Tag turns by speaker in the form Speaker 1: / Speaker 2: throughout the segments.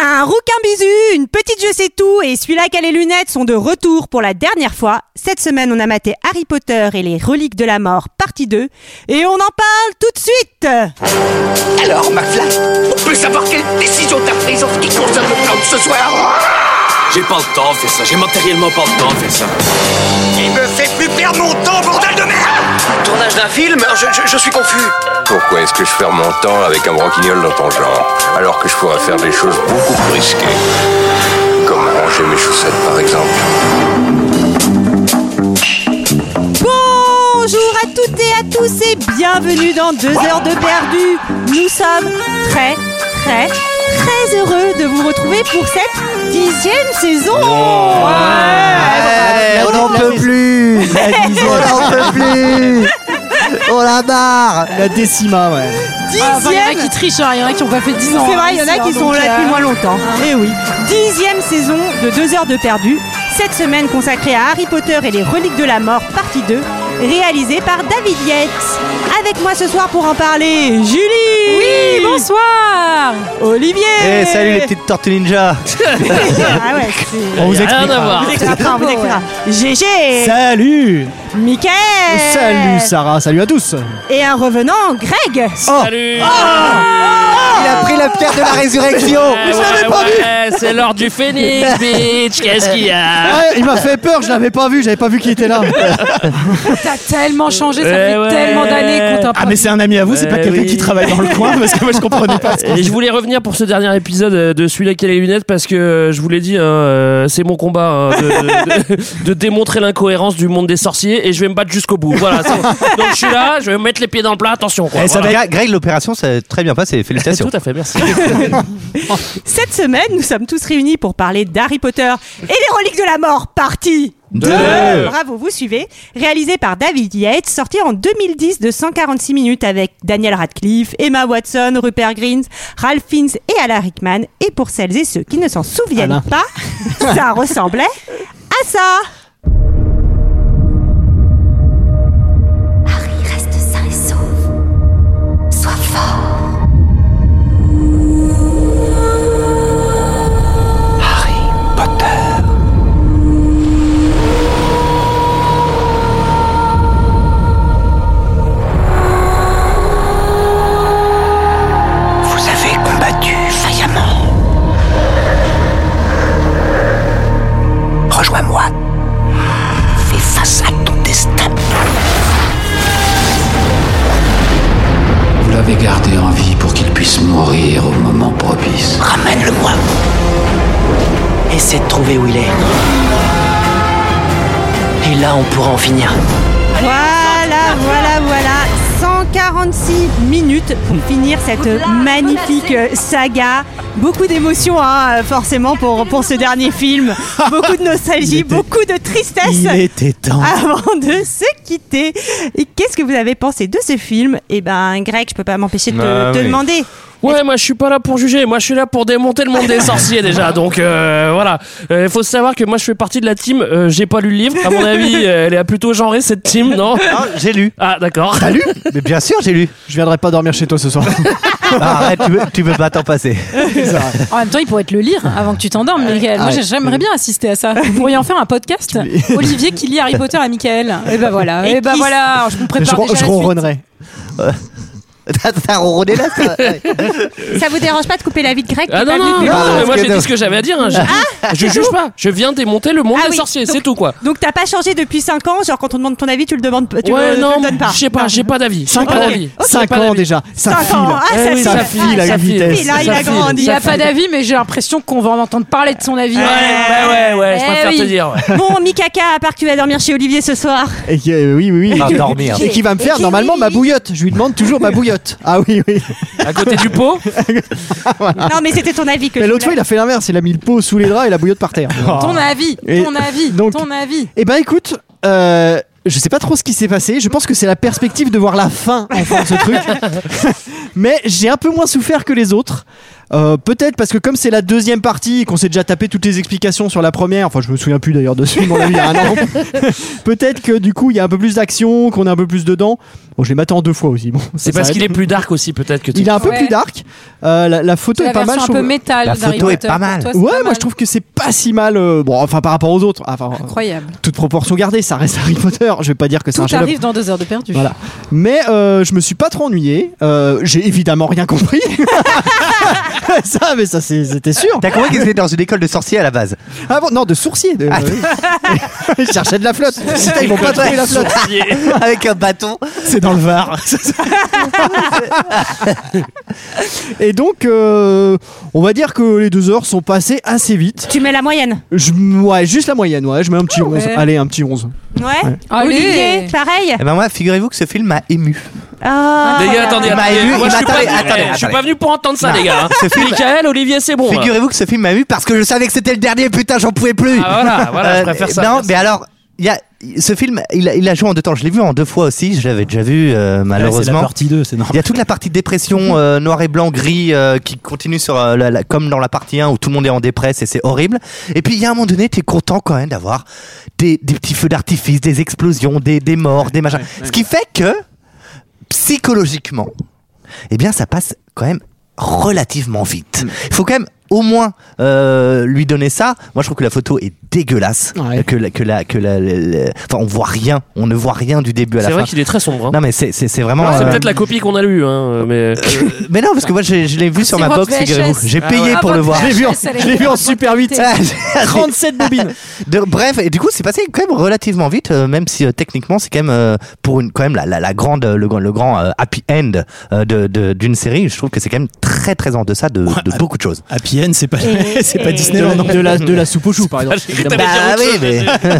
Speaker 1: Un rouquin bisu, une petite je sais tout et celui-là qui a les lunettes sont de retour pour la dernière fois. Cette semaine, on a maté Harry Potter et les reliques de la mort, partie 2. Et on en parle tout de suite
Speaker 2: Alors, McFly, on peut savoir quelle décision t'as prise en ce qui concerne le plan de ce soir
Speaker 3: J'ai pas le temps de faire ça, j'ai matériellement pas le temps de faire ça.
Speaker 2: Il me fait plus perdre mon temps, bordel de merde Tournage d'un film je, suis confus.
Speaker 4: Pourquoi est-ce que je perds mon temps avec un broquignol dans ton genre, alors que je pourrais faire des choses beaucoup plus risquées Comme ranger mes chaussettes, par exemple.
Speaker 1: Bonjour à toutes et à tous et bienvenue dans 2 heures de perdu. Nous sommes très, très, très heureux de vous retrouver pour cette dixième saison Ouais.
Speaker 5: on n'en peut plus oh, On n'en peut plus On la barre La décima, ouais.
Speaker 6: Ah, enfin, il y en a
Speaker 1: Dixième
Speaker 6: qui trichent, hein, il y en a qui ont pas fait 10 ans.
Speaker 1: C'est vrai,
Speaker 6: hein,
Speaker 1: il y en
Speaker 6: ici,
Speaker 1: a qui
Speaker 6: hein,
Speaker 1: sont
Speaker 6: donc,
Speaker 1: là depuis
Speaker 6: euh,
Speaker 1: moins longtemps. Et oui. Dixième saison de 2 heures de perdu. Cette semaine consacrée à Harry Potter et les reliques de la mort, partie 2, réalisée par David Yates. Avec moi ce soir pour en parler, Julie
Speaker 6: Oui, bonsoir
Speaker 1: Olivier
Speaker 5: Eh, salut les petites tortues ninja
Speaker 1: Ah ouais, c'est...
Speaker 5: On vous
Speaker 6: Rien à voir.
Speaker 1: Vous expliquera, on vous expliquera. GG
Speaker 5: Salut
Speaker 1: Mickaël
Speaker 5: Salut Sarah, salut à tous
Speaker 1: Et un revenant, Greg
Speaker 6: Salut
Speaker 5: Ah, Il a pris la pierre de la résurrection Je l'avais pas vu
Speaker 7: C'est l'heure du phénix, bitch Qu'est-ce qu'il y a
Speaker 5: Ouais, Ah, Il m'a fait peur, je l'avais pas vu, j'avais pas vu qu'il était là
Speaker 6: T'as tellement changé, ça
Speaker 7: Eh
Speaker 6: fait
Speaker 7: ouais.
Speaker 6: tellement d'années qu'on t'a
Speaker 8: Ah mais c'est un ami à vous, c'est pas
Speaker 5: Eh
Speaker 7: Euh,
Speaker 8: quelqu'un
Speaker 7: oui.
Speaker 8: qui travaille dans le coin parce que moi je comprenais
Speaker 5: Ah,
Speaker 8: pas ce qu'on
Speaker 7: Et je voulais revenir pour ce dernier épisode euh, de celui-là qui a les lunettes parce que euh, je vous l'ai dit, hein, euh, c'est mon combat hein, de, de- de- de démontrer l'incohérence du monde des sorciers et je vais me battre jusqu'au bout. Voilà. c'est- Donc je suis là, je vais mettre les pieds dans le plat, attention quoi.
Speaker 8: Eh, ça
Speaker 7: Voilà.
Speaker 8: va
Speaker 5: Greg, l'opération s'est très bien passée, félicitations
Speaker 7: Tout à fait, merci.
Speaker 1: Cette semaine, nous sommes tous réunis pour parler d'Harry Potter et les reliques de la mort, partie 2 Bravo, vous suivez. Réalisé par David Yates, sorti en 2010 de 146 minutes avec Daniel Radcliffe, Emma Watson, Rupert Grint, Ralph Fiennes et Alan Rickman. Et pour celles et ceux qui ne s'en souviennent
Speaker 5: Alain.
Speaker 1: pas, ça ressemblait à ça
Speaker 9: Harry reste sain et sauf. Sois fort.
Speaker 2: Vous avez combattu vaillamment. Rejoins-moi. Fais face à ton destin.
Speaker 10: Vous l'avez gardé en vie pour qu'il puisse mourir au moment propice.
Speaker 2: Ramène-le-moi. Essaie de trouver où il est. Et là, on pourra en finir.
Speaker 1: Voilà, voilà, voilà. 146 minutes pour finir cette magnifique euh, saga. Beaucoup d'émotions, hein, euh, forcément, pour, pour ce dernier film. Beaucoup de nostalgie,
Speaker 5: Il était-
Speaker 1: beaucoup de tristesse.
Speaker 5: Il était temps
Speaker 1: Avant de se quitter, Et qu'est-ce que vous avez pensé de ce film Eh ben, Greg, je peux pas m'empêcher de te,
Speaker 4: Ah,
Speaker 7: Bah
Speaker 1: te
Speaker 4: oui.
Speaker 1: demander.
Speaker 7: Ouais, moi je suis pas là pour juger, moi je suis là pour démonter le monde des sorciers déjà. Donc euh, voilà, il faut savoir que moi je fais partie de la team, euh, j'ai pas lu le livre, à mon avis euh, elle est plutôt genrée cette team, non
Speaker 5: Ah, J'ai lu
Speaker 7: Ah d'accord.
Speaker 5: T'as lu Mais bien sûr j'ai lu
Speaker 8: Je viendrai pas dormir chez toi ce soir.
Speaker 5: Ah, Arrête, tu peux, tu peux pas t'en passer
Speaker 6: En même temps, il pourrait te le lire avant que tu t'endormes, Michael. Moi,
Speaker 5: ouais.
Speaker 6: j'aimerais bien assister à ça. Vous pourriez en faire un podcast. Olivier qui lit Harry Potter à Michael. Et ben voilà.
Speaker 1: Et
Speaker 6: Et ben
Speaker 1: qui-
Speaker 6: voilà. Je me
Speaker 8: je
Speaker 6: prépare.
Speaker 8: je
Speaker 6: déjà à la suite.
Speaker 8: ronronnerai.
Speaker 5: Euh, T'as- T'as ronronné là ça
Speaker 1: Ça vous dérange pas de couper la vie de Greg qui
Speaker 7: Euh, Ah
Speaker 1: est pas
Speaker 7: non,
Speaker 1: venu
Speaker 7: non,
Speaker 1: depuis
Speaker 7: non,
Speaker 1: longtemps
Speaker 7: mais moi
Speaker 5: parce
Speaker 7: j'ai
Speaker 5: que-
Speaker 7: dit ce que j'avais à dire. hein. Je- Je juge pas, je viens démonter le monde
Speaker 1: Ah
Speaker 7: des
Speaker 1: oui,
Speaker 7: sorciers,
Speaker 1: donc-
Speaker 7: c'est tout quoi.
Speaker 1: Donc t'as pas changé depuis 5 ans, genre quand on demande ton avis, tu le demandes pas- tu le,
Speaker 7: ouais,
Speaker 1: tu
Speaker 7: non,
Speaker 1: le donnes pas.
Speaker 7: je sais pas, j'ai pas d'avis. j'ai
Speaker 5: Ah,
Speaker 7: pas d'avis. J'ai
Speaker 8: 5
Speaker 7: Oh,
Speaker 8: ans
Speaker 7: pas d'avis.
Speaker 8: déjà, ça
Speaker 1: Cinq
Speaker 8: file.
Speaker 1: ans. Ah,
Speaker 7: Eh
Speaker 1: ça
Speaker 7: oui,
Speaker 1: file.
Speaker 7: ça file à
Speaker 8: Ça
Speaker 7: une
Speaker 8: file.
Speaker 7: vitesse.
Speaker 1: Et là, il
Speaker 7: Ça
Speaker 1: a
Speaker 7: file.
Speaker 1: grandi.
Speaker 6: Il a
Speaker 7: Ça
Speaker 6: pas
Speaker 7: file.
Speaker 6: d'avis, mais j'ai l'impression qu'on va en entendre parler de son avis.
Speaker 7: Ouais, ouais, ouais, ouais, je
Speaker 6: Eh
Speaker 7: préfère te
Speaker 6: oui.
Speaker 7: dire. ouais.
Speaker 1: Bon, Mikaka, à part que tu vas dormir chez Olivier ce soir.
Speaker 8: Et qui, euh, oui, oui, oui.
Speaker 4: Ah, dormir.
Speaker 8: Et qui va me faire normalement ma bouillotte. Je lui demande toujours ma bouillotte. Ah oui, oui.
Speaker 7: À côté du pot,
Speaker 1: Non, mais c'était ton avis que
Speaker 8: Mais
Speaker 1: je
Speaker 8: l'autre fois,
Speaker 1: voulais.
Speaker 8: il a fait l'inverse. Il a mis le pot sous les draps et la bouillotte par terre.
Speaker 5: Oh.
Speaker 6: Ton avis,
Speaker 8: Et
Speaker 6: ton avis,
Speaker 8: donc-
Speaker 6: ton avis.
Speaker 8: Eh ben écoute, euh, je sais pas trop ce qui s'est passé. Je pense que c'est la perspective de voir la fin enfin de ce truc. Mais j'ai un peu moins souffert que les autres. Euh, Peut-être parce que comme c'est la deuxième partie et qu'on s'est déjà tapé toutes les explications sur la première, enfin je me souviens plus d'ailleurs de ce film, on l'a vu il y a un an. Peut-être que du coup il y a un peu plus d'action, qu'on est un peu plus dedans. Bon, je les maté en deux fois aussi. Bon, ça
Speaker 7: C'est parce
Speaker 8: s'arrête.
Speaker 7: qu'il est plus dark aussi, peut-être que t'es-
Speaker 8: Il est un peu
Speaker 6: Ouais.
Speaker 8: plus dark. Euh, la, la photo
Speaker 6: C'est
Speaker 8: est,
Speaker 6: la
Speaker 8: pas mal.
Speaker 6: version
Speaker 8: je
Speaker 6: un peu
Speaker 8: trouve.
Speaker 6: métal
Speaker 5: La
Speaker 6: d'Harry
Speaker 5: photo est
Speaker 6: Potter.
Speaker 5: pas
Speaker 6: Pour
Speaker 5: mal.
Speaker 6: toi, c'est
Speaker 8: Ouais,
Speaker 6: pas
Speaker 8: moi
Speaker 6: mal.
Speaker 8: je trouve que c'est pas si mal. euh, bon, enfin par rapport aux autres. Enfin,
Speaker 6: Incroyable.
Speaker 8: toute proportion gardée, ça reste Harry Potter. Je vais pas dire que c'est
Speaker 6: Tout
Speaker 8: un chef
Speaker 6: arrive dans deux heures de perdu.
Speaker 8: Voilà. Mais euh, je me suis pas trop ennuyé. Euh, J'ai évidemment rien compris. ça, mais ça, c'est- c'était sûr.
Speaker 5: T'as compris qu'ils étaient dans une école de sorciers à la base
Speaker 8: Ah bon, non, de sourcier. De, euh, ils cherchaient de la flotte. Putain, ils vont pas trouver la flotte.
Speaker 5: Avec un bâton
Speaker 8: C'est dans le Var. Et donc, euh, on va dire que les deux heures sont passées assez vite.
Speaker 1: Tu mets la moyenne.
Speaker 8: Je, ouais, juste la moyenne, ouais. Je mets un petit 11.
Speaker 6: Ah ouais.
Speaker 8: Allez, un petit 11.
Speaker 1: Ouais.
Speaker 6: Ah
Speaker 1: Olivier, pareil.
Speaker 5: Et ben moi, figurez-vous que ce film m'a ému.
Speaker 1: Ah.
Speaker 7: Les gars, attendez,
Speaker 5: Il m'a
Speaker 7: attendez.
Speaker 5: élu,
Speaker 7: Moi,
Speaker 5: il
Speaker 7: je
Speaker 5: m'a-
Speaker 7: suis pas
Speaker 5: attendez,
Speaker 7: venu-
Speaker 5: attendez,
Speaker 7: eh, je suis
Speaker 5: attendez.
Speaker 7: pas venu pour entendre ça, les gars. hein.
Speaker 5: Ce film-
Speaker 7: Michael, Olivier, c'est bon. là.
Speaker 5: Figurez-vous que ce film m'a ému parce que je savais que c'était le dernier, putain, j'en pouvais plus.
Speaker 7: Ah, voilà, voilà, je
Speaker 5: Euh,
Speaker 7: préfère ça.
Speaker 5: Non, mais alors, il y a, ce film, il a, il a joué en deux temps. Je l'ai vu en deux fois aussi. Je l'avais déjà vu, euh,
Speaker 11: C'est la
Speaker 5: malheureusement.
Speaker 11: partie 2, c'est
Speaker 5: Il y
Speaker 11: normal.
Speaker 5: a toute la partie dépression euh, noir et blanc gris euh, qui continue sur euh, la- la- comme dans la partie 1 où tout le monde est en dépresse et c'est horrible. Et puis il y a un moment donné, t'es content quand même d'avoir des, des petits feux d'artifice, des explosions, des, des morts, des machins. Ce qui fait que psychologiquement, eh bien ça passe quand même relativement
Speaker 7: Mm.
Speaker 5: vite. Il faut quand même au moins euh, lui donner ça. Moi je trouve que la photo est dégueulasse,
Speaker 8: Ouais.
Speaker 5: que la, que la, que la, la- la- enfin on voit rien, on ne voit rien du début à la
Speaker 7: C'est vrai
Speaker 5: fin.
Speaker 7: qu'il est très sombre. hein.
Speaker 5: Non mais c'est c'est- c'est vraiment.
Speaker 7: Alors, C'est
Speaker 5: euh,
Speaker 7: peut-être la copie qu'on a lue, hein, mais.
Speaker 5: mais non, parce que moi, je, je l'ai vu sur ma
Speaker 6: C'est votre
Speaker 5: box,
Speaker 6: VHS.
Speaker 5: figurez-vous. J'ai
Speaker 7: Ah
Speaker 5: payé
Speaker 7: ouais.
Speaker 5: pour
Speaker 6: Ah,
Speaker 5: le
Speaker 6: votre
Speaker 5: voir.
Speaker 8: Je l'ai vu, en-
Speaker 6: VHS, elle est
Speaker 8: je l'ai vu en Super 8.
Speaker 5: Ah,
Speaker 8: 37 bobines.
Speaker 5: de- bref, et du coup, c'est passé quand même relativement vite, euh, même si euh, techniquement, c'est quand même euh, pour une, quand même la, la, la grande, euh, le, grand- le grand euh, happy end euh, de- de- d'une série. Je trouve que c'est quand même très très en deçà de, de beaucoup de choses.
Speaker 11: Happy End, c'est pas, c'est pas Disney.
Speaker 8: euh, De, de la, de la soupe aux choux, par exemple.
Speaker 7: T'avais dit autre chose,
Speaker 5: Bah mais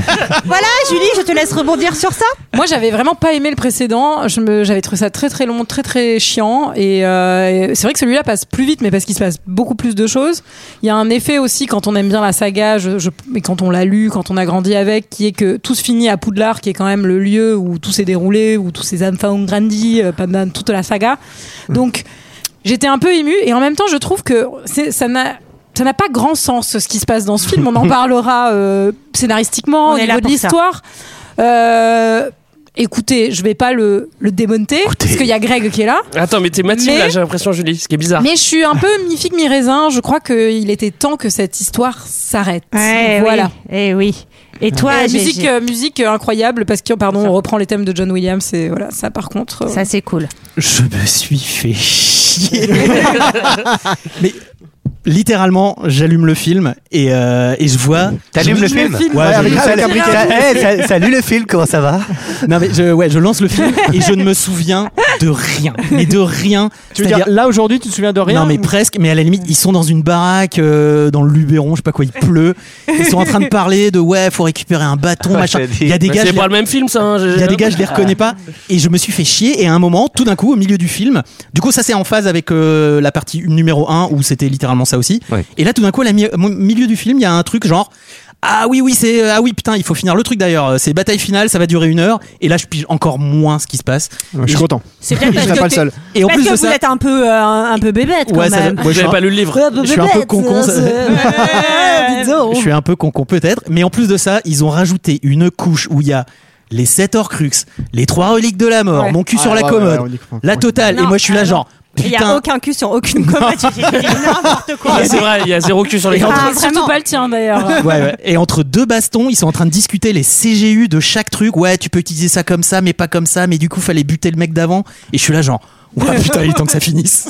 Speaker 1: Voilà, Julie, je te laisse rebondir sur ça.
Speaker 6: Moi, j'avais vraiment pas aimé le précédent. Je me- J'avais trouvé ça très très long, très très chiant. Et euh, et c'est vrai que celui-là passe plus vite, mais parce qu'il se passe beaucoup plus de choses. Il y a un effet aussi quand on aime bien la saga, je, je- mais quand on l'a lu, quand on a grandi avec, qui est que tout se finit à Poudlard, qui est quand même le lieu où tout s'est déroulé, où tous ces enfants ont grandi euh, pendant toute la saga. Donc, j'étais un peu émue. Et en même temps, je trouve que c'est- ça n'a ça n'a pas grand sens ce qui se passe dans ce film. On en parlera euh, scénaristiquement,
Speaker 1: On
Speaker 6: au
Speaker 1: est là
Speaker 6: niveau de
Speaker 1: pour ça.
Speaker 6: l'histoire. Euh, écoutez, je vais pas le, le démonter, parce qu'il y a Greg qui est là.
Speaker 7: Attends, mais t'es Mathilde,
Speaker 6: Mais-
Speaker 7: là, j'ai l'impression, Julie, ce qui est bizarre.
Speaker 6: Mais je suis un peu mi-figue, mi-raisin. Je crois qu'il était temps que cette histoire s'arrête. voilà.
Speaker 1: Et Eh oui. Et toi,
Speaker 6: Et
Speaker 1: j'ai-
Speaker 6: musique,
Speaker 1: j'ai-
Speaker 6: euh, musique euh, incroyable, parce que, pardon, on reprend les thèmes de John Williams. Et voilà, ça par contre. euh,
Speaker 1: ça c'est cool.
Speaker 8: Bah,
Speaker 11: Je me suis fait chier. Mais littéralement, j'allume le film et, euh, et je vois.
Speaker 5: T'allumes le film
Speaker 11: Ouais, je-
Speaker 5: Avec- avec-
Speaker 8: briquet.
Speaker 5: avec- Eh, sa- Salut le film, comment ça va
Speaker 11: non mais je, ouais, je lance le film et je ne me souviens de rien. Mais de rien.
Speaker 8: Tu veux dire, là aujourd'hui, tu te souviens de rien
Speaker 11: Non mais presque, mais à la limite ils sont dans une baraque euh, dans le Luberon, je sais pas quoi, il pleut. Ils sont en train de parler de ouais, faut récupérer un bâton, machin.
Speaker 5: je l'ai dit.
Speaker 11: Il y a des
Speaker 7: Mais
Speaker 11: gars, je
Speaker 7: C'est
Speaker 11: les-
Speaker 7: pas le même film, ça. hein, j'ai-
Speaker 11: il y a des gars, je les reconnais pas et je me suis fait chier et à un moment, tout d'un coup au milieu du film, du coup ça c'est en phase avec euh, la partie numéro 1 où c'était littéralement ça aussi.
Speaker 5: Ouais.
Speaker 11: Et là tout d'un coup à la mi- au milieu du film, il y a un truc genre ah oui oui c'est euh, ah oui putain il faut finir le truc d'ailleurs euh, c'est bataille finale ça va durer une heure et là je pige encore moins ce qui se passe
Speaker 8: Je suis content.
Speaker 1: C'est bien parce que,
Speaker 8: Je serai pas le seul.
Speaker 11: et en
Speaker 1: parce
Speaker 11: plus
Speaker 1: que
Speaker 11: de
Speaker 1: vous
Speaker 11: ça
Speaker 1: êtes un peu euh, un un peu bébête quand
Speaker 11: Ouais, ça-
Speaker 1: même.
Speaker 7: Moi,
Speaker 11: ouais, je suis
Speaker 7: J'avais
Speaker 11: un-
Speaker 7: pas lu le livre.
Speaker 11: je suis un peu concon. ça- Je suis un peu concon peut-être, mais en plus de ça, ils ont rajouté une couche où il y a les 7 Horcruxes, les trois reliques de la mort,
Speaker 6: Ouais.
Speaker 11: mon cul sur
Speaker 8: Ah Ouais,
Speaker 11: la
Speaker 8: ouais,
Speaker 11: commode,
Speaker 8: ouais, ouais, on y comprend.
Speaker 11: la totale,
Speaker 1: Non,
Speaker 11: et moi je suis là
Speaker 1: ah
Speaker 11: genre
Speaker 1: Il y a
Speaker 11: putain.
Speaker 1: aucun cul sur aucune commode. J'ai dit n'importe quoi.
Speaker 7: Ah, C'est vrai, il y a zéro cul sur les
Speaker 11: Et en
Speaker 7: cartes.
Speaker 1: Ah,
Speaker 6: Ah, surtout
Speaker 1: vraiment.
Speaker 6: pas le tien d'ailleurs.
Speaker 11: Ouais, ouais. Et entre deux bastons, ils sont en train de discuter les CGU de chaque truc. Ouais, tu peux utiliser ça comme ça, mais pas comme ça. Mais du coup, fallait buter le mec d'avant. Et je suis là genre, ouais, putain, il est temps que ça finisse.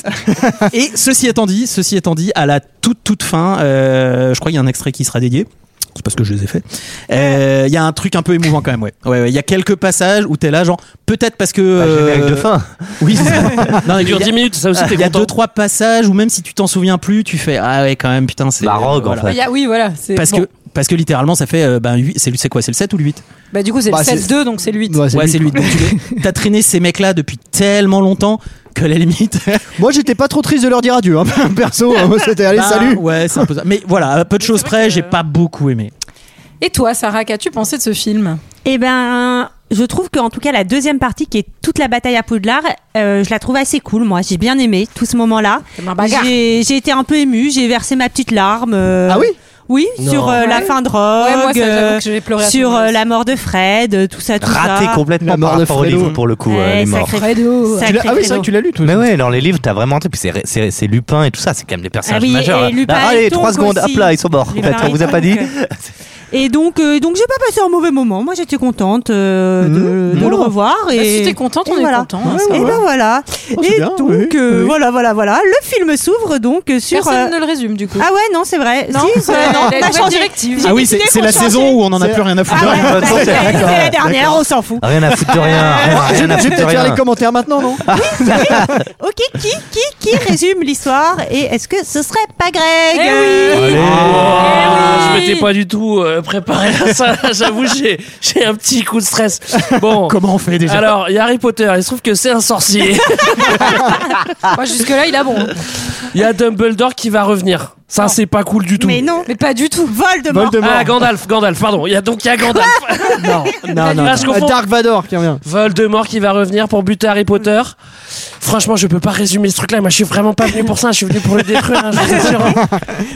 Speaker 11: Et ceci étant dit, ceci étant dit, à la toute toute fin, euh, je crois qu'il y a un extrait qui sera dédié. C'est parce que je les ai faits. Euh, Il y a un truc un peu émouvant quand même, ouais. Ouais, ouais. Il y a quelques passages où t'es là, genre, peut-être parce que.
Speaker 5: Bah,
Speaker 11: euh,
Speaker 5: Générique de fin.
Speaker 11: Oui, c'est ça. Non,
Speaker 7: Il dure
Speaker 11: il y a-
Speaker 7: 10 minutes, ça aussi, t'es
Speaker 11: Ah, Il y a deux,
Speaker 7: content.
Speaker 11: trois passages où même si tu t'en souviens plus, tu fais Ah ouais, quand même, putain, c'est.
Speaker 5: La rogue,
Speaker 11: voilà.
Speaker 5: en fait.
Speaker 6: Il y a- oui, voilà. c'est-
Speaker 11: Parce
Speaker 6: bon.
Speaker 11: que. Parce que littéralement, ça fait. euh, ben, huit- c'est c'est quoi C'est le 7 ou le 8
Speaker 6: Bah, du coup, c'est
Speaker 8: Bah,
Speaker 6: le
Speaker 8: c'est-
Speaker 6: 7-2, donc c'est le 8.
Speaker 11: Ouais, c'est le 8. Donc, tu- T'as traîné ces mecs-là depuis tellement longtemps que à la limite.
Speaker 8: Moi, j'étais pas trop triste de leur dire adieu. hein. Perso, hein, moi, c'était allez,
Speaker 11: bah,
Speaker 8: salut.
Speaker 11: Ouais, c'est un peu ça. Mais voilà, à peu de
Speaker 6: c'est
Speaker 11: choses
Speaker 6: vrai
Speaker 11: près,
Speaker 6: que-
Speaker 11: j'ai pas beaucoup aimé.
Speaker 6: Et toi, Sarah, qu'as-tu pensé de ce film
Speaker 1: Eh ben, je trouve que en tout cas la deuxième partie qui est toute la bataille à Poudlard, euh, je la trouve assez cool. Moi, j'ai bien aimé tout ce moment-là.
Speaker 6: C'est ma bagarre.
Speaker 1: J'ai j'ai été un peu émue, j'ai versé ma petite larme. euh,
Speaker 8: Ah oui
Speaker 1: Oui,
Speaker 5: Non.
Speaker 1: sur euh, la
Speaker 6: Ouais.
Speaker 1: fin drogue,
Speaker 6: Ouais, moi, ça, j'avoue
Speaker 1: euh,
Speaker 6: que j'ai pleuré à ce
Speaker 1: sur euh,
Speaker 6: moment-là.
Speaker 1: la mort de Fred, euh, tout ça, tout
Speaker 5: Raté
Speaker 1: ça.
Speaker 5: complètement par rapport au livre pour le coup, euh, les morts.
Speaker 1: sacré
Speaker 6: Fredo.
Speaker 1: sacré Fredo.
Speaker 8: l'as ah lu, toi.
Speaker 5: Mais ouais, dans les livres, t'as vraiment. Puis c'est- c'est c'est Lupin et tout ça, c'est quand même des personnages
Speaker 1: Ah oui,
Speaker 5: majeurs.
Speaker 1: et
Speaker 5: là.
Speaker 1: Lupin
Speaker 5: Ah,
Speaker 1: et
Speaker 5: allez,
Speaker 1: Tonk
Speaker 5: trois secondes,
Speaker 1: aussi.
Speaker 5: hop là, ils sont morts.
Speaker 1: Lupin
Speaker 5: En fait,
Speaker 1: et
Speaker 5: on vous a pas
Speaker 1: Tonk.
Speaker 5: dit
Speaker 1: euh. Et donc, euh, donc j'ai pas passé un mauvais moment. Moi, j'étais contente euh, de, de le revoir. Et
Speaker 6: Bah, si t'es contente, on
Speaker 1: et
Speaker 6: est
Speaker 1: voilà.
Speaker 6: content, hein, ça
Speaker 1: et
Speaker 6: va.
Speaker 1: ben voilà.
Speaker 8: Oh, c'est
Speaker 1: et
Speaker 8: bien,
Speaker 1: donc,
Speaker 8: oui,
Speaker 1: euh,
Speaker 8: oui.
Speaker 1: voilà, voilà, voilà. Le film s'ouvre donc euh, sur.
Speaker 6: Personne
Speaker 1: euh,
Speaker 6: ne le résume du coup.
Speaker 1: Ah ouais, non, c'est vrai.
Speaker 6: Non,
Speaker 1: Si,
Speaker 6: c'est
Speaker 1: ouais, non,
Speaker 6: la
Speaker 1: on a
Speaker 6: nouvelle
Speaker 1: changé.
Speaker 6: directive.
Speaker 1: J'ai
Speaker 11: Ah oui, c'est
Speaker 1: décidé
Speaker 11: c'est
Speaker 1: qu'on
Speaker 11: la
Speaker 1: changeait.
Speaker 11: saison où on en a
Speaker 8: C'est-
Speaker 11: plus rien à
Speaker 1: Ah
Speaker 11: foutre.
Speaker 1: ouais,
Speaker 5: Ouais,
Speaker 1: bah,
Speaker 5: d'accord,
Speaker 1: c'est
Speaker 5: d'accord,
Speaker 1: la dernière,
Speaker 5: d'accord.
Speaker 1: on s'en fout.
Speaker 5: Rien à foutre de rien. rien- Rien à
Speaker 8: Je
Speaker 5: foutre
Speaker 8: vais
Speaker 5: de
Speaker 8: faire les
Speaker 5: rien.
Speaker 8: commentaires maintenant, non
Speaker 11: Ah,
Speaker 1: Ok, qui, qui, qui résume l'histoire et est-ce que ce serait pas Greg Euh,
Speaker 6: Eh oui.
Speaker 7: Oh, Ah,
Speaker 11: Eh
Speaker 7: Je m'étais pas du tout euh, préparé à ça. J'avoue, j'ai j'ai un petit coup de stress. Bon.
Speaker 11: Comment on fait déjà
Speaker 7: Alors, il y a Harry Potter, il se trouve que c'est un sorcier.
Speaker 6: Moi, jusque-là, il a bon.
Speaker 7: Il y a Dumbledore qui va revenir. Ça, c'est pas cool du tout.
Speaker 1: Mais non,
Speaker 6: Mais pas du tout.
Speaker 1: Voldemort.
Speaker 7: Ah, Gandalf, Gandalf, pardon. Il y a donc il y a Gandalf.
Speaker 8: Non, non, non.
Speaker 7: Ah, je
Speaker 8: Euh,
Speaker 7: confonds.
Speaker 8: Dark Vador qui revient.
Speaker 7: Voldemort qui va revenir pour buter Harry Potter. Franchement, je peux pas résumer ce truc-là. Moi, je suis vraiment pas venu pour ça. Je suis venu pour le détruire. hein, je vous assure.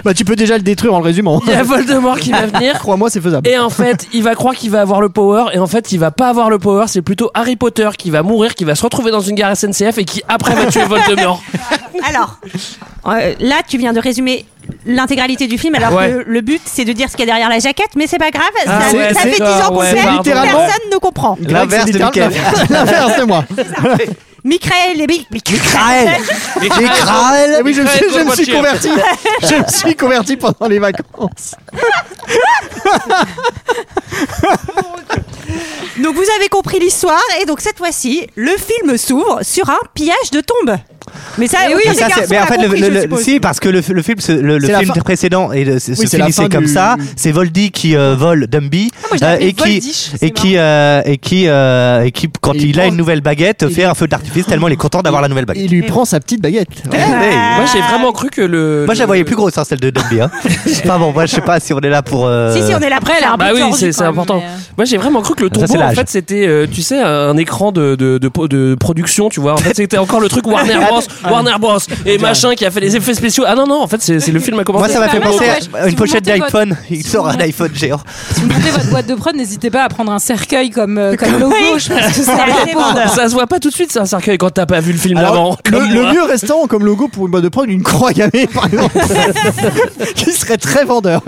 Speaker 8: Bah, tu peux déjà le détruire en le résumant.
Speaker 7: Il y a Voldemort qui va venir.
Speaker 8: Crois-moi, c'est faisable.
Speaker 7: Et en fait, il va croire qu'il va avoir le power, et en fait, il va pas avoir le power. C'est plutôt Harry Potter qui va mourir, qui va se retrouver dans une gare SNCF et qui après va tuer Voldemort.
Speaker 1: Alors, euh, là, tu viens de résumer l'intégralité du film, alors
Speaker 7: Ouais.
Speaker 1: que le but, c'est de dire ce qu'il y a derrière la jaquette, mais c'est pas grave,
Speaker 7: Ah
Speaker 1: ça,
Speaker 7: ouais,
Speaker 1: ça fait 10
Speaker 7: d'accord,
Speaker 1: ans qu'on
Speaker 7: ouais,
Speaker 1: sait,
Speaker 7: pardon.
Speaker 8: Littéralement.
Speaker 1: personne ne comprend.
Speaker 5: L'inverse de Michael.
Speaker 8: L'inverse, c'est moi.
Speaker 1: Michael et Bi- Michael.
Speaker 5: Kraël Les Kraël
Speaker 8: Eh oui, je, me suis-
Speaker 7: Ouais,
Speaker 8: je me suis
Speaker 7: Gorbatchev.
Speaker 8: converti. Je me suis converti pendant les vacances.
Speaker 1: Donc vous avez compris l'histoire, et donc cette fois-ci, le film s'ouvre sur un pillage de tombe. Mais ça,
Speaker 5: Eh Mais
Speaker 1: aucun des
Speaker 5: Ah, ça,
Speaker 1: garçons
Speaker 5: c'est- mais en
Speaker 1: l'a
Speaker 5: fait, le-
Speaker 1: compris,
Speaker 5: le-
Speaker 1: je
Speaker 5: le-
Speaker 1: suppose.
Speaker 5: si, parce que le, le film, se- le, le
Speaker 8: C'est la
Speaker 5: film
Speaker 8: fin.
Speaker 5: précédent et le- se,
Speaker 8: Oui, c'est la
Speaker 5: finissait
Speaker 8: fin
Speaker 5: comme
Speaker 8: du-
Speaker 5: ça. C'est Voldy qui euh, vole Dumby
Speaker 6: Oh, Ah, je
Speaker 5: euh,
Speaker 6: l'appelais
Speaker 5: et qui
Speaker 6: Voldish, c'est
Speaker 5: et qui euh, et qui euh, et qui quand
Speaker 8: Et
Speaker 5: il,
Speaker 8: il
Speaker 5: a
Speaker 8: prend-
Speaker 5: une nouvelle baguette
Speaker 8: il-
Speaker 5: fait un feu d'artifice tellement il est content d'avoir la nouvelle baguette.
Speaker 8: Il lui prend sa petite baguette.
Speaker 5: Hey.
Speaker 7: Moi, j'ai vraiment cru que le.
Speaker 5: Moi, je la voyais plus grosse, hein, celle de Dumby. Hein. Enfin bon, moi, je sais pas si on est là pour. euh,
Speaker 1: Si, si, on est là, après, elle a un
Speaker 7: Bah oui,
Speaker 1: tordu,
Speaker 7: c'est
Speaker 1: quoi.
Speaker 7: c'est important.
Speaker 6: euh,
Speaker 7: Moi, j'ai vraiment cru que le
Speaker 5: Ah, ça,
Speaker 7: tombeau,
Speaker 5: c'est
Speaker 7: en
Speaker 5: l'âge.
Speaker 7: fait, c'était, euh, tu sais, un écran de, de, de, po- de production, tu vois. En fait, c'était encore le truc Warner Bros. Warner Bros. Et machin qui a fait les effets spéciaux. Ah non, non, en fait, c'est c'est le film a
Speaker 5: Moi,
Speaker 7: commencé.
Speaker 5: ça m'a fait
Speaker 6: pas mal,
Speaker 5: penser
Speaker 6: ouais.
Speaker 5: à une
Speaker 6: Si vous
Speaker 5: pochette
Speaker 6: montez votre-
Speaker 5: d'iPhone. Il
Speaker 6: si
Speaker 5: sort
Speaker 6: vous
Speaker 5: un
Speaker 6: montez-
Speaker 5: iPhone géant.
Speaker 6: Si vous montez votre boîte de prod, n'hésitez pas à prendre un cercueil comme, euh, comme logo. Je pense que c'est
Speaker 1: C'est assez
Speaker 6: important.
Speaker 1: vendeur.
Speaker 7: Ça se voit pas tout de suite, c'est un cercueil quand t'as pas vu le film avant.
Speaker 8: Alors, le, le mieux restant comme logo pour une boîte de prod, une croix gammée par exemple, qui serait très vendeur.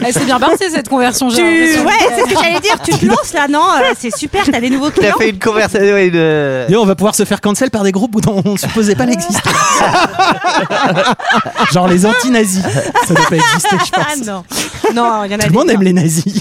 Speaker 6: Eh, C'est bien passé cette conversion, j'ai
Speaker 1: Tu...
Speaker 6: l'impression.
Speaker 1: Ouais, c'est ce que j'allais dire, tu te lances là, non euh, C'est super, t'as des nouveaux
Speaker 5: T'as
Speaker 1: clients.
Speaker 5: fait une conversation. ouais, une- euh,
Speaker 11: Et on va pouvoir se faire cancel par des groupes dont on ne supposait pas l'existence. Genre les anti-nazis. Ça doit pas exister, je
Speaker 1: Ah
Speaker 11: pense.
Speaker 1: non, non, il y en a
Speaker 11: Tout le monde aime les nazis.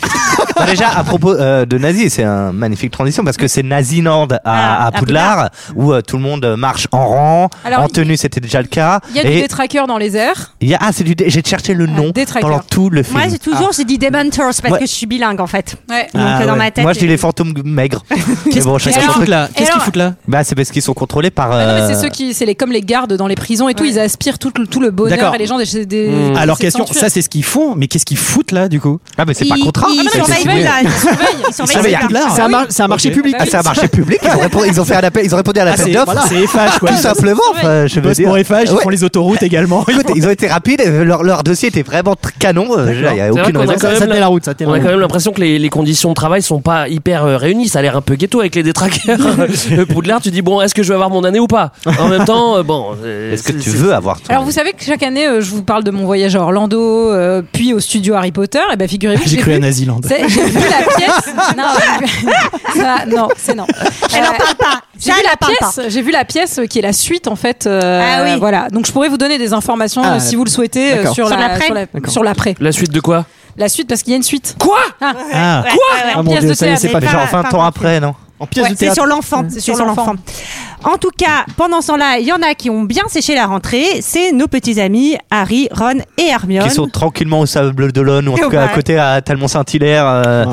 Speaker 5: Bah, déjà, à propos euh, de Nazi, c'est un magnifique transition parce que c'est Naziland à,
Speaker 1: Ah,
Speaker 5: à
Speaker 1: à
Speaker 5: Poudlard, où euh, tout le monde euh, marche en rang.
Speaker 6: Alors,
Speaker 5: en tenue, c'était déjà le cas.
Speaker 6: Il y a du
Speaker 5: Et
Speaker 6: détraqueur dans les airs.
Speaker 5: il y a, ah, c'est du. dé- J'ai cherché le nom
Speaker 6: détraqueur.
Speaker 5: pendant tout le film.
Speaker 1: Moi, j'ai toujours, j'ai dit Dementors parce
Speaker 5: Ouais.
Speaker 1: que je suis bilingue en fait.
Speaker 6: Ouais.
Speaker 1: Donc
Speaker 5: Ah,
Speaker 1: dans
Speaker 5: ouais.
Speaker 1: ma tête.
Speaker 5: Moi, je dis
Speaker 1: et-
Speaker 5: les fantômes maigres. Mais
Speaker 11: Qu'est-ce
Speaker 5: bon,
Speaker 11: qu'est-ce
Speaker 5: chacun
Speaker 11: qu'ils
Speaker 5: son
Speaker 11: foutent
Speaker 5: truc.
Speaker 11: là Qu'est-ce qu'ils
Speaker 6: alors-
Speaker 11: foutent là
Speaker 5: Bah, c'est parce qu'ils sont contrôlés par.
Speaker 6: Ah non, mais
Speaker 5: euh,
Speaker 6: c'est ceux qui, c'est les comme les gardes dans les prisons et tout, ils aspirent tout, le- tout le bonheur
Speaker 11: D'accord.
Speaker 6: et les gens des. des-
Speaker 7: Mmh.
Speaker 6: des-
Speaker 11: Alors
Speaker 6: des
Speaker 11: question,
Speaker 6: ceintures.
Speaker 11: ça c'est ce qu'ils font, mais qu'est-ce qu'ils foutent là du coup
Speaker 5: Ah, mais c'est pas
Speaker 1: Ils-
Speaker 5: contrat.
Speaker 1: Ils
Speaker 6: mais
Speaker 1: surveillent
Speaker 6: c'est-
Speaker 1: là, ils surveillent, ils surveillent.
Speaker 5: surveillent.
Speaker 1: ça.
Speaker 11: Poudlard.
Speaker 8: C'est un, mar- c'est un marché public.
Speaker 5: Ah, c'est un marché public. Ils ont, répondu- ils ont fait un appel. Ils ont répondu à
Speaker 11: Ah,
Speaker 5: l'appel
Speaker 11: c'est
Speaker 5: d'offres.
Speaker 11: voilà, c'est FH quoi.
Speaker 5: Tout simplement. enfin, je
Speaker 11: Ils
Speaker 5: veux
Speaker 11: bossent
Speaker 5: dire.
Speaker 11: pour FH, ils
Speaker 5: Ouais.
Speaker 11: font les autoroutes également.
Speaker 5: Écoute, ils ont été rapides. euh, Leur, leur dossier était vraiment tr- canon. euh, Il n'y a
Speaker 7: C'est vrai
Speaker 5: aucune
Speaker 7: qu'on a
Speaker 5: raison.
Speaker 8: Ça, ça tenait la route, ça tenait
Speaker 7: On
Speaker 8: la
Speaker 7: a
Speaker 8: route.
Speaker 7: quand même l'impression que les, les conditions de travail sont pas hyper euh, réunies. Ça a l'air un peu ghetto avec les détraqueurs. Le Poudlard, tu dis bon, est-ce que je vais avoir mon année ou pas En même temps, euh, bon. euh,
Speaker 5: Est-ce que
Speaker 7: c'est-
Speaker 5: tu
Speaker 7: c'est-
Speaker 5: veux avoir ton-
Speaker 6: Alors vous savez que chaque année, euh, je vous parle de mon voyage à Orlando, euh, puis au studio Harry Potter. Et ben figurez-vous, que
Speaker 11: J'ai cru à
Speaker 6: vu-
Speaker 11: Naziland.
Speaker 6: c'est- J'ai vu la pièce. Non, ça, non, c'est non.
Speaker 1: Elle en
Speaker 6: Euh,
Speaker 1: parle pas.
Speaker 6: J'ai
Speaker 1: Ça,
Speaker 6: vu,
Speaker 1: elle en
Speaker 6: la
Speaker 1: parle pas.
Speaker 6: pièce, j'ai vu la pièce euh, qui est la suite en fait. euh,
Speaker 1: Ah oui.
Speaker 6: Voilà. Donc je pourrais vous donner des informations
Speaker 8: Ah,
Speaker 6: euh, si vous le souhaitez euh,
Speaker 8: d'accord.
Speaker 6: sur,
Speaker 1: Sur
Speaker 6: la,
Speaker 1: l'après
Speaker 6: sur la- sur l'après.
Speaker 7: La suite de quoi
Speaker 6: La suite parce qu'il y a une suite.
Speaker 7: Quoi
Speaker 11: Ah,
Speaker 1: Ouais, ouais, ouais.
Speaker 8: Ah mon
Speaker 6: pièce
Speaker 8: dieu,
Speaker 6: de
Speaker 8: ça y est,
Speaker 6: théâtre,
Speaker 8: c'est pas
Speaker 5: Mais
Speaker 8: déjà.
Speaker 5: genre 20 ans après, non
Speaker 8: En pièce
Speaker 6: Ouais,
Speaker 8: de
Speaker 6: c'est
Speaker 1: C'est
Speaker 8: théâtre.
Speaker 1: sur l'enfant. C'est sur l'enfant. En tout cas, pendant ce temps-là, il y en a qui ont bien séché la rentrée. C'est nos petits amis Harry, Ron et Hermione.
Speaker 5: Qui sont tranquillement au Sable d'Olonne ou en
Speaker 1: Et
Speaker 5: tout
Speaker 1: au
Speaker 5: cas à
Speaker 1: bar.
Speaker 5: côté à Talmont-Saint-Hilaire. euh,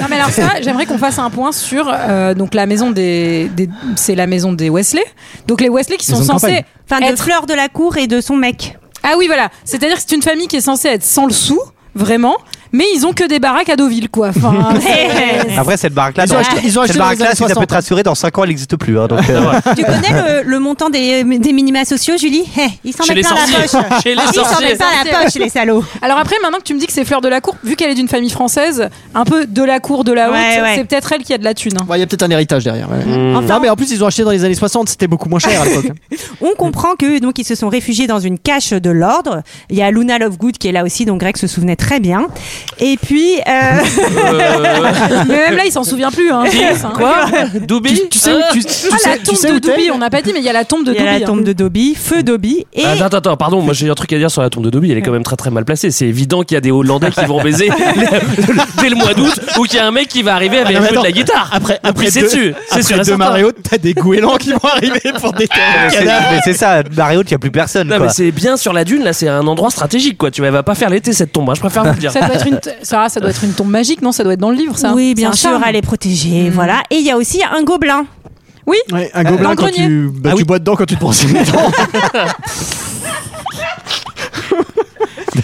Speaker 6: Non mais alors ça, j'aimerais qu'on fasse un point sur euh, donc la maison des, des- c'est la maison des Wesley. Donc les Wesley qui sont
Speaker 11: Maison de
Speaker 6: censés
Speaker 11: campagne.
Speaker 1: Enfin, de
Speaker 6: être
Speaker 1: Fleur de la Cour et de son mec.
Speaker 6: Ah oui voilà, c'est-à-dire que c'est une famille qui est censée être sans le sou, vraiment, mais ils ont que des baraques à Deauville, quoi. Enfin, c'est-
Speaker 5: Après, cette baraque-là,
Speaker 6: Ils ont
Speaker 5: dans-
Speaker 6: acheté- ils ont
Speaker 5: cette
Speaker 6: acheté dans les
Speaker 5: baraque-là,
Speaker 6: années
Speaker 5: si ça peut te
Speaker 6: 60.
Speaker 5: rassurer, dans 5 ans, elle n'existe plus. hein,
Speaker 7: Ah,
Speaker 5: donc, euh,
Speaker 1: Tu connais le, le montant des, des minima sociaux, Julie Hé, Ils s'en
Speaker 5: Chez
Speaker 1: mettent
Speaker 5: les
Speaker 1: plein la
Speaker 5: sorciers.
Speaker 1: poche.
Speaker 5: Chez les
Speaker 1: ils s'en
Speaker 5: sorciers.
Speaker 1: mettent plein la poche, les salauds.
Speaker 6: Alors après, maintenant que tu me dis que c'est Fleur de la Cour, vu qu'elle est d'une famille française, un peu de la cour, de la haute,
Speaker 1: Ouais, ouais.
Speaker 6: c'est peut-être elle qui a de la thune. hein.
Speaker 8: Ouais, Il y a peut-être un héritage derrière. ouais.
Speaker 11: Mmh.
Speaker 8: Non, mais en plus, ils ont acheté dans les années 60, c'était beaucoup moins cher à l'époque.
Speaker 1: On comprend que donc ils se sont réfugiés dans une cache de l'ordre. Il y a Luna Lovegood qui est là aussi, donc Greg se souvenait très bien. Et puis, euh,
Speaker 7: Euh,
Speaker 6: Mais même là, il s'en souvient plus. Hein,
Speaker 1: Qui
Speaker 6: je pense, hein.
Speaker 1: Quoi
Speaker 7: Doubi
Speaker 8: tu, tu sais où tu, tu
Speaker 6: Ah,
Speaker 8: sais,
Speaker 6: la
Speaker 8: tu
Speaker 6: tombe
Speaker 8: sais
Speaker 6: de
Speaker 8: où t'es
Speaker 6: Dobby, on n'a pas dit, mais il y a la tombe de
Speaker 1: il y a
Speaker 6: Dobby.
Speaker 1: la
Speaker 6: hein. Ah,
Speaker 1: tombe de Dobby, feu Dobby et
Speaker 7: Attends, attends, attends, pardon, moi j'ai un truc à dire sur la tombe de Dobby, elle est quand même très très mal placée. C'est évident qu'il y a des Hollandais qui vont baiser dès le mois d'août ou qu'il y a un mec qui va arriver avec
Speaker 11: Non,
Speaker 7: un
Speaker 11: Ah, mais
Speaker 7: jeu de
Speaker 11: attends,
Speaker 7: la guitare.
Speaker 11: Après, après
Speaker 7: c'est
Speaker 11: deux-
Speaker 7: dessus, c'est
Speaker 11: après
Speaker 7: sûr et
Speaker 11: deux
Speaker 7: certain.
Speaker 11: marées hautes, Ah, t'as des goélands qui vont arriver pour déterrer
Speaker 5: mais
Speaker 11: le
Speaker 5: c'est-
Speaker 11: cadavre.
Speaker 5: mais c'est ça, Mario, il n'y a plus personne.
Speaker 7: Non,
Speaker 5: quoi.
Speaker 7: mais c'est bien sur la dune, là c'est un endroit stratégique quoi. Tu vois, elle va pas faire l'été cette tombe, hein, je préfère vous le dire.
Speaker 6: Ça doit, être une t- Sarah, ça doit être une tombe magique, non Ça doit être dans le livre, ça.
Speaker 1: oui,
Speaker 6: C'est
Speaker 1: bien
Speaker 6: un
Speaker 1: sûr,
Speaker 6: charme. Mm.
Speaker 1: à les protéger, voilà. Et il y a aussi un gobelin.
Speaker 8: Ouais, un gobelin
Speaker 6: dans le
Speaker 8: quand
Speaker 6: grenier.
Speaker 8: tu, bah,
Speaker 11: Ah
Speaker 8: tu bois dedans quand tu te brosses les dents.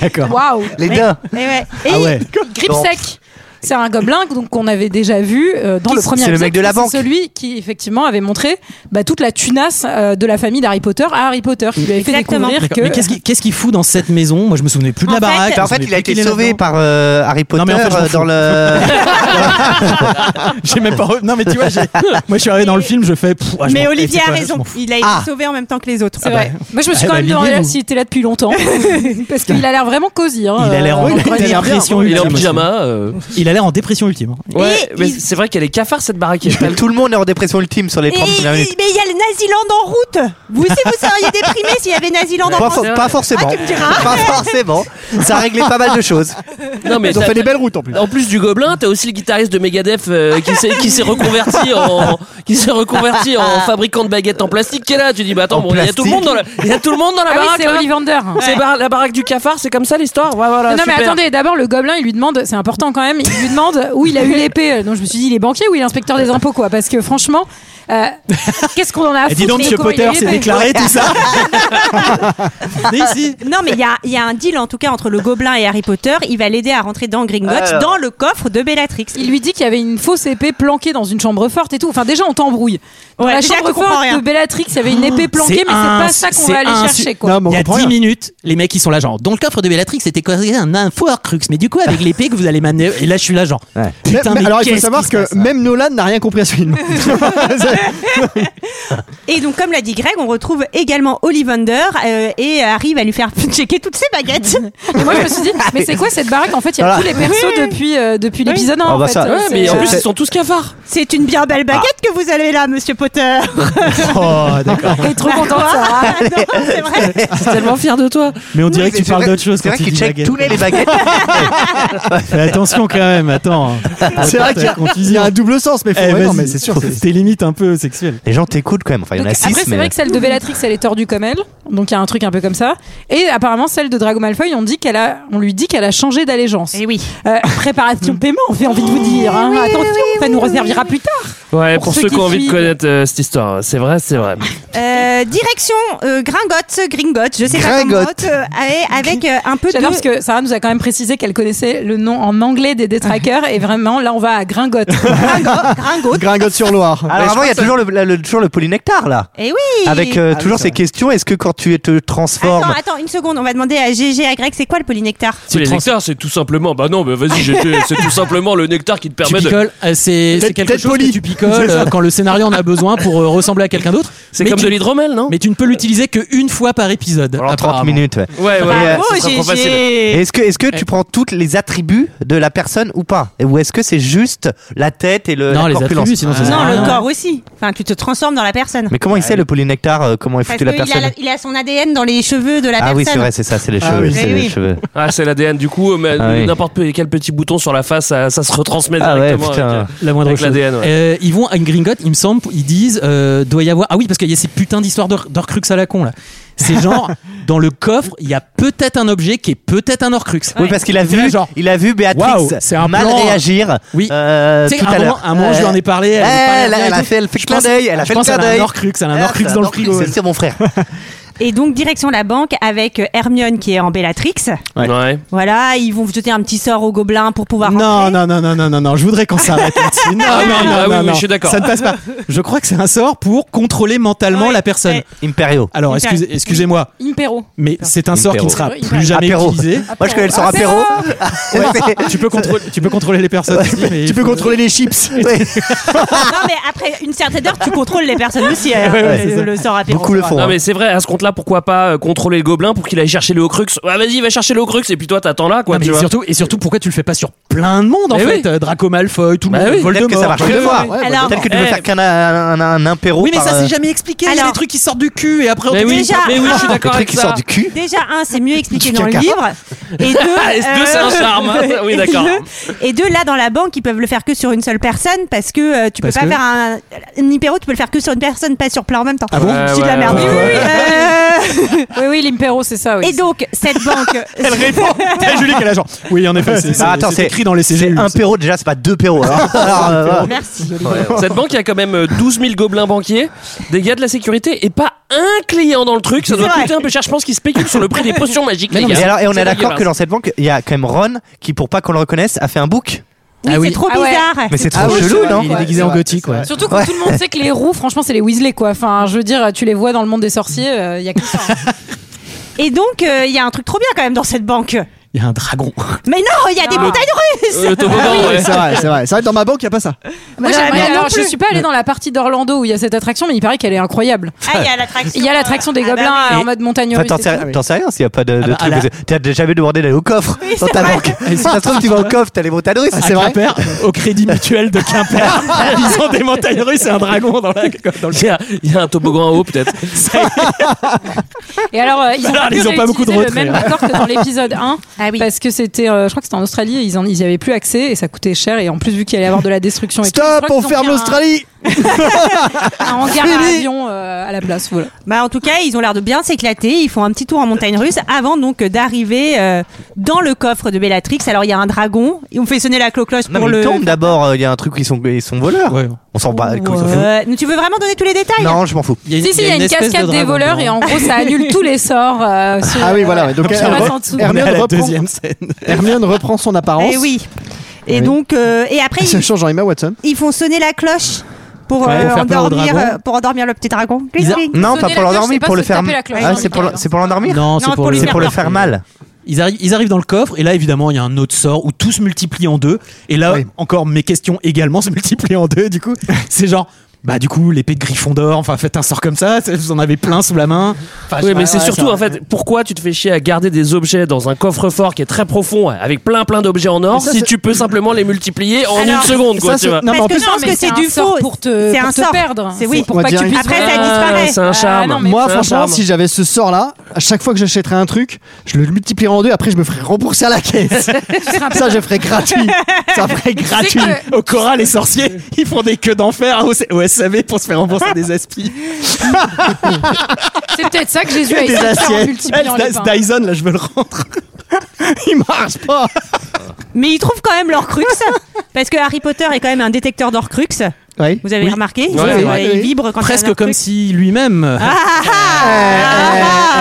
Speaker 8: D'accord.
Speaker 6: Waouh
Speaker 5: Les deux.
Speaker 1: Et, ouais. Et
Speaker 8: Ah ouais.
Speaker 6: Gripsec c'est un gobelin donc qu'on avait déjà vu euh, dans
Speaker 5: Qui-
Speaker 6: le premier
Speaker 5: c'est le
Speaker 6: épisode,
Speaker 5: mec de la
Speaker 6: c'est
Speaker 5: banque.
Speaker 6: celui qui effectivement avait montré bah, toute la tunasse euh, de la famille d'Harry Potter à Harry Potter, qui lui avait fait
Speaker 1: Exactement.
Speaker 6: découvrir
Speaker 11: D'accord,
Speaker 6: que
Speaker 11: Mais qu'est-ce qu'il qu'est-ce qu'il fout dans cette maison Moi, je me souvenais plus de
Speaker 1: En
Speaker 11: la
Speaker 1: fait-
Speaker 11: baraque.
Speaker 5: Bah,
Speaker 11: je
Speaker 5: en
Speaker 11: me
Speaker 5: fait,
Speaker 11: souvenais
Speaker 5: il a
Speaker 11: plus
Speaker 5: été
Speaker 11: qu'il est
Speaker 5: sauvé
Speaker 11: là-dedans.
Speaker 5: par euh, Harry Potter
Speaker 11: Non, mais en fait, je m'en
Speaker 5: euh,
Speaker 11: fous.
Speaker 5: dans le.
Speaker 11: J'ai même pas. re- Non, mais tu vois, j'ai- moi, je suis arrivé dans le film, je fais. pff, ah, je
Speaker 1: mais
Speaker 11: m'en-
Speaker 1: Olivier
Speaker 11: eh, c'est
Speaker 1: a
Speaker 11: quoi, je
Speaker 1: raison,
Speaker 11: m'en fous.
Speaker 1: il a été
Speaker 11: Ah.
Speaker 1: sauvé en même temps que les autres.
Speaker 6: c'est vrai. Moi, je me suis
Speaker 11: Eh
Speaker 6: quand
Speaker 11: bah,
Speaker 6: même demandé
Speaker 11: Lily, vous-
Speaker 6: s'il était là depuis longtemps, parce qu'il a l'air vraiment cosy. hein,
Speaker 11: Il a l'air
Speaker 1: Oh,
Speaker 6: euh,
Speaker 11: en,
Speaker 6: dans le
Speaker 11: il a
Speaker 6: grenier.
Speaker 11: l'air en dépression
Speaker 7: Il est en
Speaker 11: ultime.
Speaker 7: pyjama. euh.
Speaker 11: Il a l'air en dépression ultime.
Speaker 7: Ouais,
Speaker 1: Et
Speaker 7: mais
Speaker 1: il-
Speaker 7: c'est vrai qu'elle est cafard cette baraque. elle est pas-
Speaker 5: Tout le monde est en dépression ultime sur les
Speaker 1: Et,
Speaker 5: 30 premières
Speaker 1: et-
Speaker 5: minutes.
Speaker 1: mais il y a le Naziland en route. Vous aussi, vous seriez déprimé s'il y avait Naziland en
Speaker 5: Pas,
Speaker 1: route.
Speaker 5: for- pas forcément.
Speaker 1: Ah, tu me diras.
Speaker 5: pas forcément. Ça a réglé pas mal de choses.
Speaker 7: Non, mais
Speaker 8: Ils ont
Speaker 7: t'as-
Speaker 8: fait des belles routes en plus.
Speaker 7: En plus du gobelin, t'as aussi le guitariste de Megadeth euh, qui s'est qui s'est reconverti en qui s'est reconverti
Speaker 6: Ah.
Speaker 7: en fabricant de baguettes en plastique. Qui est là Tu dis bah attends,
Speaker 5: En
Speaker 7: bon, il y a tout le
Speaker 5: plastique.
Speaker 7: monde dans la il y a tout le monde dans la
Speaker 1: bah,
Speaker 6: Ah oui,
Speaker 7: baraque.
Speaker 6: c'est
Speaker 7: là.
Speaker 6: Ollivander.
Speaker 7: C'est bar- la baraque du cafard, c'est comme ça l'histoire. Ouais,
Speaker 1: Ah,
Speaker 7: voilà,
Speaker 6: non mais
Speaker 7: super.
Speaker 6: attendez, d'abord le gobelin, il lui demande, c'est important quand même, il lui demande où il a eu l'épée. Donc je me suis dit, il est banquier ou il est inspecteur des impôts quoi Parce que franchement, euh, qu'est-ce qu'on en a à foutre
Speaker 11: Et Ah, dis donc,
Speaker 6: de
Speaker 11: Monsieur
Speaker 6: comment il a
Speaker 11: Potter,
Speaker 6: eu
Speaker 11: c'est
Speaker 6: l'épée
Speaker 11: déclaré tout ça. Venez ici.
Speaker 1: Non, mais il y a, il y a un deal en tout cas entre le gobelin et Harry Potter. Il va l'aider à rentrer dans Gringotts,
Speaker 5: Alors.
Speaker 1: dans le coffre de Bellatrix.
Speaker 6: Il lui dit qu'il y avait une fausse épée planquée dans une chambre forte et tout. Enfin, déjà, on t'embrouille. Dans
Speaker 1: Ouais,
Speaker 6: la
Speaker 1: déjà,
Speaker 6: chambre
Speaker 1: tu comprends
Speaker 6: forte
Speaker 1: rien.
Speaker 6: de Bellatrix, il y avait une épée planquée, mais c'est pas
Speaker 11: ins-
Speaker 6: ça qu'on
Speaker 11: c'est
Speaker 6: va aller
Speaker 11: ins-
Speaker 6: chercher, quoi.
Speaker 8: Non, mais on
Speaker 11: Il y a
Speaker 8: comprend
Speaker 11: 10
Speaker 8: rien.
Speaker 11: minutes, les mecs ils sont là genre dans le coffre de Bellatrix c'était quoi un info crux mais du coup avec l'épée que vous allez m'amener et là je suis là genre putain
Speaker 8: Même-
Speaker 11: mais
Speaker 8: alors il faut
Speaker 11: qu'est-ce
Speaker 8: savoir
Speaker 11: qui se passe,
Speaker 8: que
Speaker 11: là
Speaker 8: même Nolan n'a rien compris à ce film.
Speaker 1: Et donc, comme l'a dit Greg, on retrouve également Ollivander euh, et Harry va lui faire checker toutes ses baguettes.
Speaker 6: Et moi, je me suis dit, mais c'est quoi cette baraque En fait, il y a tous les persos depuis, euh, depuis l'épisode 1.
Speaker 5: Ah, bah,
Speaker 6: en fait.
Speaker 5: ça-
Speaker 6: Euh,
Speaker 7: Ouais,
Speaker 6: c'est-
Speaker 7: mais en
Speaker 5: c'est-
Speaker 7: plus
Speaker 5: c'est-
Speaker 7: ils sont tous cafards.
Speaker 1: C'est une bien belle baguette que vous avez là, monsieur Potter.
Speaker 11: Oh, d'accord.
Speaker 6: Elle est trop contente, Sarah.
Speaker 1: Ah, non, c'est vrai.
Speaker 7: Je suis tellement fier de toi.
Speaker 11: mais on
Speaker 5: Non,
Speaker 11: dirait
Speaker 5: mais
Speaker 11: que tu
Speaker 5: c'est
Speaker 11: parles
Speaker 5: vrai-
Speaker 11: d'autre chose
Speaker 5: C'est vrai
Speaker 11: quand tu
Speaker 5: qu'il
Speaker 11: dis
Speaker 5: check
Speaker 11: baguette.
Speaker 5: tous les les baguettes.
Speaker 11: Fais attention quand même attends
Speaker 8: c'est vrai qu'il y a- il y, a un double sens, mais faut
Speaker 11: Eh,
Speaker 8: ouais, non,
Speaker 11: vas-y,
Speaker 8: mais c'est sûr. c'est-
Speaker 11: t'es limite un peu sexuel
Speaker 5: Les gens t'écoutent quand même. Enfin, il y en a
Speaker 6: Donc,
Speaker 5: 6
Speaker 6: après, c'est
Speaker 5: mais.
Speaker 6: vrai que celle de Bellatrix, elle est tordue comme elle. Donc, il y a un truc un peu comme ça. Et apparemment, celle de Drago Malfoy, on, dit qu'elle a, on lui dit qu'elle a changé d'allégeance.
Speaker 1: Et oui.
Speaker 6: Euh, préparation paiement, j'ai envie de vous dire. hein. Attention, ça nous resservira plus tard.
Speaker 7: Ouais,
Speaker 6: Pour
Speaker 7: pour,
Speaker 6: ceux
Speaker 7: ceux qui
Speaker 6: qui
Speaker 7: ont envie de
Speaker 6: suivent.
Speaker 7: connaître euh, cette histoire, c'est vrai, c'est vrai.
Speaker 1: Euh, direction euh, Gringotts, Gringotts, je sais pas
Speaker 5: Gringotte.
Speaker 1: comment. euh, et avec euh, un peu de.
Speaker 6: J'adore parce que Sarah nous a quand même précisé qu'elle connaissait le nom en anglais des Deathtrackers et vraiment là on va à Gringotte.
Speaker 8: Gringotte sur Loire.
Speaker 5: Alors avant, il y a toujours le, la- le- toujours le polynectar là.
Speaker 1: Et oui.
Speaker 5: Avec euh,
Speaker 8: Ah oui,
Speaker 5: toujours
Speaker 8: c'est
Speaker 5: ces
Speaker 8: vrai.
Speaker 5: questions. Est-ce que quand tu te transformes.
Speaker 1: Attends, attends, une seconde, on va demander à GG, à Greg, c'est quoi le polynectar
Speaker 7: C'est les nectars, c'est tout simplement. Bah non, mais vas-y, j'étais- c'est tout simplement le nectar qui te
Speaker 11: tu
Speaker 7: permet de.
Speaker 8: Ah,
Speaker 11: picoles euh, c'est c'est
Speaker 8: Tête-
Speaker 11: quelque
Speaker 8: tête
Speaker 11: chose
Speaker 8: polie.
Speaker 11: que tu picoles euh, quand le scénario en a besoin pour euh, ressembler à quelqu'un d'autre
Speaker 7: C'est
Speaker 11: Mais
Speaker 7: comme
Speaker 11: tu-
Speaker 7: de l'hydromel, non
Speaker 11: mais tu ne peux l'utiliser que une fois par épisode
Speaker 5: Alors 30
Speaker 11: apparemment.
Speaker 5: minutes, ouais.
Speaker 7: Ouais, ouais, ouais.
Speaker 1: Bravo,
Speaker 7: ce sera trop facile.
Speaker 1: GG.
Speaker 5: Est-ce que, est-ce que tu prends toutes les attributs de la personne ou pas Ou est-ce que c'est juste la tête et le
Speaker 11: non
Speaker 5: la
Speaker 11: les
Speaker 5: corpulence
Speaker 11: attributs sinon ça sert
Speaker 1: Non,
Speaker 11: à
Speaker 1: le
Speaker 11: rien.
Speaker 1: corps aussi. Enfin, tu te transformes dans la personne.
Speaker 5: Mais comment il sait le polynectar euh, Comment est
Speaker 1: Parce
Speaker 5: foutue la
Speaker 1: qu'il a,
Speaker 5: personne
Speaker 1: la- il a son ADN dans les cheveux de la
Speaker 5: Ah
Speaker 1: personne.
Speaker 5: oui, c'est vrai, c'est ça, c'est les cheveux.
Speaker 8: oui.
Speaker 5: c'est
Speaker 1: Eh
Speaker 5: les
Speaker 1: oui.
Speaker 5: cheveux.
Speaker 7: Ah, c'est l'ADN du coup, mais
Speaker 5: Ah oui.
Speaker 7: n'importe quel petit bouton sur la face, ça, ça se retransmet
Speaker 5: Ah ouais,
Speaker 7: directement.
Speaker 5: putain.
Speaker 7: avec, euh,
Speaker 11: la moindre
Speaker 7: Avec
Speaker 11: chose.
Speaker 7: l'ADN, ouais.
Speaker 11: Euh, ils vont à une gringotte, il me semble, ils disent euh, doit y avoir. Ah oui, parce qu'il y a ces putains d'histoires d'or- d'Orcrux à la con là. C'est genre dans le coffre, il y a peut-être un objet qui est peut-être un Orcrux.
Speaker 5: Oui, parce qu'il a
Speaker 11: C'est là,
Speaker 5: vu,
Speaker 11: genre,
Speaker 5: il a vu Béatrix
Speaker 11: waouh, c'est un
Speaker 5: mal
Speaker 11: plan, hein.
Speaker 5: réagir.
Speaker 11: Oui.
Speaker 5: euh,
Speaker 11: Tu sais,
Speaker 5: tout
Speaker 11: à un
Speaker 5: à
Speaker 11: moment,
Speaker 5: l'heure.
Speaker 11: à un moment, je lui en ai parlé. Elle,
Speaker 5: Elle,
Speaker 11: en parlait
Speaker 5: elle,
Speaker 11: rien et
Speaker 5: elle a
Speaker 11: tout.
Speaker 5: fait le fait
Speaker 11: Je
Speaker 5: clin
Speaker 11: pense-
Speaker 5: d'œil. Elle a
Speaker 11: je
Speaker 5: fait le
Speaker 11: pense
Speaker 5: clin
Speaker 11: qu'elle a
Speaker 5: d'œil.
Speaker 11: un Orcrux, elle a un Orcrux
Speaker 5: Ah,
Speaker 11: dans le
Speaker 5: c'est un
Speaker 11: frigo.
Speaker 5: C'est sur mon frère.
Speaker 1: Et donc, direction la banque avec Hermione qui est en Bellatrix.
Speaker 7: Ouais.
Speaker 1: Voilà, ils vont jeter un petit sort au gobelin pour pouvoir.
Speaker 8: Non, non, non, non, non, non, non, je voudrais qu'on s'arrête là-dessus. Non,
Speaker 7: Ah oui,
Speaker 8: non, non,
Speaker 7: ah oui,
Speaker 8: non,
Speaker 7: oui,
Speaker 8: non.
Speaker 7: je suis d'accord.
Speaker 8: Ça ne passe pas. Je crois que c'est un sort pour contrôler mentalement la personne.
Speaker 5: Imperio.
Speaker 8: Alors,
Speaker 6: Impéro.
Speaker 8: excusez- excusez-moi,
Speaker 6: Impero.
Speaker 8: mais c'est un sort qui ne
Speaker 5: Impéro.
Speaker 8: sera
Speaker 6: Oui,
Speaker 8: plus jamais
Speaker 5: Apéro.
Speaker 8: utilisé.
Speaker 11: Ah,
Speaker 5: Moi, je connais le sort apéro.
Speaker 8: Ouais. tu, peux contrôler, tu peux contrôler les personnes. aussi, mais
Speaker 5: Tu
Speaker 8: il
Speaker 5: peux
Speaker 8: faut-
Speaker 5: contrôler les chips.
Speaker 1: non, mais après une certaine heure, tu contrôles les personnes aussi. hein,
Speaker 8: ouais,
Speaker 1: le,
Speaker 8: c'est ça.
Speaker 1: le sort apéro.
Speaker 5: Beaucoup le font.
Speaker 7: Non
Speaker 5: hein.
Speaker 7: mais c'est vrai, à ce compte-là, pourquoi pas euh, contrôler le gobelin pour qu'il aille chercher le Crux Ah vas-y, va chercher le Crux et puis toi t'attends là quoi,
Speaker 11: Non, Ah, mais
Speaker 7: tu vois.
Speaker 11: surtout, et surtout, pourquoi tu le fais pas sur plein de monde en
Speaker 7: Mais
Speaker 11: fait
Speaker 7: oui.
Speaker 11: Euh, Draco Malfoy, tout le
Speaker 7: Bah
Speaker 11: monde,
Speaker 7: oui.
Speaker 5: Peut-être
Speaker 11: Voldemort.
Speaker 5: que ça marche fois.
Speaker 11: Voldemort. Ouais,
Speaker 1: Alors,
Speaker 5: Peut-être que tu peux
Speaker 7: Eh.
Speaker 5: faire qu'un un, un, un impéro.
Speaker 11: Oui, mais ça
Speaker 5: par, euh,
Speaker 11: c'est jamais expliqué. Il y a
Speaker 1: Alors-
Speaker 11: des trucs qui sortent du cul et après.
Speaker 7: Mais
Speaker 11: on-
Speaker 7: oui,
Speaker 1: Déjà-
Speaker 7: mais oui, je suis
Speaker 5: le
Speaker 7: d'accord
Speaker 5: truc
Speaker 7: avec
Speaker 5: qui
Speaker 7: ça.
Speaker 5: sort du cul.
Speaker 1: Déjà, un, c'est mieux expliqué
Speaker 5: Du
Speaker 1: dans le
Speaker 5: caca.
Speaker 1: livre. Et deux, euh,
Speaker 7: Ah, et deux, c'est un charme. Oui,
Speaker 1: et
Speaker 7: d'accord.
Speaker 1: deux- Et deux, là, dans la banque, ils peuvent le faire que sur une seule personne parce que euh, tu
Speaker 8: Parce
Speaker 1: peux pas
Speaker 8: que-
Speaker 1: faire un, un hypéro, tu peux le faire que sur une personne, pas sur plein en même temps.
Speaker 8: Ah bon
Speaker 1: Je suis de la
Speaker 7: Ouais,
Speaker 1: merde.
Speaker 7: ouais,
Speaker 1: Euh,
Speaker 6: Oui, oui, l'Impero, c'est ça. Oui.
Speaker 1: Et donc, cette banque.
Speaker 8: Elle répond. Ah, Julie, quel agent Oui, en effet. C'est
Speaker 5: Ah, attends,
Speaker 8: Bah, c'est
Speaker 5: c'est
Speaker 8: écrit dans les CGU.
Speaker 5: Un péro déjà, c'est pas deux péros. alors. Alors, euh, voilà.
Speaker 1: Merci.
Speaker 7: Cette banque, il y a quand même euh, 12 000 gobelins banquiers, des gars de la sécurité et pas un client dans le truc. Ça doit
Speaker 1: C'est vrai.
Speaker 7: coûter un peu cher. Je pense qu'ils spéculent sur le prix des potions magiques, les
Speaker 5: Et,
Speaker 7: gars.
Speaker 5: alors, et on
Speaker 7: C'est
Speaker 5: est d'accord que
Speaker 7: dégueulasse.
Speaker 5: dans cette banque, il y a quand même Ron qui, pour pas qu'on le reconnaisse, a fait un book.
Speaker 1: Oui,
Speaker 11: Ah oui.
Speaker 1: c'est trop
Speaker 6: Ah ouais.
Speaker 1: bizarre.
Speaker 5: Mais c'est
Speaker 8: Ah
Speaker 5: trop
Speaker 8: ouais,
Speaker 5: chelou,
Speaker 8: c'est vrai,
Speaker 5: non
Speaker 8: Il est déguisé
Speaker 11: Ouais,
Speaker 8: en
Speaker 11: c'est
Speaker 8: gothique, ouais.
Speaker 6: Surtout quand tout le monde sait que les roux, franchement, c'est les Weasley, quoi. Enfin, je veux dire, tu les vois dans le monde des sorciers, euh, il y a que ça. hein.
Speaker 1: Et donc, euh, il y a un truc trop bien quand même dans cette banque.
Speaker 11: Il y a un dragon.
Speaker 1: Mais non, il y a des
Speaker 6: Non.
Speaker 1: montagnes russes.
Speaker 7: Euh, le toboggan, ouais.
Speaker 8: C'est vrai, c'est vrai. C'est vrai que dans ma banque, il n'y a pas ça.
Speaker 1: Moi,
Speaker 6: Moi,
Speaker 1: j'aimerais bien
Speaker 6: alors,
Speaker 1: non
Speaker 6: je
Speaker 1: plus.
Speaker 6: suis pas allée dans la partie d'Orlando où il y a cette attraction, mais il paraît qu'elle est incroyable.
Speaker 1: Ah, il y a l'attraction.
Speaker 6: Il y a l'attraction des
Speaker 1: Ah bah
Speaker 6: gobelins
Speaker 1: oui.
Speaker 6: euh, en mode montagne
Speaker 5: Enfin,
Speaker 6: russe.
Speaker 5: t'en
Speaker 6: et
Speaker 5: sais,
Speaker 6: tout.
Speaker 5: t'en sais rien s'il n'y a pas de, de
Speaker 11: Ah bah,
Speaker 5: truc.
Speaker 11: à la-
Speaker 5: parce que T'as jamais demandé d'aller au coffre dans ta banque. Si ça se trouve, tu vas au coffre, t'as les montagnes russes.
Speaker 8: Ah, C'est vrai.
Speaker 11: Quimper, au crédit mutuel de Quimper. Ils ont des montagnes russes et un dragon dans la. Dans le...
Speaker 7: Il y a- il y, a un toboggan en haut peut-être.
Speaker 6: Et alors, euh, ils ont,
Speaker 11: Alors,
Speaker 6: pas,
Speaker 11: ils ont pas beaucoup de
Speaker 6: le
Speaker 11: retraits,
Speaker 6: même décor que dans l'épisode 1.
Speaker 1: Ah oui.
Speaker 6: Parce que c'était, euh, je crois que c'était en Australie, ils, en, ils y avaient plus accès et ça coûtait cher. Et en plus, vu qu'il allait y avoir de la destruction et tout, je
Speaker 8: Stop,
Speaker 6: crois
Speaker 8: on
Speaker 6: qu'ils ont
Speaker 8: ferme
Speaker 6: fait un-
Speaker 8: l'Australie
Speaker 6: Un, hangar à
Speaker 8: Fini.
Speaker 6: avion euh, à la place, voilà.
Speaker 1: Bah, en tout cas, ils ont l'air de bien s'éclater. Ils font un petit tour en montagne russe avant donc d'arriver euh, dans le coffre de Bellatrix. Alors, il y a un dragon. Et on fait sonner la cloche
Speaker 5: Non,
Speaker 1: pour
Speaker 5: mais
Speaker 1: le.
Speaker 5: ils tombent d'abord, euh, il y a un truc, ils sont, ils sont voleurs.
Speaker 11: Ouais.
Speaker 5: On s'en
Speaker 8: Bah,
Speaker 5: bat, comment ils s'en foutent.
Speaker 1: Ouais. euh, Mais tu veux vraiment donner tous les détails
Speaker 5: Non, je m'en fous.
Speaker 11: Il y a,
Speaker 6: Si, si, il y a une,
Speaker 11: espèce de
Speaker 6: cascade des
Speaker 11: dragon
Speaker 6: voleurs
Speaker 11: blanc.
Speaker 6: et en gros, ça annule tous les sorts. euh, sur-
Speaker 8: Ah oui, voilà. ouais. Donc,
Speaker 6: Sur la
Speaker 8: Hermione-
Speaker 6: en dessous.
Speaker 11: On est à
Speaker 8: Hermione
Speaker 11: la
Speaker 8: reprend,
Speaker 11: deuxième scène.
Speaker 8: Hermione reprend son apparence.
Speaker 1: Eh oui. Et
Speaker 8: Oui.
Speaker 1: donc, euh, et après,
Speaker 8: Ça
Speaker 1: ils,
Speaker 8: change en Emma Watson.
Speaker 1: ils font sonner la cloche pour,
Speaker 8: Ouais,
Speaker 1: euh,
Speaker 8: pour faire peur au
Speaker 1: endormir,
Speaker 8: dragon.
Speaker 1: euh, pour endormir le petit dragon. Gling,
Speaker 11: Ils a-
Speaker 1: gling.
Speaker 5: Non,
Speaker 6: Sonner
Speaker 5: pas pour
Speaker 6: la cloche,
Speaker 5: l'endormir,
Speaker 6: c'est pas
Speaker 5: pour
Speaker 6: se
Speaker 5: le faire.
Speaker 6: taper la cloche,
Speaker 5: Ah,
Speaker 6: hein,
Speaker 5: c'est pour le-
Speaker 6: d'accord.
Speaker 5: c'est pour l'endormir
Speaker 11: Non, c'est
Speaker 1: Non, pour
Speaker 11: pour, le-
Speaker 1: lui
Speaker 5: C'est pour le
Speaker 1: faire
Speaker 5: faire mal.
Speaker 11: Ils arrivent, ils arrivent dans le coffre et là évidemment il y a un autre sort où tout se multiplie en deux et là
Speaker 8: Oui.
Speaker 11: encore mes questions également se multiplient en deux du coup c'est genre bah du coup l'épée de Griffon d'or enfin faites un sort comme ça c'est- vous en avez plein sous la main Enfin, je-
Speaker 7: Oui, mais
Speaker 11: ouais,
Speaker 7: c'est
Speaker 11: ouais,
Speaker 7: surtout
Speaker 11: ça-
Speaker 7: en fait pourquoi tu te fais chier à garder des objets dans un coffre-fort qui est très profond avec plein plein d'objets en or
Speaker 8: ça,
Speaker 7: si
Speaker 8: c'est-
Speaker 7: tu peux simplement les multiplier en
Speaker 1: Alors,
Speaker 7: une seconde quoi,
Speaker 8: ça,
Speaker 7: tu
Speaker 8: c'est-
Speaker 7: vois.
Speaker 8: non, mais
Speaker 1: Parce
Speaker 8: en
Speaker 1: que
Speaker 8: plus-
Speaker 1: je pense
Speaker 6: mais
Speaker 1: que c'est du euh,
Speaker 6: sort
Speaker 1: faux.
Speaker 6: pour te,
Speaker 1: C'est
Speaker 6: pour
Speaker 1: un
Speaker 6: te
Speaker 1: sort.
Speaker 6: perdre.
Speaker 1: C'est oui.
Speaker 6: pour
Speaker 8: Moi,
Speaker 6: pas que tu
Speaker 8: direct-
Speaker 6: puisses.
Speaker 1: Après, ça
Speaker 6: vraiment-
Speaker 1: disparaît.
Speaker 7: c'est un
Speaker 6: Ah,
Speaker 7: charme.
Speaker 6: non, mais
Speaker 8: Moi,
Speaker 7: c'est un
Speaker 8: franchement,
Speaker 7: charme.
Speaker 8: si j'avais ce sort-là, à chaque fois que j'achèterais un truc, je le multiplierais en deux. Après, je me ferais rembourser à la caisse. ça, je ferais gratuit. Ça ferait
Speaker 11: gratuit
Speaker 8: gratuit.
Speaker 11: au Cora les sorciers ils font des queues d'enfer au, au SAV pour se faire rembourser des aspis
Speaker 6: C'est peut-être ça que Jésus a
Speaker 11: des
Speaker 6: essayé de faire en hein.
Speaker 11: assiettes
Speaker 6: multipliant
Speaker 11: Eh,
Speaker 6: les
Speaker 11: ce
Speaker 6: pains.
Speaker 11: Dyson là je veux le rendre il marche pas
Speaker 1: Mais ils trouvent quand même leur crux parce que Harry Potter est quand même un détecteur d'orcrux.
Speaker 8: Oui.
Speaker 1: Vous avez
Speaker 11: Oui.
Speaker 1: remarqué Ils
Speaker 7: Ouais,
Speaker 1: vibrent
Speaker 8: ouais, ouais.
Speaker 1: quand il y a
Speaker 11: presque
Speaker 1: leur
Speaker 11: comme
Speaker 1: crux.
Speaker 11: si lui-même
Speaker 1: Ah, ah,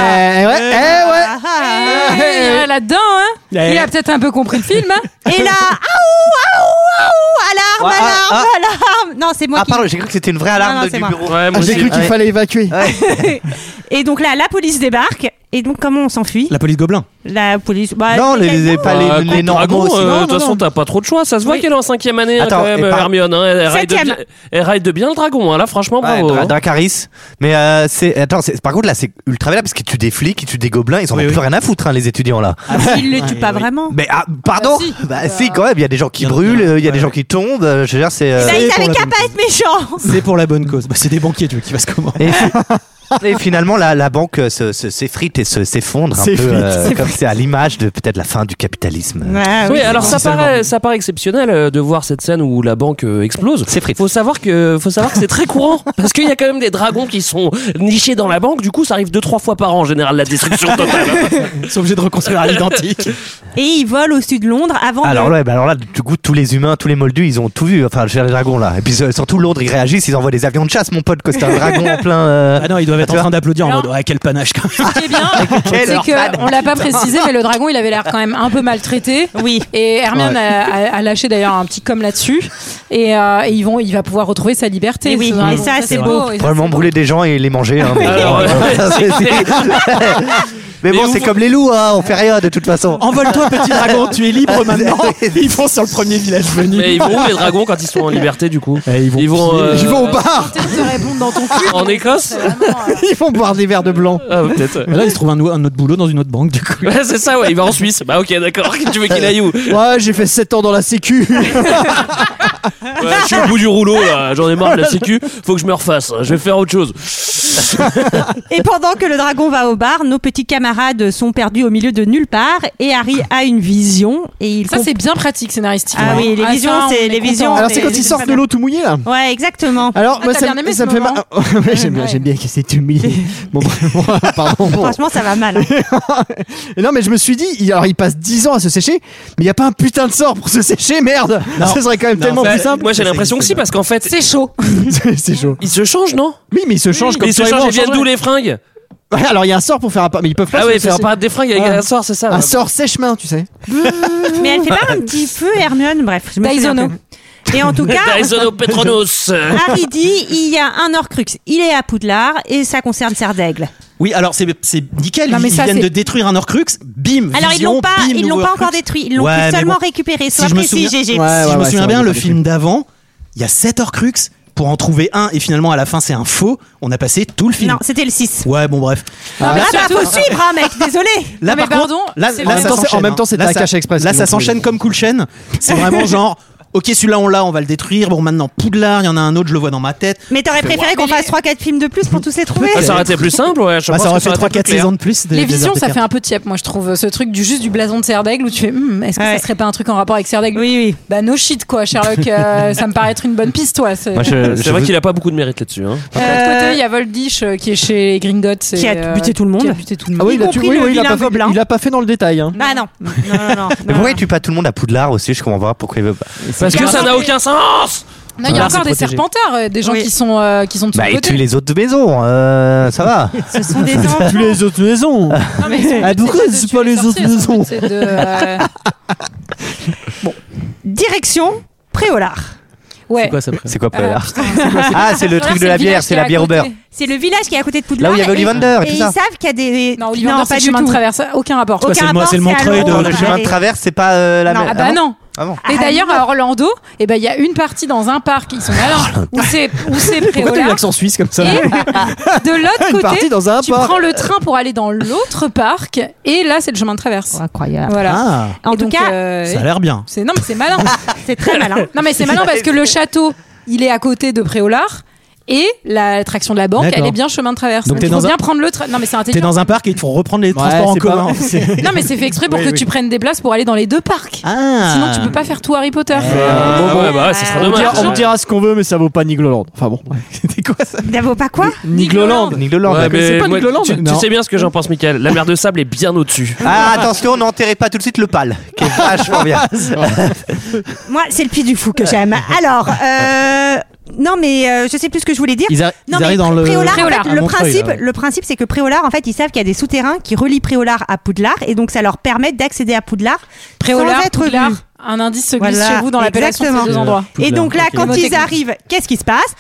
Speaker 8: Eh, eh, ouais, eh, ouais.
Speaker 1: ah, ah.
Speaker 6: Eh, il est là-dedans, hein.
Speaker 11: Eh.
Speaker 6: Il a peut-être un peu compris le film. hein.
Speaker 1: Et là, aou, aou, aou, alarme,
Speaker 5: Ah, ah,
Speaker 1: alarme, alarme. Non, c'est moi
Speaker 5: Ah,
Speaker 1: qui.
Speaker 5: pardon, j'ai cru que c'était une vraie
Speaker 1: Non, non,
Speaker 5: alarme de-
Speaker 1: c'est
Speaker 5: du
Speaker 1: moi.
Speaker 5: bureau.
Speaker 7: Eh, Ouais, moi
Speaker 8: Ah, J'ai
Speaker 7: aussi.
Speaker 8: cru qu'il
Speaker 5: Ouais.
Speaker 8: fallait évacuer.
Speaker 1: Et donc là, la police débarque. Et donc, comment on s'enfuit
Speaker 11: la police gobelin
Speaker 1: La police. bah,
Speaker 5: Non,
Speaker 1: les-
Speaker 5: les, les- pas les,
Speaker 7: Ah,
Speaker 5: les
Speaker 7: contre
Speaker 5: normaux
Speaker 7: Dragon,
Speaker 5: aussi.
Speaker 7: euh,
Speaker 5: Non,
Speaker 7: De
Speaker 5: non,
Speaker 7: toute façon,
Speaker 5: non.
Speaker 7: t'as pas trop de choix. Ça se voit qu'elle est en cinquième année, hein,
Speaker 5: Attends,
Speaker 7: quand même,
Speaker 5: et par-
Speaker 7: Hermione. hein. Elle, ride de
Speaker 1: Septième.
Speaker 7: bien- elle ride de bien le dragon, hein, là, franchement,
Speaker 5: Ouais,
Speaker 7: bravo.
Speaker 5: Dra-
Speaker 7: hein.
Speaker 5: Dracarys. Mais euh, c'est attends, c'est- par contre là c'est ultra valable parce qu'ils tuent des flics, ils tuent des gobelins, ils en ont
Speaker 11: Oui,
Speaker 5: plus
Speaker 11: oui.
Speaker 5: rien à foutre hein, les étudiants là.
Speaker 1: Ils le tuent pas vraiment.
Speaker 5: Mais ah, pardon,
Speaker 6: Bah, si.
Speaker 5: bah si quand même, il y a des gens qui brûlent, euh, il y a des gens qui tombent, euh, je veux dire c'est. euh,
Speaker 1: Bah, ils
Speaker 11: pour
Speaker 1: avaient
Speaker 11: la
Speaker 1: qu'à
Speaker 11: bonne
Speaker 1: pas être méchants.
Speaker 11: c'est pour la bonne cause Bah, c'est des banquiers tu veux qui va se comment
Speaker 5: Et, et finalement, la, la banque euh, se- se- s'effrite et se- s'effondre un peu,
Speaker 8: S'effrite,
Speaker 5: euh,
Speaker 8: s'effrite.
Speaker 5: comme c'est à l'image de peut-être la fin du capitalisme.
Speaker 1: Ouais,
Speaker 7: Oui, alors ça
Speaker 11: seulement.
Speaker 7: paraît, ça paraît exceptionnel euh, de voir cette scène où la banque euh, explose.
Speaker 5: C'est frites.
Speaker 7: Faut savoir que, faut savoir que c'est très courant parce qu'il y a quand même des dragons qui sont nichés dans la banque. Du coup, ça arrive deux trois fois par an en général la destruction totale.
Speaker 11: ils sont obligés de reconstruire à l'identique
Speaker 1: Et ils volent au sud de Londres avant
Speaker 5: Alors,
Speaker 1: de.
Speaker 5: ouais, bah alors là, du coup, tous les humains, tous les moldus, ils ont tout vu. Enfin, je veux dire, les dragons là. Et puis euh, surtout Londres, ils réagissent, ils envoient des avions de chasse, mon pote, quand c'est un dragon en plein. euh,
Speaker 11: Ah non, ils doivent doivent être en train d'applaudir en mode ouais, quel panache quand même.
Speaker 6: Ce qui est Eh bien,
Speaker 11: Quelle
Speaker 6: c'est
Speaker 11: heure fade.
Speaker 6: qu'on l'a pas précisé, mais le dragon, il avait l'air quand même un peu maltraité.
Speaker 1: Oui.
Speaker 6: Et Hermione
Speaker 11: Ouais.
Speaker 6: a, a- a lâché d'ailleurs un petit com là-dessus. Et, euh, et ils vont, il va pouvoir retrouver sa liberté.
Speaker 1: Et oui,
Speaker 6: ce dragon.
Speaker 1: et ça, c'est beau.
Speaker 6: et ça,
Speaker 5: Probablement brûler des gens et les manger. hein, mais-
Speaker 7: Alors, ouais,
Speaker 5: Ça, c'est- Mais bon, c'est comme les loups, hein, on fait rien de toute façon.
Speaker 11: Envole-toi, petit dragon, tu es libre maintenant. Et ils vont sur le premier village venu.
Speaker 7: Mais ils vont où les dragons quand ils sont en liberté du coup
Speaker 11: Eh, ils vont,
Speaker 7: Ils vont,
Speaker 11: piler.
Speaker 7: euh,
Speaker 11: Ils vont au bar.
Speaker 6: Tenter de te répondre dans ton cul.
Speaker 7: En Écosse
Speaker 6: C'est vraiment, euh,
Speaker 8: Ils vont boire des verres de blanc.
Speaker 7: Ah, peut-être.
Speaker 11: Mais là, il se trouve un, nou- un autre boulot dans une autre banque, du coup.
Speaker 7: Ouais, c'est ça, ouais, il va en Suisse. Bah, ok, d'accord. Tu veux qu'il aille où
Speaker 8: Ouais, j'ai fait 7 ans dans la sécu.
Speaker 7: Ouais, Je suis au bout du rouleau, là. J'en ai marre de la sécu. Faut que je me refasse. Je vais faire autre chose.
Speaker 1: Et pendant que le dragon va au bar, nos petits camarades sont perdus au milieu de nulle part et Harry a une vision et il
Speaker 6: Ça, c'est bien pratique scénaristiquement.
Speaker 1: Ah oui, les
Speaker 6: ça,
Speaker 1: visions,
Speaker 6: on
Speaker 1: c'est
Speaker 6: est
Speaker 1: les
Speaker 6: content.
Speaker 1: visions.
Speaker 8: Alors, c'est quand
Speaker 1: mais
Speaker 8: ils
Speaker 1: c'est
Speaker 8: sortent
Speaker 1: pas
Speaker 8: de
Speaker 1: mal.
Speaker 8: l'eau tout mouillé là
Speaker 1: Ouais, exactement.
Speaker 8: Alors,
Speaker 6: Ah,
Speaker 8: moi,
Speaker 6: t'as
Speaker 8: ça,
Speaker 6: bien aimé
Speaker 8: ça me
Speaker 6: ce
Speaker 8: fait
Speaker 6: moment.
Speaker 8: mal. Ouais, j'aime bien,
Speaker 6: Ouais.
Speaker 8: j'aime bien que c'est humilié. Bon, bon, pardon. bon.
Speaker 1: Franchement, ça va mal. hein.
Speaker 8: Et Non, mais je me suis dit, il- alors il passe 10 ans à se sécher, mais il n'y a pas un putain de sort pour se sécher, merde
Speaker 11: Non.
Speaker 8: Ce serait quand même
Speaker 11: Non,
Speaker 8: tellement
Speaker 7: Bah,
Speaker 8: plus simple.
Speaker 7: moi, j'ai l'impression que si, parce qu'en fait,
Speaker 6: C'est chaud.
Speaker 8: C'est- c'est chaud.
Speaker 7: ils se changent, non
Speaker 8: Oui, mais ils se changent comme
Speaker 7: Ils se
Speaker 8: toi et
Speaker 7: changent,
Speaker 8: moi,
Speaker 7: ils
Speaker 8: on
Speaker 7: viennent
Speaker 8: changerait.
Speaker 7: d'où les fringues
Speaker 8: Ouais, alors il y a un sort pour faire un pas, mais ils peuvent pas
Speaker 7: Ah,
Speaker 8: se
Speaker 7: ouais, faire
Speaker 8: sécher.
Speaker 7: apparaître des fringues avec
Speaker 8: Ah.
Speaker 7: un sort, c'est ça.
Speaker 8: Un sort sèche-main, tu sais.
Speaker 1: Mais elle fait pas un petit feu, Hermione. Bref, je me souviens
Speaker 6: Daisono.
Speaker 1: plus. Et en tout cas,
Speaker 7: Daisono Petronos. Ah,
Speaker 1: Harry dit il y a un Horcrux. Il est à Poudlard et ça concerne Serre d'Aigle.
Speaker 11: Oui, alors c'est c'est nickel.
Speaker 6: Non, mais
Speaker 11: ils
Speaker 6: ça,
Speaker 11: viennent
Speaker 6: c'est-
Speaker 11: de détruire un Horcrux. Bim.
Speaker 1: Alors ils
Speaker 11: vision,
Speaker 1: l'ont pas,
Speaker 11: bim,
Speaker 1: ils l'ont
Speaker 11: nouveau
Speaker 1: pas encore
Speaker 11: Horcrux.
Speaker 1: détruit. Ils l'ont
Speaker 11: Ouais,
Speaker 1: pu
Speaker 11: mais
Speaker 1: seulement
Speaker 11: bon.
Speaker 1: récupérer.
Speaker 11: Si
Speaker 1: Sois
Speaker 11: je me
Speaker 1: précis,
Speaker 11: souviens-
Speaker 1: GG.
Speaker 8: Ouais,
Speaker 11: si je me
Speaker 8: c'est
Speaker 11: souviens
Speaker 8: vrai,
Speaker 11: bien,
Speaker 8: on
Speaker 11: le
Speaker 8: l'a pas
Speaker 11: film d'avant, il y a 7 Horcrux pour en trouver un et finalement à la fin c'est un faux. On a passé tout le film.
Speaker 1: Non, c'était le 6.
Speaker 11: Ouais, bon bref.
Speaker 6: Non, mais
Speaker 1: Ah bah
Speaker 6: surtout-
Speaker 1: faut suivre, hein, mec. Désolé.
Speaker 11: Là
Speaker 6: mais
Speaker 11: par contre,
Speaker 6: pardon,
Speaker 11: là,
Speaker 6: c'est
Speaker 11: là,
Speaker 6: vrai.
Speaker 8: En même temps,
Speaker 11: ça
Speaker 8: c'est- en
Speaker 11: s'enchaîne, hein.
Speaker 8: même temps, c'est
Speaker 11: Là,
Speaker 8: de la
Speaker 11: ça-
Speaker 8: cache express,
Speaker 11: Là
Speaker 8: ils
Speaker 11: ça
Speaker 8: l'ont trouvé.
Speaker 11: s'enchaîne comme Cool Chain. C'est vraiment genre OK, celui-là on l'a, on va le détruire. Bon maintenant Poudlard, il y en a un autre, je le vois dans ma tête.
Speaker 1: Mais t'aurais préféré qu'on
Speaker 6: mais
Speaker 1: fasse
Speaker 6: les-
Speaker 1: 3-4 films de plus pour tous les trouver
Speaker 7: Ah, Ça aurait été plus simple, ouais. je
Speaker 11: Bah,
Speaker 7: pense
Speaker 11: ça aurait
Speaker 7: que
Speaker 11: fait 3
Speaker 7: été
Speaker 11: 4
Speaker 7: plus clair.
Speaker 11: saisons de plus des-
Speaker 6: Les
Speaker 11: des
Speaker 6: visions, ça
Speaker 11: Heures
Speaker 6: fait un peu tiep, moi je trouve. Ce truc du juste du blason de Serre d'Aigle où tu fais, Hum, est-ce que
Speaker 1: Ouais.
Speaker 6: ça serait pas un truc en rapport avec Serre d'Aigle
Speaker 1: Oui, oui.
Speaker 6: Bah no shit quoi, Sherlock. euh, ça me paraît être une bonne piste, toi. C'est-
Speaker 11: Moi, je-
Speaker 7: C'est
Speaker 11: je
Speaker 7: vrai
Speaker 11: vous-
Speaker 7: qu'il a pas beaucoup de mérite là-dessus. Hein.
Speaker 6: De l'autre côté, il y a Voldish euh, qui est chez les Gringotts. et,
Speaker 1: Qui a buté tout le monde.
Speaker 6: euh, Qui a buté tout le
Speaker 8: Ah
Speaker 6: monde.
Speaker 8: oui,
Speaker 1: Y
Speaker 8: il a,
Speaker 1: compris
Speaker 8: oui,
Speaker 1: le
Speaker 8: oui, il a
Speaker 1: vilain
Speaker 8: pas fait,
Speaker 1: gobelin.
Speaker 8: il l'a pas fait dans le détail. Hein.
Speaker 6: Bah
Speaker 1: Ah non. Non, non, non.
Speaker 5: Mais
Speaker 1: non,
Speaker 5: pourquoi
Speaker 1: non.
Speaker 5: ils tuent pas tout le monde à Poudlard aussi Je comprends pas pourquoi ils veulent pas.
Speaker 7: Parce que
Speaker 6: bien.
Speaker 7: ça n'a aucun sens
Speaker 6: Non, il y a
Speaker 11: Là,
Speaker 6: encore
Speaker 11: c'est
Speaker 6: des
Speaker 11: protégé.
Speaker 6: serpentards, euh, des gens
Speaker 1: Oui.
Speaker 6: qui sont euh, qui sont de son
Speaker 5: Bah, ils tuent
Speaker 6: côté.
Speaker 5: les autres maisons, euh, ça va.
Speaker 1: Ce sont des enfants.
Speaker 8: Tous les autres maisons.
Speaker 6: Non, mais son but,
Speaker 8: Ah, pourquoi
Speaker 6: de
Speaker 8: c'est
Speaker 6: tuer
Speaker 8: pas les autres
Speaker 6: sorciers, son
Speaker 8: maisons
Speaker 6: but, c'est de, euh,
Speaker 1: Direction Préolard.
Speaker 6: Ouais.
Speaker 11: Quoi, ça, après
Speaker 5: C'est quoi
Speaker 6: Euh,
Speaker 5: Poudlard
Speaker 6: putain,
Speaker 5: Ah, c'est le
Speaker 6: Non,
Speaker 5: truc
Speaker 6: c'est
Speaker 5: de la bière,
Speaker 6: le village
Speaker 5: c'est
Speaker 6: qui est
Speaker 5: la
Speaker 6: à
Speaker 5: bière au beurre.
Speaker 6: côté.
Speaker 1: C'est le village qui est à côté de Poudlard.
Speaker 5: Là où il y avait
Speaker 1: et-
Speaker 5: Ollivander et
Speaker 1: Et
Speaker 5: tout
Speaker 1: ils
Speaker 5: ça.
Speaker 1: savent qu'il y a des.
Speaker 6: Non, Oliver, Dor,
Speaker 1: pas
Speaker 6: c'est le
Speaker 1: du
Speaker 6: chemin de
Speaker 1: tout.
Speaker 6: traverse, aucun rapport.
Speaker 1: Aucun
Speaker 11: C'est le mo-
Speaker 1: rapport,
Speaker 11: c'est le
Speaker 1: c'est à
Speaker 11: Montreuil de-
Speaker 1: Londres.
Speaker 5: Le chemin de traverse, c'est pas euh, la mer.
Speaker 6: Ah bah non.
Speaker 5: Ah bon
Speaker 6: Et
Speaker 1: Ah,
Speaker 6: d'ailleurs, à Orlando, eh ben, il y a une partie dans un parc, ils sont là, où c'est où c'est
Speaker 8: Pourquoi t'as eu
Speaker 6: Préolard.
Speaker 8: l'accent suisse comme
Speaker 6: Et
Speaker 8: ça
Speaker 6: de l'autre
Speaker 8: Une
Speaker 6: côté,
Speaker 8: partie dans un
Speaker 6: tu
Speaker 8: parc.
Speaker 6: prends le train pour aller dans l'autre parc, et là, c'est le chemin de traverse.
Speaker 1: oh, Incroyable.
Speaker 6: Voilà.
Speaker 11: Ah,
Speaker 1: En
Speaker 6: Et
Speaker 1: tout
Speaker 6: donc,
Speaker 1: cas,
Speaker 6: euh,
Speaker 11: ça a l'air bien.
Speaker 6: c'est non, mais c'est malin.
Speaker 1: c'est très malin.
Speaker 6: non, mais c'est malin parce que le château, il est à côté de Préolard. Et l'attraction de la banque,
Speaker 11: D'accord.
Speaker 6: elle est bien chemin de traverse.
Speaker 11: Donc
Speaker 6: Donc,
Speaker 11: t'es
Speaker 6: il faut
Speaker 11: dans un-
Speaker 6: bien prendre le train. Non, mais c'est
Speaker 11: T'es
Speaker 6: intelligent.
Speaker 11: dans un parc et ils te font reprendre les transports en
Speaker 8: c'est pas-
Speaker 11: commun.
Speaker 6: Non, mais c'est fait exprès pour
Speaker 8: Oui,
Speaker 6: que
Speaker 8: oui.
Speaker 6: tu prennes des places pour aller dans les deux parcs.
Speaker 11: Ah.
Speaker 6: Sinon, tu peux pas faire tout Harry Potter.
Speaker 8: Eh.
Speaker 7: Bon, bah, ouais, bah, ouais, ça serait
Speaker 8: Ah On,
Speaker 7: dommage.
Speaker 8: dira, Euh, on dira ce qu'on veut, mais ça vaut pas Nigloland. Enfin bon,
Speaker 11: C'était quoi ça
Speaker 1: Ça vaut pas quoi
Speaker 6: Nigloland.
Speaker 5: Nigloland.
Speaker 7: Ouais,
Speaker 5: d'accord.
Speaker 7: mais
Speaker 8: pas
Speaker 7: moi,
Speaker 8: Nicolas,
Speaker 7: tu, tu
Speaker 8: non.
Speaker 7: sais bien ce que j'en pense, Michael. La mer de sable est bien au-dessus.
Speaker 5: Ah, attention, n'enterrez pas tout de suite le pal, qui est vachement bien.
Speaker 1: Moi, c'est le Puy du Fou que j'aime. Alors, euh, non, mais euh, je sais plus ce que je voulais dire.
Speaker 11: Ils, arri-
Speaker 1: Non,
Speaker 11: ils
Speaker 1: mais
Speaker 11: arrivent dans le.
Speaker 1: Préolard, en fait,
Speaker 6: Préolard,
Speaker 11: à
Speaker 1: le,
Speaker 11: Montreuil,
Speaker 1: principe,
Speaker 11: là, ouais.
Speaker 1: le principe, c'est que Préolard, en fait, ils savent qu'il y a des souterrains qui relient Préolard à Poudlard et donc ça leur permet d'accès à Poudlard
Speaker 6: Préolard,
Speaker 1: sans être
Speaker 6: Poudlard,
Speaker 1: vus.
Speaker 6: un indice se glisse
Speaker 1: Voilà,
Speaker 6: chez vous dans l'appellation de ces deux
Speaker 1: exactement.
Speaker 6: endroits.
Speaker 1: Et donc là, quand ils
Speaker 6: Mnémotechnique.
Speaker 1: arrivent, qu'est-ce qui se passe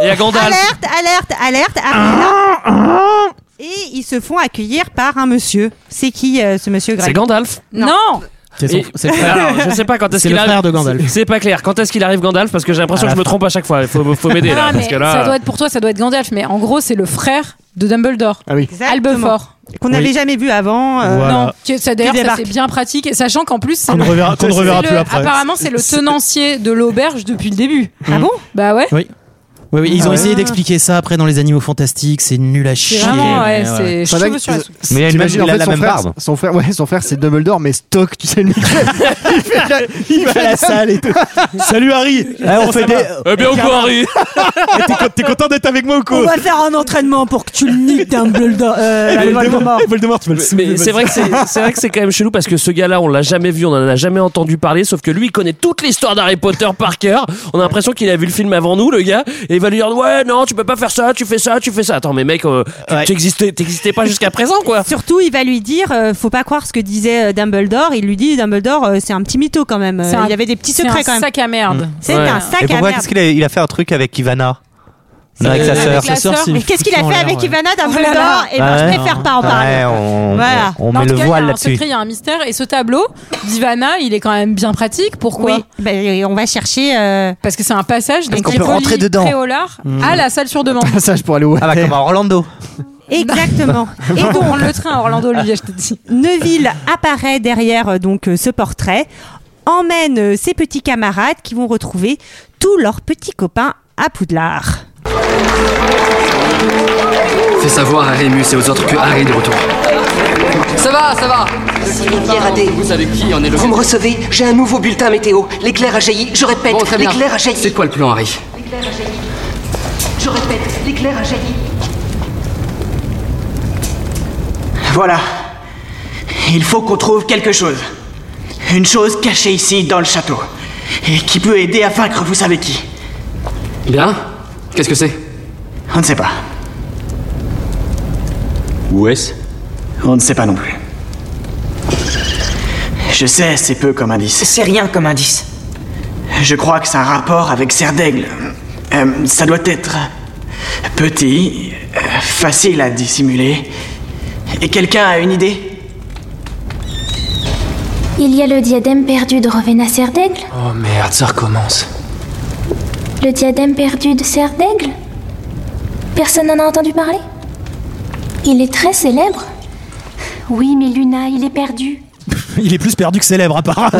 Speaker 1: Aou,
Speaker 7: Et à
Speaker 1: aou, aou
Speaker 7: Gandalf.
Speaker 1: Alerte, alerte, alerte,
Speaker 5: Ah,
Speaker 1: Harry est là. Et ils se font accueillir par un monsieur. C'est qui euh, ce monsieur
Speaker 7: C'est
Speaker 1: Greg
Speaker 7: Gandalf.
Speaker 6: Non,
Speaker 11: C'est son-
Speaker 7: Et-
Speaker 11: c'est le frère.
Speaker 7: Alors, je sais pas quand est-ce
Speaker 11: C'est
Speaker 7: qu'il
Speaker 11: le
Speaker 7: arrive.
Speaker 11: frère de Gandalf.
Speaker 7: C'est pas clair. Quand est-ce qu'il arrive Gandalf Parce que j'ai l'impression
Speaker 11: À
Speaker 7: que
Speaker 11: la
Speaker 7: je me trompe à chaque fois. Il faut, faut m'aider là.
Speaker 6: Ah,
Speaker 7: Parce
Speaker 6: mais
Speaker 7: que là.
Speaker 6: ça doit être pour toi, ça doit être Gandalf, mais en gros, c'est le frère de Dumbledore,
Speaker 8: ah oui.
Speaker 1: Exactement.
Speaker 6: Albefort.
Speaker 1: Qu'on n'avait jamais vu avant. euh,
Speaker 11: Voilà.
Speaker 6: Non, que- ça d'ailleurs,
Speaker 1: Qui
Speaker 6: ça
Speaker 1: débarque.
Speaker 6: c'est bien pratique, et sachant qu'en plus, c'est
Speaker 11: Qu'on ne
Speaker 6: le-
Speaker 11: reverra, qu'on ne
Speaker 6: c'est
Speaker 11: reverra
Speaker 6: le-
Speaker 11: plus après.
Speaker 6: apparemment, c'est le tenancier de l'auberge depuis le début.
Speaker 1: Ah bon
Speaker 6: Bah ouais.
Speaker 11: Oui, oui, ils ont
Speaker 8: Ah ouais.
Speaker 11: essayé d'expliquer ça après dans Les Animaux Fantastiques. C'est nul
Speaker 6: C'est
Speaker 11: à chier.
Speaker 6: vraiment, ouais,
Speaker 11: mais ouais.
Speaker 6: c'est cheveux sur la soupe.
Speaker 5: Mais il a,
Speaker 8: T'imagines, en fait,
Speaker 5: la
Speaker 8: son
Speaker 5: même
Speaker 8: frère,
Speaker 5: barbe.
Speaker 8: Son frère, ouais, son frère, c'est Dumbledore, mais stock, tu sais, le mec. il fait la- il fait la salle et tout.
Speaker 11: Salut Harry
Speaker 5: Ah,
Speaker 11: Eh, on fait des-
Speaker 7: Eh bien, au courant, Harry.
Speaker 11: T'es co- T'es content d'être avec moi ou
Speaker 1: On
Speaker 11: quoi
Speaker 1: va faire un entraînement pour que tu le niques d'un
Speaker 11: Voldemort, eh, Voldemort, tu vas le
Speaker 7: Mais c'est vrai que c'est c'est vrai que c'est quand même chelou parce que ce gars-là, on l'a jamais vu, on en a jamais entendu parler. Sauf que lui, il connaît toute l'histoire d'Harry Potter par cœur. On a l'impression qu'il a vu le film avant nous, le gars, et il va lui dire ouais non tu peux pas faire ça, tu fais ça, tu fais ça. Attends mais mec, euh, tu- t'existais t'existais pas jusqu'à présent quoi.
Speaker 1: Surtout, il va lui dire, euh, faut pas croire ce que disait euh, Dumbledore. Il lui dit, Dumbledore, euh, c'est un petit mytho quand même. Euh,
Speaker 6: C'est un-
Speaker 1: il avait des petits
Speaker 6: c'est
Speaker 1: secrets
Speaker 6: un
Speaker 1: quand même.
Speaker 6: sac à merde.
Speaker 1: C'est
Speaker 5: Ouais.
Speaker 1: un sac
Speaker 5: Et
Speaker 1: à
Speaker 5: pourquoi
Speaker 1: merde.
Speaker 5: qu'est-ce qu'il a, il a fait un truc avec Ivana Non, avec
Speaker 1: Euh,
Speaker 5: sa
Speaker 6: avec
Speaker 5: sœur.
Speaker 6: la sœur,
Speaker 1: Mais qu'est-ce qu'il a fait avec Ivana Dumbledore
Speaker 6: Oh là là.
Speaker 1: Eh ben,
Speaker 5: Ouais.
Speaker 1: je préfère pas en parler.
Speaker 5: Ouais, on,
Speaker 1: Voilà.
Speaker 5: on
Speaker 6: Mais en
Speaker 5: met
Speaker 6: tout
Speaker 5: le
Speaker 6: cas, il y a
Speaker 5: voile
Speaker 6: un
Speaker 5: là-dessus.
Speaker 6: secret, Il y a un mystère et ce tableau d'Ivana, il est quand même bien pratique. Pourquoi
Speaker 1: Oui, ben, on va chercher. euh,
Speaker 6: Parce que c'est un passage donc
Speaker 5: qu'on
Speaker 6: qui
Speaker 5: peut
Speaker 6: relie
Speaker 5: rentrer dedans.
Speaker 6: Préolard
Speaker 12: Mmh.
Speaker 6: à la salle sur demande.
Speaker 12: Passage pour aller au.
Speaker 5: Ah bah
Speaker 12: Water.
Speaker 5: comme à Orlando.
Speaker 1: Exactement.
Speaker 6: Et donc prendre le train à Orlando Olivier, je te dis.
Speaker 1: Neville apparaît derrière euh, donc euh, ce portrait, emmène euh, ses petits camarades qui vont retrouver tous leurs petits copains à Poudlard.
Speaker 11: Fais savoir à Rémus et aux autres que Harry est de retour.
Speaker 13: Ça va, ça va.
Speaker 11: Sylvie Radé. Vous savez qui en est le Vous me recevez J'ai un nouveau bulletin météo. L'éclair a jailli. Je répète,
Speaker 13: Bon, très bien.
Speaker 11: l'éclair a jailli.
Speaker 13: C'est quoi le plan, Harry
Speaker 11: Je répète, l'éclair a jailli. Voilà. Il faut qu'on trouve quelque chose. Une chose cachée ici dans le château. Et qui peut aider à vaincre vous savez qui.
Speaker 13: Bien Qu'est-ce que c'est
Speaker 11: On ne sait pas.
Speaker 13: Où est-ce
Speaker 11: On ne sait pas non plus. Je sais, c'est peu comme indice.
Speaker 14: C'est rien comme indice.
Speaker 11: Je crois que c'est un rapport avec Serre d'Aigle. Euh, ça doit être petit, euh, facile à dissimuler. Et quelqu'un a une idée
Speaker 15: Il y a le diadème perdu de Rowena Serdaigle
Speaker 13: Oh merde, ça recommence.
Speaker 15: Le diadème perdu de Serdaigle Personne n'en a entendu parler Il est très célèbre. Oui, mais Luna, il est perdu.
Speaker 8: Il est plus perdu que célèbre, apparemment.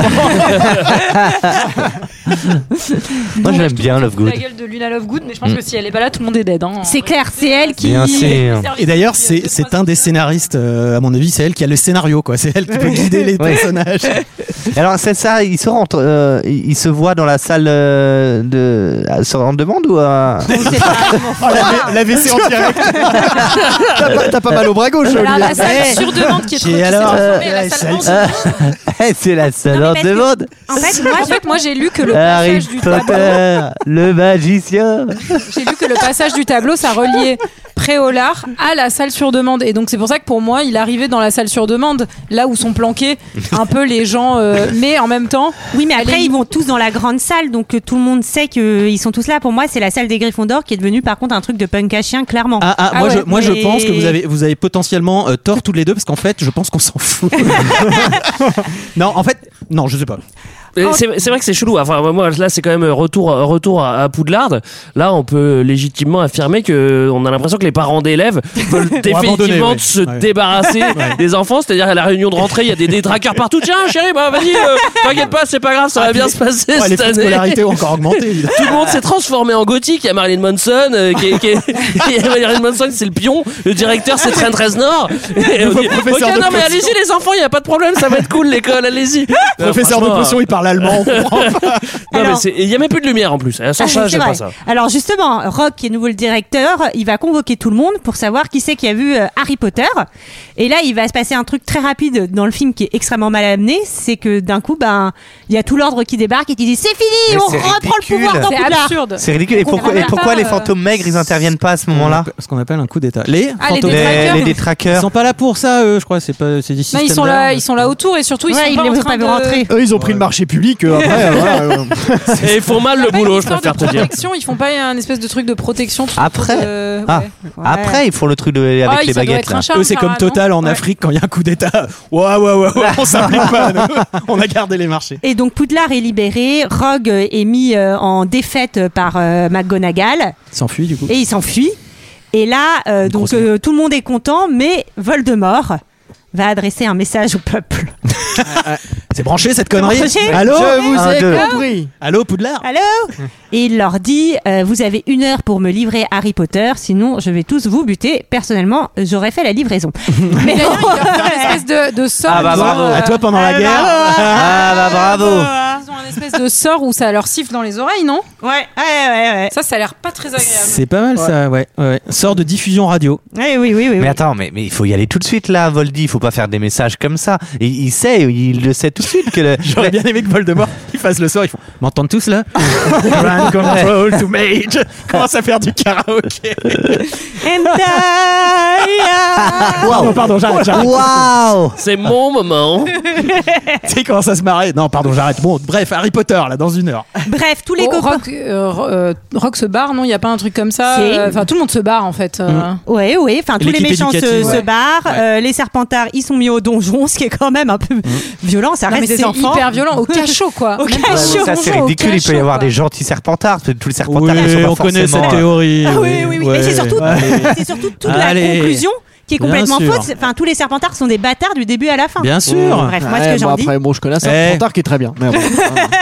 Speaker 5: Moi j'aime bien Love Good.
Speaker 6: La gueule de Luna Lovegood, mais je pense que si elle est pas là, tout le monde est dead. hein.
Speaker 1: C'est clair, c'est elle qui.
Speaker 5: Bien sûr.
Speaker 8: Et d'ailleurs, c'est c'est un des scénaristes, euh, à mon avis, c'est elle qui a le scénario, quoi. C'est elle qui peut guider les
Speaker 5: Ouais.
Speaker 8: personnages.
Speaker 5: Alors c'est ça, ils se rentrent, euh, ils ils se voient dans la salle euh, de, à- sur- en demande ou euh, à...
Speaker 8: la, VC en direct.
Speaker 12: T'as pas, t'as pas mal au bras gauche,
Speaker 6: Alors,
Speaker 12: Olivia.
Speaker 6: la salle sur demande qui est trop qui s'est
Speaker 5: alors,
Speaker 6: transformée à la
Speaker 12: euh,
Speaker 6: salle en
Speaker 12: celle-
Speaker 6: demande.
Speaker 5: c'est la salle
Speaker 1: Non, mais
Speaker 5: en
Speaker 1: parce que-
Speaker 5: demande.
Speaker 1: En fait, moi,
Speaker 6: En fait, moi j'ai lu que le
Speaker 5: Harry
Speaker 6: passage du tableau,
Speaker 5: Potter, le magicien.
Speaker 6: j'ai lu que le passage du tableau ça reliait Préolard à la salle sur demande et donc c'est pour ça que pour moi il arrivait dans la salle sur demande là où sont planqués un peu les gens euh, mais en même temps
Speaker 1: je- oui, mais après,
Speaker 6: est-
Speaker 1: ils vont tous dans la grande salle, donc euh, tout le monde sait qu'ils sont tous là. Pour moi, c'est la salle des Gryffondors qui est devenue par contre un truc de punk à chien, clairement.
Speaker 8: Ah, ah,
Speaker 6: Ah
Speaker 8: moi,
Speaker 6: ouais,
Speaker 8: je, moi je
Speaker 1: mais-
Speaker 8: pense que vous avez, vous avez potentiellement euh, tort toutes les deux parce qu'en fait, je pense qu'on s'en fout. non, en fait, non, je sais pas.
Speaker 7: Et C'est c'est vrai que c'est chelou. Enfin, moi, là, c'est quand même retour, retour à, à Poudlard. Là, on peut légitimement affirmer que euh, on a l'impression que les parents d'élèves veulent
Speaker 8: abandonner,
Speaker 7: définitivement
Speaker 8: ouais.
Speaker 7: se
Speaker 8: Ouais.
Speaker 7: débarrasser des enfants. C'est-à-dire à la réunion de rentrée, il y a des détraqueurs partout. Tiens, chérie, bah vas-y, euh, t'inquiète pas, c'est pas grave, ça va bien se passer
Speaker 8: Ouais, Ah, les
Speaker 7: cette
Speaker 8: frais de
Speaker 7: année.
Speaker 8: scolarité ont encore augmenté. évidemment.
Speaker 7: Tout le monde s'est transformé en gothique. Il y a Marilyn Manson, euh, qui, est- qui est- qui est- Marilyn Manson, c'est le pion. Le directeur, c'est Trent Reznor. Et on dit, ok,
Speaker 8: professeur de
Speaker 7: non mais
Speaker 8: potion.
Speaker 7: allez-y les enfants, il y a pas de problème, ça va être cool l'école, allez-y. Non,
Speaker 8: Professeur de
Speaker 7: Euh, franchement,
Speaker 8: potion, il parle allemand. on comprend.
Speaker 7: non,
Speaker 1: Alors-
Speaker 7: mais c'est- il n'y a même plus de lumière en plus. Eh, Sans
Speaker 1: Ah,
Speaker 7: ça,
Speaker 1: c'est
Speaker 7: j'aime
Speaker 1: vrai.
Speaker 7: pas ça.
Speaker 1: Alors justement, Rock, qui est nouveau le directeur, il va convoquer tout le monde pour savoir qui c'est qui a vu euh, Harry Potter. Et là, il va se passer un truc très rapide dans le film qui est extrêmement mal amené, c'est que d'un coup, ben, il y a tout l'ordre qui débarque et qui dit c'est fini,
Speaker 5: Mais
Speaker 1: on
Speaker 5: c'est
Speaker 1: reprend le
Speaker 5: ridicule.
Speaker 1: pouvoir dans
Speaker 6: c'est
Speaker 1: Poudlard.
Speaker 6: absurde
Speaker 5: C'est ridicule. Et
Speaker 6: On
Speaker 5: pourquoi,
Speaker 6: comprend
Speaker 5: et pourquoi
Speaker 6: pas,
Speaker 5: les
Speaker 6: euh,
Speaker 5: fantômes maigres, ils interviennent pas à ce moment-là
Speaker 8: Ce qu'on appelle un coup d'état. Les
Speaker 6: Ah, les
Speaker 8: fantômes.
Speaker 6: détraqueurs.
Speaker 5: les, les
Speaker 8: Ils
Speaker 5: détraqueurs.
Speaker 8: sont pas là pour ça, eux, je crois. C'est pas, c'est des
Speaker 6: Non, Bah, ils
Speaker 8: systèmes
Speaker 6: sont là,
Speaker 8: d'armes.
Speaker 6: ils sont là autour et surtout ils
Speaker 1: Ouais,
Speaker 6: sont
Speaker 1: ils
Speaker 6: pas
Speaker 1: les
Speaker 6: en
Speaker 1: ont
Speaker 6: train
Speaker 1: pas
Speaker 6: de
Speaker 1: vu rentrer.
Speaker 12: Eux, ils ont pris le marché public. euh, après, euh, voilà, euh,
Speaker 7: Et ils font mal le
Speaker 6: Pas une
Speaker 7: boulot, je
Speaker 6: histoire
Speaker 7: préfère
Speaker 6: de
Speaker 7: te dire.
Speaker 6: protection, Ils font pas un espèce de truc de protection. tu te
Speaker 5: Après.
Speaker 6: poses, euh, ouais.
Speaker 5: Ah,
Speaker 1: Ouais.
Speaker 5: Après, ils font le truc de, avec
Speaker 6: Ah,
Speaker 5: les
Speaker 6: ça doit
Speaker 5: baguettes.
Speaker 6: être un
Speaker 5: là.
Speaker 6: charme,
Speaker 8: Eux, c'est comme
Speaker 6: Sarah, non
Speaker 8: Total en
Speaker 6: Ouais.
Speaker 8: Afrique quand il y a un coup d'état. Ouah, ouah, ouah, ouah, on s'implique pas. nous. On a gardé les marchés.
Speaker 1: Et donc Poudlard est libéré, Rogue euh, est mis euh, en défaite euh, par euh, McGonagall
Speaker 8: Ils s'enfuient, du coup.
Speaker 1: et il s'enfuit. Et là, euh, donc
Speaker 8: grosse
Speaker 1: euh, tout le monde est content, mais Voldemort va adresser un message au peuple.
Speaker 8: C'est branché, cette connerie
Speaker 1: branché
Speaker 8: Allô
Speaker 12: Je vous
Speaker 5: Un,
Speaker 12: ai
Speaker 5: deux.
Speaker 12: compris.
Speaker 8: Allô, Poudlard
Speaker 1: Allô Et il leur dit euh, Vous avez une heure pour me livrer Harry Potter, sinon je vais tous vous buter. Personnellement, j'aurais fait la livraison.
Speaker 6: Mais d'ailleurs, ils leur font une espèce de, de sort.
Speaker 5: Ah, bah,
Speaker 6: ils ont,
Speaker 5: bravo.
Speaker 6: euh,
Speaker 8: À toi pendant la guerre
Speaker 5: Ah bah bravo
Speaker 6: Ils ont un espèce de sort où ça leur siffle dans les oreilles, non
Speaker 1: Ouais, ouais, ouais,
Speaker 6: Ça, ça a l'air pas très agréable.
Speaker 8: C'est pas mal ça, ouais. ouais. Sort de diffusion radio.
Speaker 1: ouais. Oui, oui, oui. oui.
Speaker 5: Mais attends, mais, mais il faut y aller tout de suite là, Voldy. Il faut pas faire des messages comme ça. Il, il sait, il le sait tout de suite que le.
Speaker 8: J'aurais bien aimé que Voldemort. Il
Speaker 11: fassent le sort, ils font M'entendent tous là Grand control to mage Commence à faire du karaoké
Speaker 8: Wow.
Speaker 11: pardon, j'arrête, j'arrête.
Speaker 5: Waouh
Speaker 7: C'est mon moment.
Speaker 11: Tu sais comment ça se marrer Non, pardon, j'arrête. Bon, bref, Harry Potter là, dans une heure.
Speaker 1: Bref, tous les
Speaker 6: Oh,
Speaker 1: copains.
Speaker 6: Rock, euh, ro- euh, Rock se barre, non Il n'y a pas un truc comme ça
Speaker 1: Si.
Speaker 6: euh, Enfin, tout le monde se barre en fait.
Speaker 5: Mm.
Speaker 6: euh.
Speaker 1: Ouais, ouais. Enfin, tous les
Speaker 11: L'équipe
Speaker 1: méchants se,
Speaker 11: éducative,
Speaker 1: se
Speaker 11: ouais. Mm.
Speaker 1: barrent. euh, les serpentards, ils sont mis au donjon, ce qui est quand même un peu violent. Ça
Speaker 6: Non, mais
Speaker 1: reste
Speaker 6: c'est
Speaker 1: des enfants.
Speaker 6: hyper violent, au cachot quoi.
Speaker 1: Au
Speaker 6: Même
Speaker 1: cachot.
Speaker 6: pas
Speaker 1: Ouais, mais
Speaker 5: Ça, c'est ridicule. Il peut y avoir des gentils serpentards. parce que Tous les serpentards, ils sont pas forcément, euh,
Speaker 11: théorie.
Speaker 1: Ah oui, oui, oui. Mais c'est surtout, c'est surtout toute la
Speaker 11: Allez.
Speaker 1: conclusion qui est
Speaker 11: Bien
Speaker 1: complètement
Speaker 11: sûr.
Speaker 1: fausse. C'est- Enfin, tous les serpentards sont des bâtards du début à la fin.
Speaker 11: Bien sûr.
Speaker 1: Bref, moi, ce que
Speaker 8: Ouais,
Speaker 1: j'en
Speaker 8: bon,
Speaker 1: dis.
Speaker 8: Après, bon, je connais un
Speaker 11: Eh.
Speaker 8: serpentard qui est très bien. Mais bon.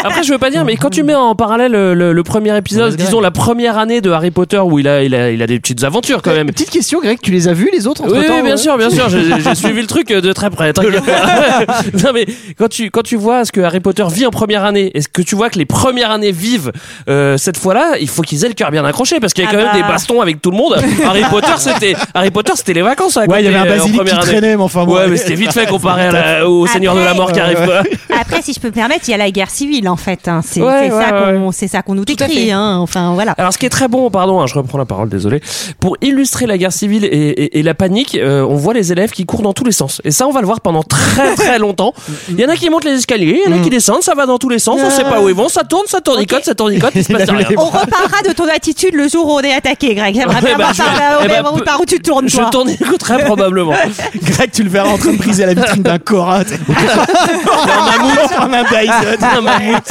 Speaker 7: Après, je veux pas dire, mais quand tu mets en parallèle euh, le, le premier épisode, disons la première année de Harry Potter où il a, il a, il a des petites aventures quand même.
Speaker 8: Petite question, Greg, tu les as vus les autres
Speaker 7: Oui,
Speaker 8: entre temps
Speaker 7: oui, bien sûr, bien sûr, j'ai j'ai suivi le truc euh, de très près. t'inquiète pas. non mais quand tu quand tu vois ce que Harry Potter vit en première année, et ce que tu vois que les premières années vivent euh, cette fois-là, il faut qu'ils aient le cœur bien accroché parce qu'il y a
Speaker 1: Ah
Speaker 7: quand
Speaker 1: bah.
Speaker 7: même des bastons avec tout le monde. Harry Potter c'était Harry Potter c'était les vacances. à
Speaker 11: Ouais, il y
Speaker 7: côté,
Speaker 11: avait un
Speaker 7: euh, en
Speaker 11: basilic qui
Speaker 7: première année.
Speaker 11: traînait, mais enfin bon.
Speaker 7: Ouais, mais c'était vite fait comparé à la- au Seigneur de la Mort qui arrive pas.
Speaker 1: Après, si je peux me permettre, il y a la guerre civile en fait. hein. C'est
Speaker 7: Ouais,
Speaker 1: c'est
Speaker 7: ouais,
Speaker 1: ça
Speaker 7: ouais.
Speaker 1: qu'on, c'est ça qu'on nous
Speaker 6: à
Speaker 1: décrit.
Speaker 6: fait.
Speaker 1: hein. Enfin, voilà.
Speaker 7: Alors, ce qui est très bon, pardon, hein, je reprends la parole, désolé. Pour illustrer la guerre civile et, et- et la panique, euh, on voit les élèves qui courent dans tous les sens. Et ça, on va le voir pendant très très longtemps. Il y en a qui montent les escaliers, il y en a qui descendent, ça va dans tous les sens, on sait pas où ils vont, ça tourne, ça tournicote, ça tournicote, il se passe rien.
Speaker 1: On reparlera de ton attitude le jour où on est attaqué, Greg. J'aimerais
Speaker 7: Eh
Speaker 1: bien
Speaker 7: ben,
Speaker 1: voir
Speaker 7: je-
Speaker 1: par,
Speaker 7: eh ben,
Speaker 1: par-
Speaker 7: peu-
Speaker 1: par où tu tournes,
Speaker 7: Je
Speaker 1: toi.
Speaker 7: tournicoterai probablement.
Speaker 11: Greg, tu le verras en train de briser la vitrine d'un Cora. t'sais. en mammouth, en un Dyson.
Speaker 7: Un mammouth.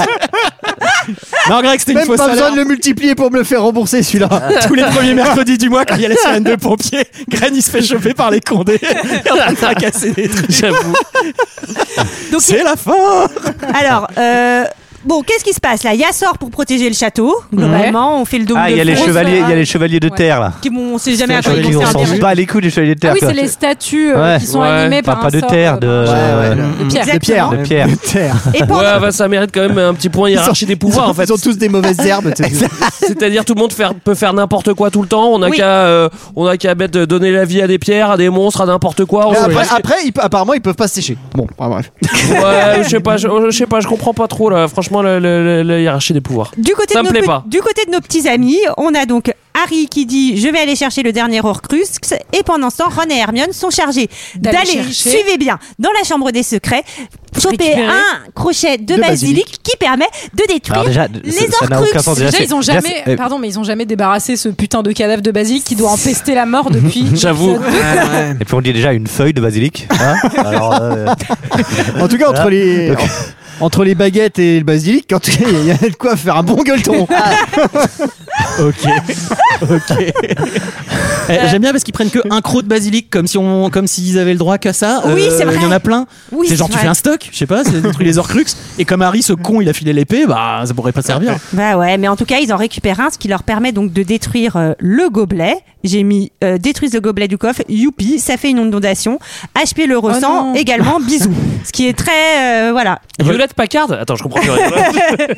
Speaker 11: Non, Greg, c'était une
Speaker 8: Même pas
Speaker 11: fausse
Speaker 8: besoin
Speaker 11: alerte.
Speaker 8: de le multiplier pour me le faire rembourser celui-là.
Speaker 11: Tous les premiers mercredis du mois, quand il y a la sirène de pompiers, Greg, il se fait choper par les condés. Il est en train de fracasser des trucs.
Speaker 7: J'avoue.
Speaker 11: C'est la fin
Speaker 1: Alors, euh, bon, qu'est-ce qui se passe là Y'a sort pour protéger le château. Globalement, on fait le dos
Speaker 5: Ah,
Speaker 1: de
Speaker 5: il y a les
Speaker 1: France,
Speaker 5: chevaliers, il y a
Speaker 1: euh,
Speaker 5: les chevaliers de
Speaker 6: Ouais.
Speaker 5: terre là.
Speaker 1: qui vont- on sait jamais à quoi
Speaker 5: Ils
Speaker 1: ils vont
Speaker 5: vont s'en
Speaker 1: servir.
Speaker 5: bat les coups des chevaliers de terre.
Speaker 6: Ah oui,
Speaker 5: quoi.
Speaker 6: c'est les statues euh,
Speaker 5: Ouais.
Speaker 6: qui sont
Speaker 7: Ouais.
Speaker 6: animées
Speaker 5: Enfin,
Speaker 6: par
Speaker 5: pas
Speaker 6: un
Speaker 5: de
Speaker 6: sort,
Speaker 5: terre, de,
Speaker 6: euh,
Speaker 5: ouais, ouais.
Speaker 6: de pierre.
Speaker 1: Exactement.
Speaker 8: De pierre.
Speaker 5: de pierre.
Speaker 8: De pierre.
Speaker 1: Et pendant-
Speaker 7: Ouais, bah, ça mérite quand même un petit point hiérarchie des pouvoirs, en fait.
Speaker 8: Ils ont tous des mauvaises herbes. tu sais.
Speaker 7: C'est-à-dire, tout le monde faire- peut faire n'importe quoi tout le temps, on a
Speaker 1: Oui.
Speaker 7: qu'à, euh, on a qu'à mettre- donner la vie à des pierres, à des monstres, à n'importe
Speaker 11: Ah,
Speaker 7: quoi. on-
Speaker 8: Mais Après, après, ils pe- apparemment, ils peuvent pas se sécher. Bon, enfin, bref.
Speaker 7: Ouais, je sais pas, je, je sais pas, je comprends pas trop là. Franchement, la, la- la- la hiérarchie des pouvoirs.
Speaker 1: Du côté,
Speaker 7: Ça
Speaker 1: de
Speaker 7: me
Speaker 1: nos
Speaker 7: plaît
Speaker 1: pe-
Speaker 7: pas.
Speaker 1: du côté de nos petits amis, on a donc Harry qui dit Je vais aller chercher le dernier Horcrux. Et pendant ce temps, Ron et Hermione sont chargés
Speaker 6: D'aller
Speaker 1: d'aller,
Speaker 6: chercher.
Speaker 1: suivez bien, dans la chambre des secrets, choper
Speaker 6: Récupérer.
Speaker 1: un crochet de,
Speaker 8: De
Speaker 1: basilic,
Speaker 8: basilic.
Speaker 1: qui permet de détruire
Speaker 5: Alors déjà,
Speaker 1: les
Speaker 5: ça- ça n'a aucun sens.
Speaker 1: Horcruxes.
Speaker 6: Déjà,
Speaker 5: c'est-
Speaker 6: ils ont
Speaker 5: déjà,
Speaker 6: jamais,
Speaker 5: c'est- euh,
Speaker 6: pardon, mais ils ont jamais débarrassé ce putain de cadavre de Basilic qui doit empester la mort depuis.
Speaker 7: J'avoue.
Speaker 5: Et puis on dit déjà une feuille de basilic. hein. Alors, euh,
Speaker 8: En tout cas, entre les. en- Entre les baguettes et le basilic, en tout cas, il y a de quoi faire un bon gueuleton.
Speaker 11: Ok. Ah. ok. Eh,
Speaker 7: Euh.
Speaker 11: J'aime bien parce qu'ils prennent que un croc de basilic comme si on comme s'ils avaient le droit qu'à ça. Euh,
Speaker 1: Oui, c'est vrai.
Speaker 11: Il y en a plein.
Speaker 1: Oui,
Speaker 11: c'est genre
Speaker 1: c'est
Speaker 11: tu
Speaker 1: vrai.
Speaker 11: fais un stock, je sais pas, c'est détruit les orcrux et comme Harry ce con il a filé l'épée, bah ça pourrait pas servir.
Speaker 1: Bah ouais, mais en tout cas, ils en récupèrent un, ce qui leur permet donc de détruire euh, le gobelet. J'ai mis euh, détruisent le gobelet du coffre, youpi, ça fait une inondation. HP le ressent
Speaker 6: Oh non.
Speaker 1: également, bisous. Ce qui est très. euh, voilà.
Speaker 7: Violette Packard Attends, je comprends plus rien.
Speaker 11: Ah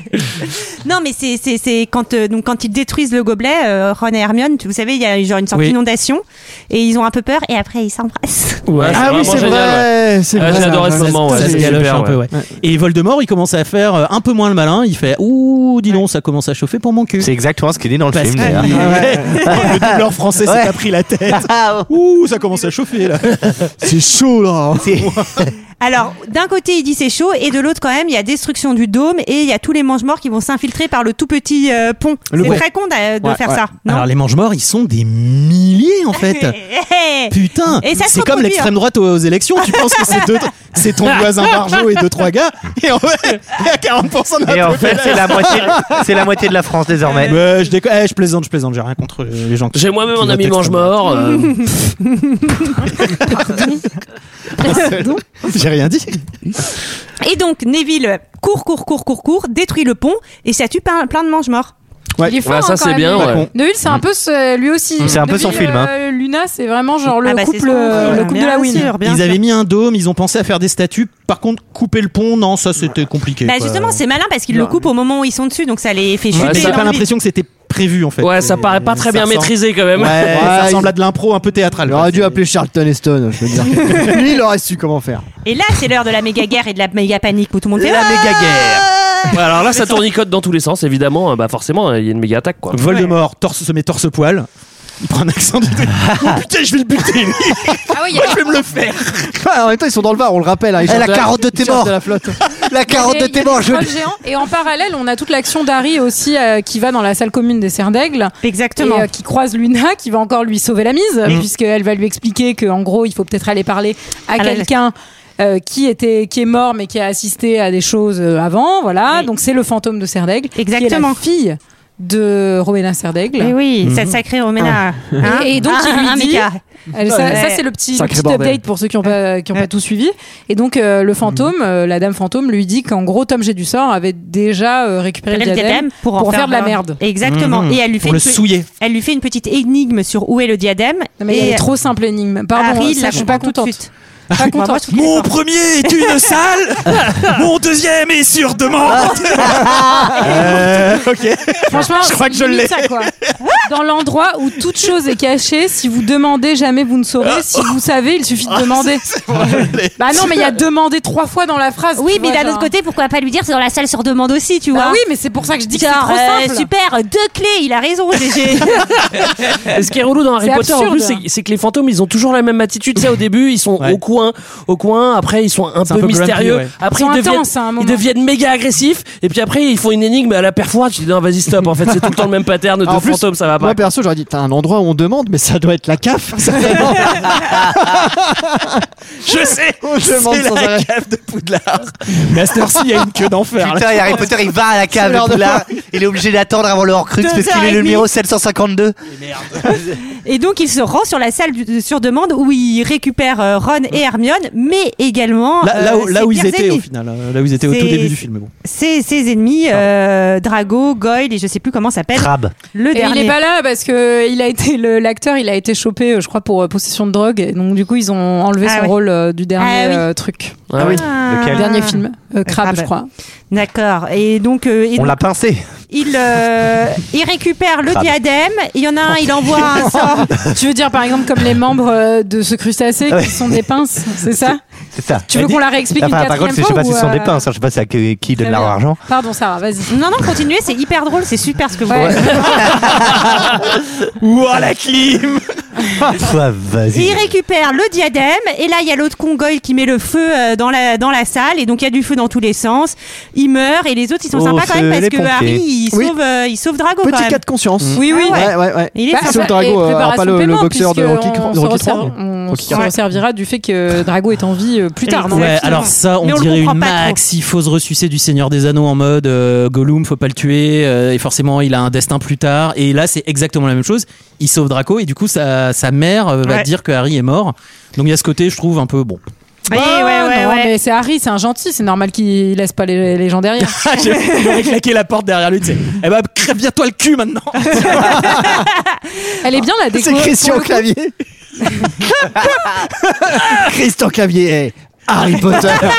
Speaker 1: Non, mais c'est c'est c'est quand euh, donc quand ils détruisent le gobelet, euh, Ron et Hermione, vous savez, il y a genre une sorte
Speaker 11: Oui.
Speaker 1: d'inondation et ils ont un peu peur et après ils s'embrassent.
Speaker 7: Ouais,
Speaker 11: Ah
Speaker 7: vraiment
Speaker 11: oui, c'est
Speaker 7: génial, ouais.
Speaker 8: c'est
Speaker 7: Ah, j'ai adoré ce
Speaker 8: Ouais,
Speaker 7: moment, ouais,
Speaker 11: ça
Speaker 8: c'est-
Speaker 11: se
Speaker 7: c'est
Speaker 11: galoche
Speaker 7: super,
Speaker 11: un peu, ouais. Et Voldemort, il commence à faire euh, un peu moins le malin. Il fait Ouh, dis donc, ça commence à chauffer pour mon cul.
Speaker 5: c'est exactement ce qu'il dit dans le
Speaker 11: Parce
Speaker 5: film.
Speaker 11: que-
Speaker 5: d'ailleurs.
Speaker 11: Ouais. Le doubleur français s'est pas pris la tête. Ouh, ça commence à chauffer là.
Speaker 8: C'est chaud là.
Speaker 1: Alors d'un côté il dit c'est chaud et de l'autre quand même il y a destruction du dôme et il y a tous les mange-morts qui vont s'infiltrer par le tout petit euh, pont.
Speaker 8: Le
Speaker 1: C'est
Speaker 8: pont.
Speaker 1: très con d'a- de
Speaker 8: Ouais,
Speaker 1: faire
Speaker 8: ouais.
Speaker 1: ça. Non
Speaker 11: Alors les mange-morts, ils sont des milliers en fait. Putain,
Speaker 1: Et ça se
Speaker 11: c'est comme
Speaker 1: reproduit,
Speaker 11: l'extrême droite aux, aux élections. Tu penses que c'est deux, c'est ton voisin Barjot et deux trois gars, et en fait, il y a 40% de la
Speaker 5: Et en fait, c'est la moitié, c'est la moitié de la France désormais.
Speaker 11: Ouais, je déco- eh, je plaisante, je plaisante. J'ai rien contre euh, les gens. qui-
Speaker 7: J'ai moi-même
Speaker 11: qui
Speaker 7: un
Speaker 11: votent
Speaker 7: ami
Speaker 11: extrême droite.
Speaker 7: mange-mort. euh,
Speaker 11: J'ai rien dit.
Speaker 1: Et donc Neville court court court court court détruit le pont et ça tue plein, plein de mange-morts.
Speaker 6: Il est fort,
Speaker 7: Ouais, ça,
Speaker 6: hein,
Speaker 7: c'est
Speaker 6: quand même,
Speaker 7: bien,
Speaker 6: lui.
Speaker 7: ouais.
Speaker 6: Neville, c'est un peu ce- lui aussi.
Speaker 5: C'est un peu son
Speaker 6: Neville,
Speaker 5: film, hein.
Speaker 6: euh, Luna, c'est vraiment genre le
Speaker 1: Ah bah, c'est
Speaker 6: couple,
Speaker 1: son-
Speaker 6: euh, le couple de
Speaker 1: Bien
Speaker 6: la win.
Speaker 1: sûr, bien
Speaker 11: ils
Speaker 1: sûr.
Speaker 11: avaient mis un dôme, ils ont pensé à faire des statues. Par contre, couper le pont, non, ça c'était compliqué.
Speaker 1: Bah
Speaker 11: quoi.
Speaker 1: justement c'est malin parce qu'ils le coupent au moment où ils sont dessus donc ça les fait chuter.
Speaker 11: Ouais,
Speaker 7: ça-
Speaker 11: J'ai
Speaker 1: dans le
Speaker 11: pas
Speaker 1: vide.
Speaker 11: l'impression que c'était prévu en fait.
Speaker 7: Ouais, ça
Speaker 11: Et
Speaker 7: paraît pas très bien
Speaker 11: ressemble-
Speaker 7: maîtrisé quand
Speaker 11: Ouais,
Speaker 7: même.
Speaker 11: ça
Speaker 8: Ouais,
Speaker 11: ressemble à de l'impro un peu théâtrale.
Speaker 8: Il aurait dû appeler Charlton Heston, je veux dire. Lui, il aurait su comment faire.
Speaker 1: Et là c'est l'heure de la méga guerre et de la méga panique où tout le monde fait
Speaker 5: La
Speaker 1: Ah
Speaker 5: méga guerre.
Speaker 7: Alors là, ça tournicote dans tous les sens, évidemment. euh, Bah forcément, il y a une méga attaque, quoi.
Speaker 11: Voldemort torse, se met torse-poil. Il prend un accent du Oh putain, je vais le buter lui.
Speaker 6: Ah
Speaker 11: Moi, je vais me le faire
Speaker 8: en même temps, ils sont dans le bar, on le rappelle. hein, ils
Speaker 5: Eh,
Speaker 8: sortent
Speaker 5: la
Speaker 8: de
Speaker 5: carotte de
Speaker 8: ils
Speaker 5: tes
Speaker 8: sortent
Speaker 5: morts.
Speaker 8: de la flotte.
Speaker 5: La carotte
Speaker 6: Il y
Speaker 5: de
Speaker 6: a- il y a
Speaker 5: tes
Speaker 6: des
Speaker 5: morts, je
Speaker 6: trolls géants. Et en parallèle, on a toute l'action d'Harry aussi euh, qui va dans la salle commune des Serres d'Aigle.
Speaker 1: Exactement.
Speaker 6: Et euh, qui croise Luna, qui va encore lui sauver la mise,
Speaker 1: Mm.
Speaker 6: puisqu'elle va lui expliquer qu'en gros, il faut peut-être aller parler à,
Speaker 1: À la-
Speaker 6: quelqu'un. euh, qui était qui est mort mais qui a assisté à des choses euh, avant voilà donc c'est le fantôme de Serre d'Aigle
Speaker 1: Exactement.
Speaker 6: qui est la fille de Rowena Serre d'Aigle
Speaker 1: Mais Eh oui,
Speaker 6: Mhm.
Speaker 1: cette sacrée Roména. Hein
Speaker 6: et, et donc
Speaker 1: Ah,
Speaker 6: il
Speaker 1: un
Speaker 6: lui dit,
Speaker 1: méga.
Speaker 6: Elle- ça,
Speaker 1: Ouais.
Speaker 6: ça, c'est le petit, le
Speaker 1: Sacré
Speaker 6: petit
Speaker 1: bordel.
Speaker 6: update pour ceux qui n'ont pas, qui ont pas tout suivi. Et donc euh, le
Speaker 1: Mm.
Speaker 6: fantôme, euh, la dame fantôme lui dit qu'en gros Tom J'ai du sort avait déjà euh, récupéré le
Speaker 1: Prenez le
Speaker 6: diadème,
Speaker 1: diadème
Speaker 6: pour,
Speaker 1: en
Speaker 6: faire, de la
Speaker 1: un.
Speaker 6: merde.
Speaker 1: Exactement.
Speaker 6: Mhm.
Speaker 1: Et elle lui fait
Speaker 6: Pour le
Speaker 1: une pe-
Speaker 6: souiller.
Speaker 1: Elle lui fait une petite énigme sur où est le diadème.
Speaker 6: mais elle
Speaker 1: et
Speaker 6: est trop simple énigme. Pardon,
Speaker 1: Harry
Speaker 6: ça,
Speaker 1: la
Speaker 6: je suis pas
Speaker 1: comprend tout de
Speaker 6: contente.
Speaker 1: suite.
Speaker 6: Pas contente.
Speaker 11: Mon premier est une salle Mon deuxième est sur demande
Speaker 8: Ah.
Speaker 11: Euh, Ok.
Speaker 6: Franchement,
Speaker 11: Je crois que je
Speaker 6: limite
Speaker 11: l'ai.
Speaker 6: ça, quoi. Dans l'endroit où toute chose est cachée, si vous demandez, jamais vous ne saurez. Si vous savez, il
Speaker 11: Ah,
Speaker 6: suffit de demander. bah non, mais il y a demandé trois fois dans la phrase.
Speaker 16: Oui,
Speaker 6: tu
Speaker 16: mais
Speaker 6: vois,
Speaker 16: d'un
Speaker 6: genre.
Speaker 16: autre côté, pourquoi pas lui dire c'est dans la salle sur demande aussi, tu
Speaker 6: Bah
Speaker 16: vois
Speaker 6: oui, mais c'est pour ça que je dis que c'est
Speaker 16: Genre,
Speaker 6: trop
Speaker 16: euh,
Speaker 6: simple.
Speaker 16: super, deux clés, il a raison, GG.
Speaker 7: Et ce qui est relou dans Harry
Speaker 6: C'est
Speaker 7: Potter, en
Speaker 6: absurde.
Speaker 7: plus, c'est- c'est que les fantômes, ils ont toujours la même attitude. Ça, au début, ils sont au coin, au coin. Après, ils sont un
Speaker 11: C'est
Speaker 7: peu,
Speaker 11: un peu grumpy,
Speaker 7: mystérieux.
Speaker 11: ouais.
Speaker 7: Après,
Speaker 6: Ils sont
Speaker 7: ils deviennent,
Speaker 6: intenses hein, à un moment.
Speaker 7: ils deviennent méga agressifs. Et puis après, ils font une énigme à la perfora. Tu dis non, vas-y stop. En fait, c'est tout le temps le même pattern de
Speaker 8: Ah, en plus,
Speaker 7: fantômes.
Speaker 11: bah.
Speaker 7: Ça va pas.
Speaker 8: Moi perso, j'aurais dit, t'as un endroit où on demande, mais ça doit être la CAF. certainement.
Speaker 11: Je sais
Speaker 8: On se demande
Speaker 11: C'est
Speaker 8: sans
Speaker 11: la
Speaker 8: arrêt.
Speaker 11: cave de Poudlard Master C, il y a une queue d'enfer
Speaker 5: Putain,
Speaker 11: là.
Speaker 5: et Harry Potter, il va à la cave
Speaker 8: l'heure
Speaker 5: de
Speaker 8: de
Speaker 5: Poudlard. Il est obligé d'attendre avant le Horcrux
Speaker 1: Deux
Speaker 5: parce qu'il
Speaker 1: heures
Speaker 5: est
Speaker 1: et
Speaker 5: le
Speaker 1: demie.
Speaker 5: numéro 752.
Speaker 1: Et donc il se rend sur la salle du- sur demande où il récupère euh, Ron et Hermione, mais également
Speaker 11: Là, là où,
Speaker 1: euh,
Speaker 11: là
Speaker 1: ses
Speaker 11: où ils
Speaker 1: pires
Speaker 11: étaient
Speaker 1: ennemis.
Speaker 11: au final, euh, là où ils étaient au tout
Speaker 1: C'est-
Speaker 11: début du film. mais Bon.
Speaker 1: Ses, ses ennemis,
Speaker 11: Ah.
Speaker 1: euh, Drago, Goyle et je sais plus comment s'appelle.
Speaker 5: Crabe.
Speaker 1: Le
Speaker 6: Et
Speaker 1: dernier.
Speaker 6: il est pas là parce que euh, il a été le- l'acteur, il a été chopé, euh, je crois, pour euh, possession de drogue. Et donc du coup, ils ont enlevé
Speaker 1: Ah
Speaker 6: son
Speaker 1: ouais.
Speaker 6: rôle euh, du dernier
Speaker 1: Ah oui.
Speaker 6: euh, truc,
Speaker 7: Ah oui.
Speaker 1: Ah.
Speaker 5: Lequel
Speaker 6: le dernier film, euh, Crabbe,
Speaker 1: Crabbe.
Speaker 6: je crois.
Speaker 1: D'accord. Et donc, euh, et
Speaker 5: On
Speaker 1: donc,
Speaker 5: l'a pincé.
Speaker 1: il, euh, il récupère le
Speaker 5: Crabe.
Speaker 1: diadème. Il y en a un, Ah, il envoie un sort.
Speaker 6: tu veux dire par exemple comme les membres euh, de ce crustacé
Speaker 11: Ah
Speaker 5: Ouais.
Speaker 6: qui sont des pinces, c'est ça
Speaker 5: C'est ça.
Speaker 6: Tu veux qu'on la réexplique une
Speaker 5: Enfin, par
Speaker 6: quatrième
Speaker 5: contre, je sais
Speaker 6: fois
Speaker 5: pas
Speaker 6: ou,
Speaker 5: si ce sont
Speaker 6: euh,
Speaker 5: des pinces. hein. Je sais pas c'est à qui qui donne
Speaker 6: Très
Speaker 5: leur
Speaker 6: bien.
Speaker 5: argent.
Speaker 6: Pardon, Sarah, vas-y.
Speaker 1: Non, non, continuez, c'est hyper drôle, c'est super ce que vous
Speaker 6: Ouais.
Speaker 1: faites.
Speaker 11: Ouah, la clim
Speaker 5: Toi, vas-y.
Speaker 1: Il récupère le diadème et là il y a l'autre congoy qui met le feu euh, dans la dans la salle et donc il y a du feu dans tous les sens. Il meurt et les autres ils sont
Speaker 5: Au
Speaker 1: sympas quand
Speaker 5: feu,
Speaker 1: même parce
Speaker 5: les
Speaker 1: que
Speaker 5: pompiers.
Speaker 1: Harry il
Speaker 8: Oui.
Speaker 1: sauve euh, il sauve Drago quand
Speaker 8: Petit
Speaker 1: même.
Speaker 8: cas de conscience.
Speaker 11: Mm.
Speaker 6: Oui, oui.
Speaker 8: Ouais, ouais, ouais.
Speaker 1: Il est
Speaker 6: Bah,
Speaker 1: sympa.
Speaker 8: Sauf
Speaker 6: ça-
Speaker 8: Drago,
Speaker 6: et
Speaker 8: euh,
Speaker 6: préparation
Speaker 8: pas le- le
Speaker 6: paiement,
Speaker 8: boxeur de
Speaker 6: puisque
Speaker 8: Rocky Cro-
Speaker 6: on se
Speaker 8: Rocky
Speaker 6: resserre-
Speaker 8: Cro-
Speaker 6: on
Speaker 8: Rocky
Speaker 6: se
Speaker 8: Cro-
Speaker 6: resservira du fait que Drago est en vie euh, plus tard. non
Speaker 1: Ouais,
Speaker 11: Ouais,
Speaker 1: Exactement.
Speaker 11: alors ça, on,
Speaker 1: Mais on le
Speaker 11: dirait
Speaker 1: comprend
Speaker 11: une
Speaker 1: pas trop.
Speaker 11: max, il faut se ressucer du Seigneur des Anneaux en mode euh, Gollum, faut pas le tuer, euh, et forcément il a un destin plus tard. Et là, c'est exactement la même chose. Il sauve Draco, et du coup, sa, sa mère euh, va
Speaker 1: Ouais.
Speaker 11: dire que Harry est mort. Donc il y a ce côté, je trouve, un peu bon.
Speaker 1: Ouais,
Speaker 6: Ah,
Speaker 1: ouais, ouais,
Speaker 6: non,
Speaker 1: ouais.
Speaker 6: mais c'est Harry, c'est un gentil, c'est normal qu'il laisse pas les, les gens derrière.
Speaker 11: il aurait Ah, claqué la porte derrière lui, tu sais. Eh ben, crève bien toi le cul maintenant
Speaker 6: Elle est bien la déco.
Speaker 8: C'est Christian
Speaker 6: pour le coup.
Speaker 8: Clavier. Christian Clavier. eh,
Speaker 6: Ah,
Speaker 8: Harry Potter.
Speaker 7: Ah,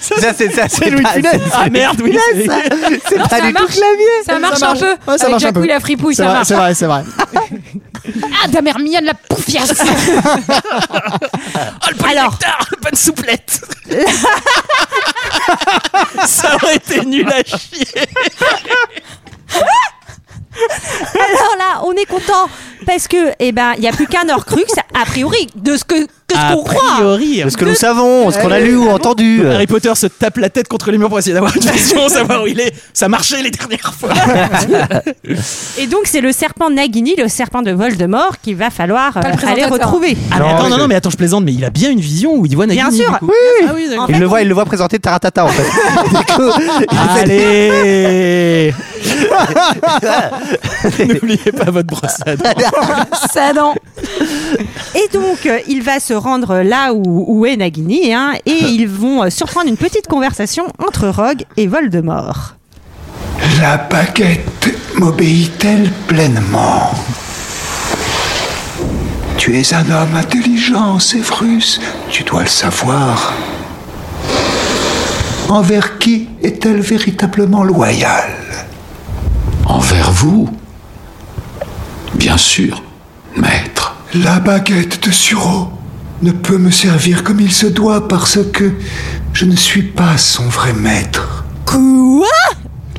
Speaker 5: Ça, c'est ça.
Speaker 8: C'est Louis de
Speaker 5: pas-
Speaker 8: Funès.
Speaker 11: Ah merde, oui
Speaker 8: C'est pas
Speaker 6: ça
Speaker 8: du tout
Speaker 6: marche.
Speaker 8: Clavier.
Speaker 6: Ça marche un peu.
Speaker 8: Ouais, ça
Speaker 6: Avec
Speaker 8: marche un
Speaker 6: Jacques
Speaker 8: peu.
Speaker 6: la fripouille,
Speaker 8: C'est
Speaker 6: ça
Speaker 8: vrai,
Speaker 6: marche.
Speaker 8: c'est vrai, c'est vrai.
Speaker 6: Ah, ta mère mignonne, la poufiasse
Speaker 7: Oh,
Speaker 1: Alors
Speaker 11: Bonne souplette Ça aurait été nul à chier
Speaker 1: alors là on est content parce que eh ben il y a plus qu'un Horcrux a priori de ce que, que ce qu'on croit.
Speaker 5: De ce que nous savons, ce qu'on a lu ou entendu.
Speaker 11: Harry Potter se tape la tête contre les murs pour essayer d'avoir une vision, savoir où il est. Ça marchait les dernières fois.
Speaker 1: Et donc c'est le serpent Nagini, le serpent de Voldemort qu'il va falloir euh,
Speaker 6: Pas le
Speaker 1: aller
Speaker 6: présentateur.
Speaker 1: retrouver.
Speaker 11: Ah, mais
Speaker 5: Non,
Speaker 11: attends, non,
Speaker 5: je-
Speaker 11: non, mais attends, je plaisante, mais il a bien une vision où il voit Nagini.
Speaker 1: Bien sûr.
Speaker 11: du coup. Ah oui, d'accord.
Speaker 1: En
Speaker 5: Il
Speaker 1: fait,
Speaker 5: le voit, il le voit présenter Taratata en fait. Du coup,
Speaker 6: Ah,
Speaker 5: il fait-
Speaker 11: Allez N'oubliez pas votre brosse à dents.
Speaker 6: Ça non
Speaker 1: Et donc, euh, il va se rendre là où, où est Nagini, hein, et ils vont euh, surprendre une petite conversation entre Rogue et Voldemort.
Speaker 10: La baguette m'obéit-elle pleinement Tu es un homme intelligent, Sévrus, tu dois le savoir. Envers qui est-elle véritablement loyale
Speaker 17: Envers vous Bien sûr, maître.
Speaker 10: La baguette de Suro
Speaker 11: ne peut me servir comme il se doit parce que je ne suis pas son vrai maître.
Speaker 1: Quoi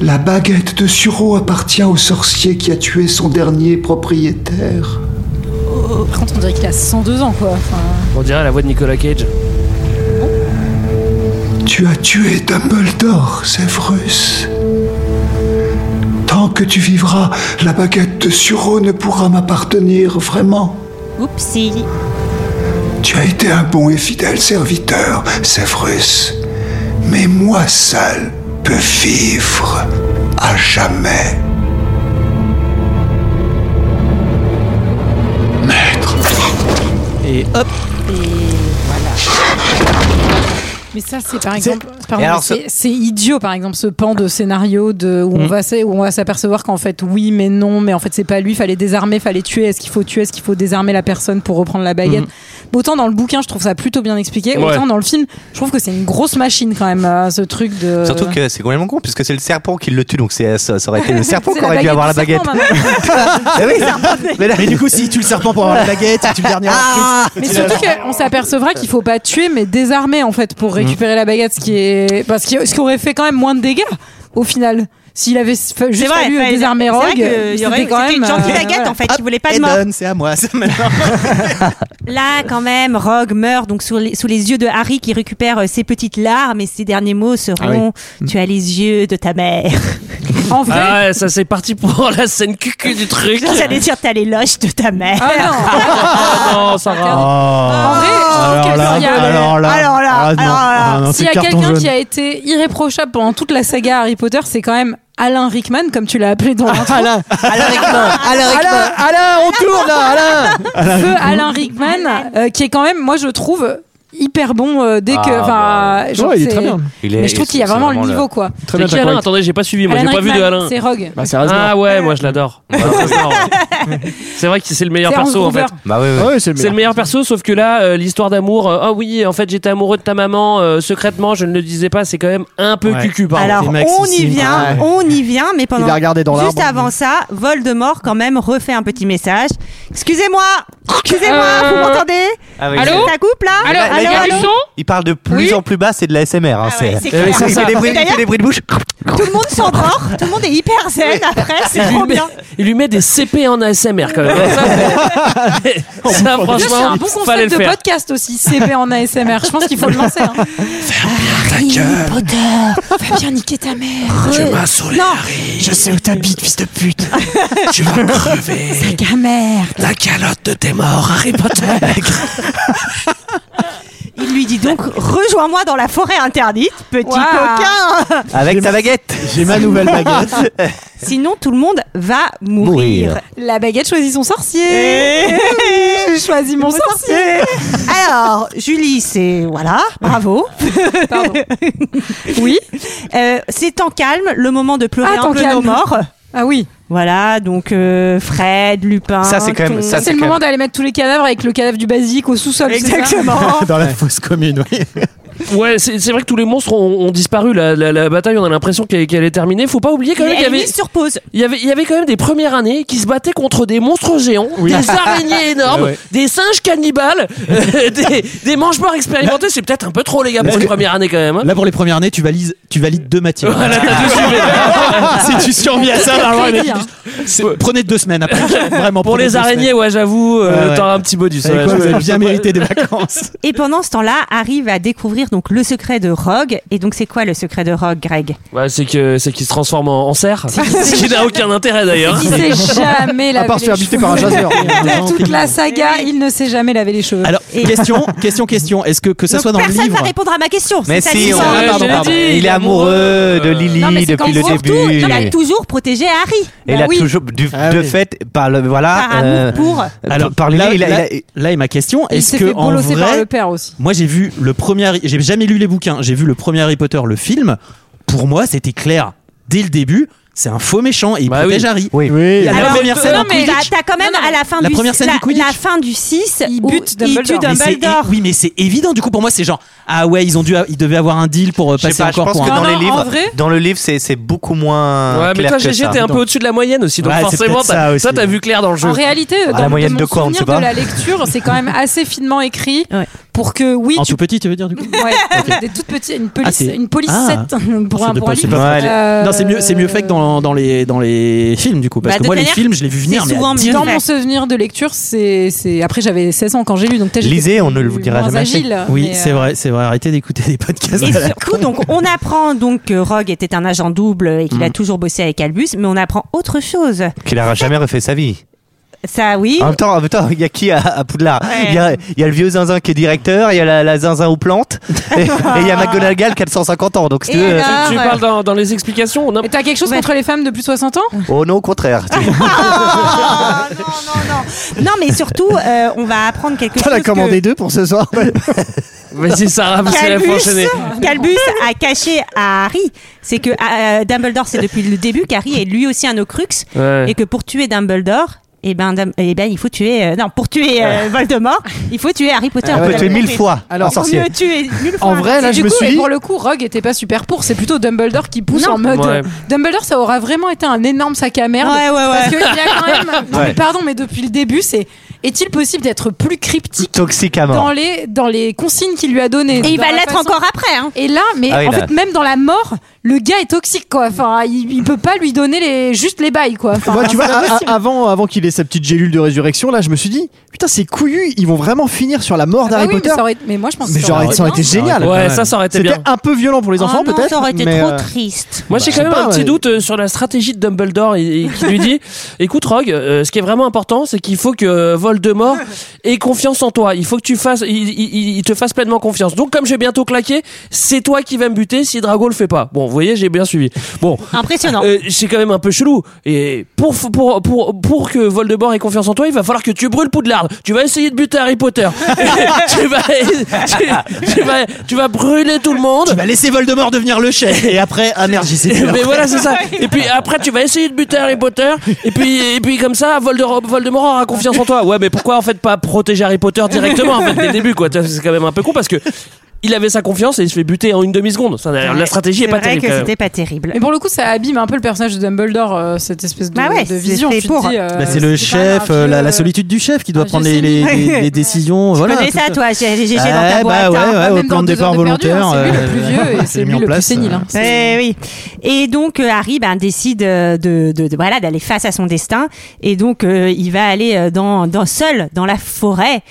Speaker 11: La baguette de Suro appartient au sorcier qui a tué son dernier propriétaire.
Speaker 6: Par contre, on dirait qu'il a 102 ans, quoi. Enfin,
Speaker 7: On dirait la voix de Nicolas Cage.
Speaker 11: Tu as tué Dumbledore, Severus. Tant que tu vivras, la baguette de Suro ne pourra m'appartenir vraiment.
Speaker 18: Oupsie.
Speaker 11: Tu as été un bon et fidèle serviteur, Severus. Mais moi seul peux vivre à jamais. Maître.
Speaker 8: Et hop
Speaker 6: Mais ça, c'est par
Speaker 8: C'est-
Speaker 6: exemple, pardon,
Speaker 8: Et alors,
Speaker 6: mais c'est c'est idiot, par exemple, ce pan de scénario de, où, on
Speaker 5: Hmm.
Speaker 8: Mm.
Speaker 6: va, s'a- où on va s'apercevoir qu'en fait, oui, mais non, mais en fait, c'est pas lui, fallait désarmer, fallait tuer, est-ce qu'il faut tuer, est-ce qu'il faut désarmer la personne pour reprendre la baguette Autant dans le bouquin, je trouve ça plutôt bien expliqué,
Speaker 5: Hmm. Ouais.
Speaker 6: autant dans le film, je trouve que c'est une grosse machine quand même, euh, ce truc de.
Speaker 5: Surtout que c'est complètement con, puisque c'est le serpent qui le tue, donc c'est- ça, ça aurait été le serpent
Speaker 6: C'est
Speaker 5: qui aurait dû
Speaker 6: la
Speaker 5: avoir la
Speaker 6: baguette
Speaker 5: baguette.
Speaker 6: du serpent,
Speaker 8: Ah
Speaker 6: maman.
Speaker 5: Eh oui.
Speaker 8: mais, du coup, si tu le serpent pour avoir la baguette, tu le dernier.
Speaker 6: Ah
Speaker 8: artiste.
Speaker 6: mais surtout qu'on s'apercevra qu'il faut pas tuer mais désarmer en fait
Speaker 7: Mm.
Speaker 6: pour récupérer la baguette ce qui est parce que ce qui aurait fait quand même moins de dégâts au final s'il avait s- fait- juste
Speaker 1: vrai,
Speaker 6: fallu euh,
Speaker 1: fallait-
Speaker 6: désarmer
Speaker 1: c'est vrai
Speaker 6: Rogue
Speaker 1: que il y
Speaker 6: c'était
Speaker 1: aurait-
Speaker 6: quand
Speaker 1: c'était
Speaker 6: même euh,
Speaker 1: une gentille baguette, en fait, il voulait pas de mort.
Speaker 8: Eden, c'est à moi. c'est maintenant.
Speaker 1: Là, quand même, Rogue meurt donc sous les, sous les yeux de Harry qui récupère euh, ses petites larmes et ses derniers mots seront
Speaker 6: Ah
Speaker 1: Tu as les yeux de ta mère.
Speaker 6: en
Speaker 1: vrai,
Speaker 7: Ah ouais, ça c'est parti pour la scène cucu du truc.
Speaker 1: j'allais dire T'as les loches de ta mère.
Speaker 7: Ah non, Sarah.
Speaker 6: En vrai, je trouve que s'il y a-
Speaker 7: alors là,
Speaker 6: Ah. alors là,
Speaker 7: ah non,
Speaker 6: alors là.
Speaker 7: ah non,
Speaker 6: S'il y
Speaker 7: c'est
Speaker 6: a
Speaker 7: carton
Speaker 6: quelqu'un
Speaker 7: jaune.
Speaker 6: qui a été irréprochable pendant toute la saga Harry Potter, c'est quand même Alain Rickman, comme tu l'as appelé dans l'intro.
Speaker 7: Ah,
Speaker 8: Alain. Alain Rickman. Alain Rickman. Alain, on tourne là, Alain.
Speaker 6: Feu Alain Rickman, euh, qui est quand même, moi je trouve hyper bon euh, dès
Speaker 7: Ah,
Speaker 6: que. Enfin,
Speaker 7: bah,
Speaker 6: genre,
Speaker 7: ouais, il est
Speaker 6: c'est-
Speaker 7: très bien. Il est-
Speaker 6: Mais je trouve qu'il y a
Speaker 7: c'est
Speaker 6: vraiment le
Speaker 7: vraiment le-
Speaker 6: niveau quoi.
Speaker 7: Très bien, Alain Attendez, j'ai pas suivi. Moi, j'ai
Speaker 6: Alan
Speaker 7: pas vu de
Speaker 6: Rickman,
Speaker 7: Alain.
Speaker 6: c'est Rogue. Bah, c'est Razor.
Speaker 7: ah ouais, moi je l'adore. Bah, c'est marrant. c'est vrai que c'est le meilleur
Speaker 6: C'est Hans
Speaker 7: perso en
Speaker 6: Gruber.
Speaker 7: fait.
Speaker 5: Bah ouais,
Speaker 7: ouais. c'est le, meilleur perso, sauf que là, euh, l'histoire d'amour. euh, Ah oui, en fait, j'étais amoureux de ta maman euh, secrètement. Je ne le disais pas. C'est quand même un peu
Speaker 19: Ouais.
Speaker 7: cucu. par
Speaker 1: Alors,
Speaker 7: contre.
Speaker 1: on y
Speaker 5: Ah
Speaker 1: vient, on y vient, mais pendant.
Speaker 19: a regardé dans
Speaker 1: Juste
Speaker 19: l'arbre.
Speaker 1: avant ça, Voldemort, quand même, refait un petit message. Excusez-moi Excusez-moi,
Speaker 5: Euh,
Speaker 1: vous m'entendez
Speaker 5: Ah oui,
Speaker 1: Allô
Speaker 5: c'est-
Speaker 1: Ça coupe là
Speaker 5: Mais là, là, il y a du son Il parle de plus
Speaker 1: Oui. Ah
Speaker 5: en plus bas, c'est de la SMR. Hein, c'est-
Speaker 1: c'est clair.
Speaker 5: il fait
Speaker 1: Et
Speaker 5: des bruits- il fait
Speaker 1: d'ailleurs-
Speaker 5: des bruits de bouche.
Speaker 1: Tout le monde s'endort, tout le monde est hyper zen après,
Speaker 6: Ah,
Speaker 1: c'est
Speaker 7: il, lui
Speaker 1: trop
Speaker 7: met,
Speaker 1: bien.
Speaker 7: il lui met des CP en ASMR quand même. Ça, c'est- ça,
Speaker 6: Déjà, C'est
Speaker 7: franchement,
Speaker 6: un bon
Speaker 7: fallait
Speaker 6: concept
Speaker 7: le
Speaker 6: de
Speaker 7: faire.
Speaker 6: podcast aussi, CP en ASMR. Je pense qu'il faut le lancer. Hein. Fais bien niquer ta mère.
Speaker 8: Je m'insolais,
Speaker 6: Non.
Speaker 8: Je sais où t'habites, fils de pute. tu vas crever.
Speaker 6: Saga mère.
Speaker 8: La calotte de tes morts, Harry Potter.
Speaker 1: Il lui dit donc rejoins-moi dans la forêt interdite, petit
Speaker 6: Waouh.
Speaker 1: coquin.
Speaker 5: Avec ta baguette.
Speaker 19: J'ai ma nouvelle baguette.
Speaker 1: Sinon tout le monde va mourir.
Speaker 5: Mourir.
Speaker 6: La baguette choisit son sorcier.
Speaker 1: Eh
Speaker 6: J'ai choisi mon sorcier.
Speaker 1: Alors Julie, c'est voilà, bravo.
Speaker 6: Pardon. Oui.
Speaker 1: Euh, c'est temps calme, le moment de pleurer
Speaker 6: Ah,
Speaker 1: un
Speaker 6: temps
Speaker 1: peu
Speaker 6: calme.
Speaker 1: nos morts.
Speaker 6: Ah oui.
Speaker 1: Voilà, donc euh, Fred, Lupin.
Speaker 5: Ça, c'est quand même-
Speaker 1: Tonks.
Speaker 5: ça,
Speaker 6: C'est le moment d'aller mettre tous les cadavres avec le cadavre du basique au sous-sol. c'est ça
Speaker 1: Exactement.
Speaker 19: Dans la fosse commune, oui.
Speaker 7: Ouais, c'est c'est vrai que tous les monstres ont, ont disparu. La, la- la bataille, on a l'impression qu'elle qu'elle est terminée. Faut pas oublier quand même
Speaker 1: Elle
Speaker 7: qu'il y avait.
Speaker 1: mise sur pause.
Speaker 7: Il y, avait, il y avait quand même des premières années qui se battaient contre des monstres géants,
Speaker 8: Oui.
Speaker 7: des araignées énormes,
Speaker 8: Ah ouais.
Speaker 7: des singes cannibales, euh, des, des mange-morts expérimentés. C'est peut-être un peu trop, les gars, pour
Speaker 8: Parce
Speaker 7: les
Speaker 8: que-
Speaker 7: premières années quand même. hein.
Speaker 8: Là, pour les premières années, tu valides, tu valides deux matières. Ah,
Speaker 7: Voilà, t'as deux sujets.
Speaker 8: si tu survis à ça,
Speaker 7: Ah,
Speaker 8: normalement,
Speaker 6: Crédit, hein.
Speaker 8: c'est- prenez deux semaines après. Vraiment,
Speaker 7: Pour
Speaker 8: prenez
Speaker 7: les
Speaker 8: deux
Speaker 7: araignées,
Speaker 8: semaines.
Speaker 7: ouais, j'avoue, euh,
Speaker 8: Ouais, ouais.
Speaker 7: t'auras un petit bonus.
Speaker 8: C'est
Speaker 7: ouais,
Speaker 8: quoi,
Speaker 7: je-
Speaker 8: vous avez
Speaker 7: je-
Speaker 8: bien mérité des vacances.
Speaker 1: Et pendant ce temps-là, arrive à découvrir donc le secret de Rogue. Et donc c'est quoi le secret de Rogue, Greg
Speaker 7: Ouais, c'est que c'est qu'il se transforme en, en cerf, ce qui n'a aucun intérêt d'ailleurs.
Speaker 6: Il ne s'est jamais lavé
Speaker 19: À part se
Speaker 6: les
Speaker 19: faire buter
Speaker 6: cheveux.
Speaker 19: par un chasseur.
Speaker 6: Toute la saga, il ne s'est jamais lavé les cheveux.
Speaker 8: Alors,
Speaker 1: Et-
Speaker 8: question, question, question. Est-ce que, que ça
Speaker 1: Donc,
Speaker 8: soit dans le
Speaker 1: Personne
Speaker 8: livre
Speaker 1: va répondre à ma question.
Speaker 5: Mais
Speaker 1: c'est ça
Speaker 5: si,
Speaker 1: l'histoire.
Speaker 5: on-
Speaker 7: Ouais,
Speaker 8: pardon,
Speaker 7: je l'ai
Speaker 8: pardon.
Speaker 7: dit,
Speaker 5: Il est amoureux de Lily
Speaker 1: Euh. Non, mais c'est
Speaker 5: depuis
Speaker 1: qu'en
Speaker 5: le
Speaker 1: gros,
Speaker 5: début.
Speaker 1: tout, il a toujours protégé Harry.
Speaker 5: Et
Speaker 6: Bah
Speaker 5: là,
Speaker 6: oui.
Speaker 5: toujours, du-
Speaker 8: Ah
Speaker 5: de
Speaker 8: oui.
Speaker 5: fait, par le, voilà.
Speaker 1: Par
Speaker 5: euh,
Speaker 1: amour pour.
Speaker 8: Alors,
Speaker 5: par Lily,
Speaker 8: là,
Speaker 5: il a-
Speaker 8: là,
Speaker 5: il a-
Speaker 8: là est ma question.
Speaker 6: il
Speaker 8: Est-ce
Speaker 6: s'est
Speaker 8: que
Speaker 6: fait
Speaker 8: en
Speaker 6: bolosser par
Speaker 8: vrai,
Speaker 6: le père aussi.
Speaker 8: moi j'ai vu le premier, Harry- j'ai jamais lu les bouquins, j'ai vu le premier Harry Potter, le film. Pour moi, c'était clair dès le début.
Speaker 11: c'est un faux méchant et il protège Harry.
Speaker 5: Bah Oui.
Speaker 11: Il y a la
Speaker 1: Alors,
Speaker 11: première scène
Speaker 1: non,
Speaker 11: en
Speaker 1: mais
Speaker 11: Quidditch.
Speaker 1: t'as- t'as quand même à la fin
Speaker 11: La
Speaker 1: du
Speaker 11: première scène
Speaker 1: la,
Speaker 11: du Quidditch.
Speaker 1: la fin du 6 il bute il tue
Speaker 11: Mais c'est-
Speaker 1: Dumbledore.
Speaker 11: oui, mais c'est évident. Du coup, pour moi, c'est genre ah ouais, ils ont dû, ils devaient avoir un deal pour euh,
Speaker 5: Je sais
Speaker 11: passer
Speaker 5: pas, je
Speaker 11: encore
Speaker 5: pense
Speaker 11: pour
Speaker 5: que
Speaker 11: un.
Speaker 5: dans les livres, dans le livre, c'est c'est beaucoup moins.
Speaker 7: Ouais, mais
Speaker 5: Ah, clair
Speaker 7: toi,
Speaker 5: que
Speaker 7: GG,
Speaker 5: ça.
Speaker 7: t'es un peu au-dessus de la moyenne aussi, donc
Speaker 5: Ouais, c'est
Speaker 7: forcément,
Speaker 5: peut-être ça
Speaker 7: t'as-
Speaker 5: aussi.
Speaker 7: toi, t'as vu clair dans le jeu.
Speaker 6: En réalité,
Speaker 5: Ah,
Speaker 6: dans
Speaker 5: la
Speaker 6: de
Speaker 5: moyenne
Speaker 6: mon
Speaker 5: de quoi, on ne
Speaker 6: souvenir
Speaker 5: sait pas.
Speaker 6: de la lecture, c'est quand même assez finement écrit pour que oui,
Speaker 11: En
Speaker 6: tu
Speaker 11: tout petit, tu veux dire du coup
Speaker 6: Ouais, des toutes petites, une
Speaker 11: Ah,
Speaker 6: police,
Speaker 11: c'est-
Speaker 6: une police
Speaker 11: Ah.
Speaker 6: 7 pour
Speaker 11: Ça
Speaker 6: un
Speaker 11: doit
Speaker 6: pour un
Speaker 11: pas- c'est
Speaker 6: livre.
Speaker 11: pas-
Speaker 6: Euh,
Speaker 11: Non, c'est mieux, c'est mieux fait que dans, dans les dans les films du coup, parce
Speaker 6: Bah,
Speaker 11: que
Speaker 6: de
Speaker 11: moi les
Speaker 6: manière,
Speaker 11: films, je l'ai vu venir,
Speaker 6: c'est
Speaker 11: mais à
Speaker 6: souvent
Speaker 11: 10
Speaker 6: dans mon souvenir de lecture, c'est c'est après j'avais 16 ans quand j'ai lu, donc peut-être j'étais
Speaker 11: Lisez, on ne le
Speaker 6: plus-
Speaker 11: dira
Speaker 6: moins
Speaker 11: jamais assez.
Speaker 6: agile,
Speaker 11: Oui,
Speaker 6: mais,
Speaker 11: c'est
Speaker 6: euh,
Speaker 11: vrai, c'est vrai. Arrêtez d'écouter des podcasts.
Speaker 1: Et surtout, donc, on apprend donc que Rogue était un agent double et qu'il a
Speaker 5: Mhm.
Speaker 1: toujours bossé avec Albus, mais on apprend autre chose.
Speaker 5: Qu'il n'aura jamais refait sa vie.
Speaker 1: Ça, oui.
Speaker 5: En
Speaker 8: Ah,
Speaker 5: même temps, en même temps, il y a qui à, à Poudlard
Speaker 1: Ouais.
Speaker 5: Il y a- il y, a le vieux zinzin qui est directeur, il y a la, la zinzin aux plantes, et et il y a McGonagall qui a le 150 ans. Donc, si tu veux, euh,
Speaker 7: tu, tu parles dans, dans les explications. Non,
Speaker 6: Et T'as quelque chose contre les femmes de plus de 60 ans
Speaker 5: Oh non, au contraire.
Speaker 1: Oh, Non, mais surtout, euh, on va apprendre quelque
Speaker 8: T'en
Speaker 1: chose.
Speaker 8: as commandé
Speaker 1: que...
Speaker 8: deux pour ce soir
Speaker 7: Vas-y, Sarah, parce qu'elle faut enchaîner.
Speaker 1: Calbus a caché à Harry, c'est que euh, Dumbledore, c'est depuis le début qu'Harry est lui aussi un Ocrux
Speaker 7: Ouais.
Speaker 1: et que pour tuer Dumbledore, eh ben, Dum- eh ben, il faut tuer euh, non pour tuer euh, Voldemort, il faut tuer Harry
Speaker 8: Ah,
Speaker 1: Potter.
Speaker 5: On peut
Speaker 1: Vous
Speaker 5: tuer
Speaker 1: l'avez
Speaker 5: mille
Speaker 1: compris.
Speaker 5: fois
Speaker 1: Alors,
Speaker 5: un sorcier.
Speaker 1: mieux tuer mille fois.
Speaker 8: En vrai, Bah, là,
Speaker 6: Et
Speaker 8: je
Speaker 6: du
Speaker 8: me
Speaker 6: coup,
Speaker 8: suis
Speaker 6: et
Speaker 8: dit.
Speaker 6: pour le coup, Rogue était pas super pour. C'est plutôt Dumbledore qui pousse
Speaker 1: Non.
Speaker 6: en mode.
Speaker 7: Ouais.
Speaker 6: euh, Dumbledore, ça aura vraiment été un énorme sac à merde.
Speaker 1: Ouais, ouais, ouais.
Speaker 6: Parce qu'il y a quand même. Non, mais
Speaker 5: Ouais.
Speaker 6: pardon, mais depuis le début, c'est. Est-il possible d'être plus cryptique
Speaker 5: Toxique à mort.
Speaker 6: dans les dans les consignes qu'il lui a données
Speaker 1: Et il
Speaker 6: Dans
Speaker 1: va
Speaker 6: la
Speaker 1: l'être
Speaker 6: façon-
Speaker 1: encore après. Hein.
Speaker 6: Et là, mais
Speaker 5: Ah oui,
Speaker 6: en
Speaker 5: là.
Speaker 6: fait, même dans la mort, le gars est toxique, quoi. Enfin, il, il peut pas lui donner les juste les bails, quoi. Enfin,
Speaker 11: Bah,
Speaker 8: Moi, tu vois,
Speaker 11: ah,
Speaker 6: c'est
Speaker 8: a- a-
Speaker 6: impossible.
Speaker 8: avant, avant qu'il ait sa petite gélule de résurrection, là, je me suis dit, putain, c'est couillu, ils vont vraiment finir sur la mort
Speaker 6: Ah
Speaker 8: d'Harry
Speaker 6: oui, mais
Speaker 8: Potter.
Speaker 6: ça aurait- Mais moi, je pense.
Speaker 8: Mais
Speaker 6: que
Speaker 8: genre, ça aurait
Speaker 6: bien.
Speaker 8: été génial.
Speaker 7: Ouais, ça, ça aurait été
Speaker 8: C'était
Speaker 7: bien.
Speaker 8: un peu violent pour les enfants,
Speaker 1: Oh non,
Speaker 8: peut-être.
Speaker 1: Ça aurait été
Speaker 8: mais,
Speaker 1: trop
Speaker 8: euh,
Speaker 1: triste.
Speaker 7: Moi, j'ai
Speaker 8: Bah,
Speaker 7: quand
Speaker 8: je
Speaker 7: même
Speaker 8: sais
Speaker 7: un
Speaker 8: pas,
Speaker 7: petit
Speaker 8: ouais.
Speaker 7: doute euh, sur la stratégie de Dumbledore et- et qui lui dit "Écoute, Rogue, euh, ce qui est vraiment important, c'est qu'il faut que euh, Voldemort ait confiance en toi. Il faut que tu fasses, il, il- il- il te fasse pleinement confiance. Donc, comme j'ai bientôt claqué, c'est toi qui vas me buter si Drago le fait pas. Bon, vous voyez, j'ai bien suivi. Bon,
Speaker 1: Impressionnant.
Speaker 7: euh, c'est quand même un peu chelou. Et pour pour pour pour que Voldemort ait confiance en toi, il va falloir que tu brûles Poudlard. Tu vas essayer de buter Harry Potter. tu, vas, tu, tu vas tu vas brûler tout le monde.
Speaker 11: Tu vas laisser Voldemort devenir le chef et après, ah merde, j'y sais plus.
Speaker 7: Mais voilà, c'est ça. Et puis après, tu vas essayer de buter Harry Potter. Et puis, et puis comme ça, Voldemort, Voldemort aura confiance en toi. Ouais, mais pourquoi en fait pas protéger Harry Potter directement en fait, dès le début quoi Tu vois, C'est quand même un peu con parce que il avait sa confiance et il se fait buter en une demi seconde. Ça, d'ailleurs, la stratégie est
Speaker 1: C'est
Speaker 7: pas
Speaker 1: vrai
Speaker 7: terrible.
Speaker 1: que
Speaker 7: quand même.
Speaker 1: c'était pas terrible.
Speaker 6: Mais pour le coup, ça abîme un peu le personnage de Dumbledore, euh, cette espèce de,
Speaker 1: Bah ouais,
Speaker 6: de
Speaker 1: c'est
Speaker 6: vision.
Speaker 1: fait
Speaker 6: Tu te
Speaker 1: pour.
Speaker 6: dis, euh,
Speaker 11: Bah, c'est le
Speaker 6: quand même un
Speaker 11: chef,
Speaker 6: vieux,
Speaker 11: euh, la,
Speaker 6: euh,
Speaker 11: la solitude du chef qui doit
Speaker 6: un
Speaker 11: prendre
Speaker 6: vieux
Speaker 11: les, les-
Speaker 6: cynique.
Speaker 11: les- les décisions.
Speaker 1: Tu
Speaker 11: voilà,
Speaker 1: connais
Speaker 11: tout
Speaker 1: ça,
Speaker 11: ça.
Speaker 1: toi, j'ai j'ai- j'ai dans ta
Speaker 11: Ouais,
Speaker 1: boîte.
Speaker 11: bah ouais,
Speaker 1: hein.
Speaker 11: ouais,
Speaker 6: même
Speaker 11: au
Speaker 6: dans
Speaker 11: plan de
Speaker 6: Deux
Speaker 11: départ
Speaker 6: heures de perdu,
Speaker 11: volontaire.
Speaker 6: hein, c'est lui le plus
Speaker 11: euh,
Speaker 6: vieux et
Speaker 11: voilà,
Speaker 6: c'est
Speaker 11: mis
Speaker 6: lui
Speaker 11: en
Speaker 6: le plus
Speaker 11: place,
Speaker 6: sénile,
Speaker 11: euh,
Speaker 6: hein.
Speaker 1: Eh oui. Et donc euh, Harry ben, décide euh, de, de- de- voilà d'aller face à son destin et donc euh, il va aller euh, dans, dans seul dans la forêt.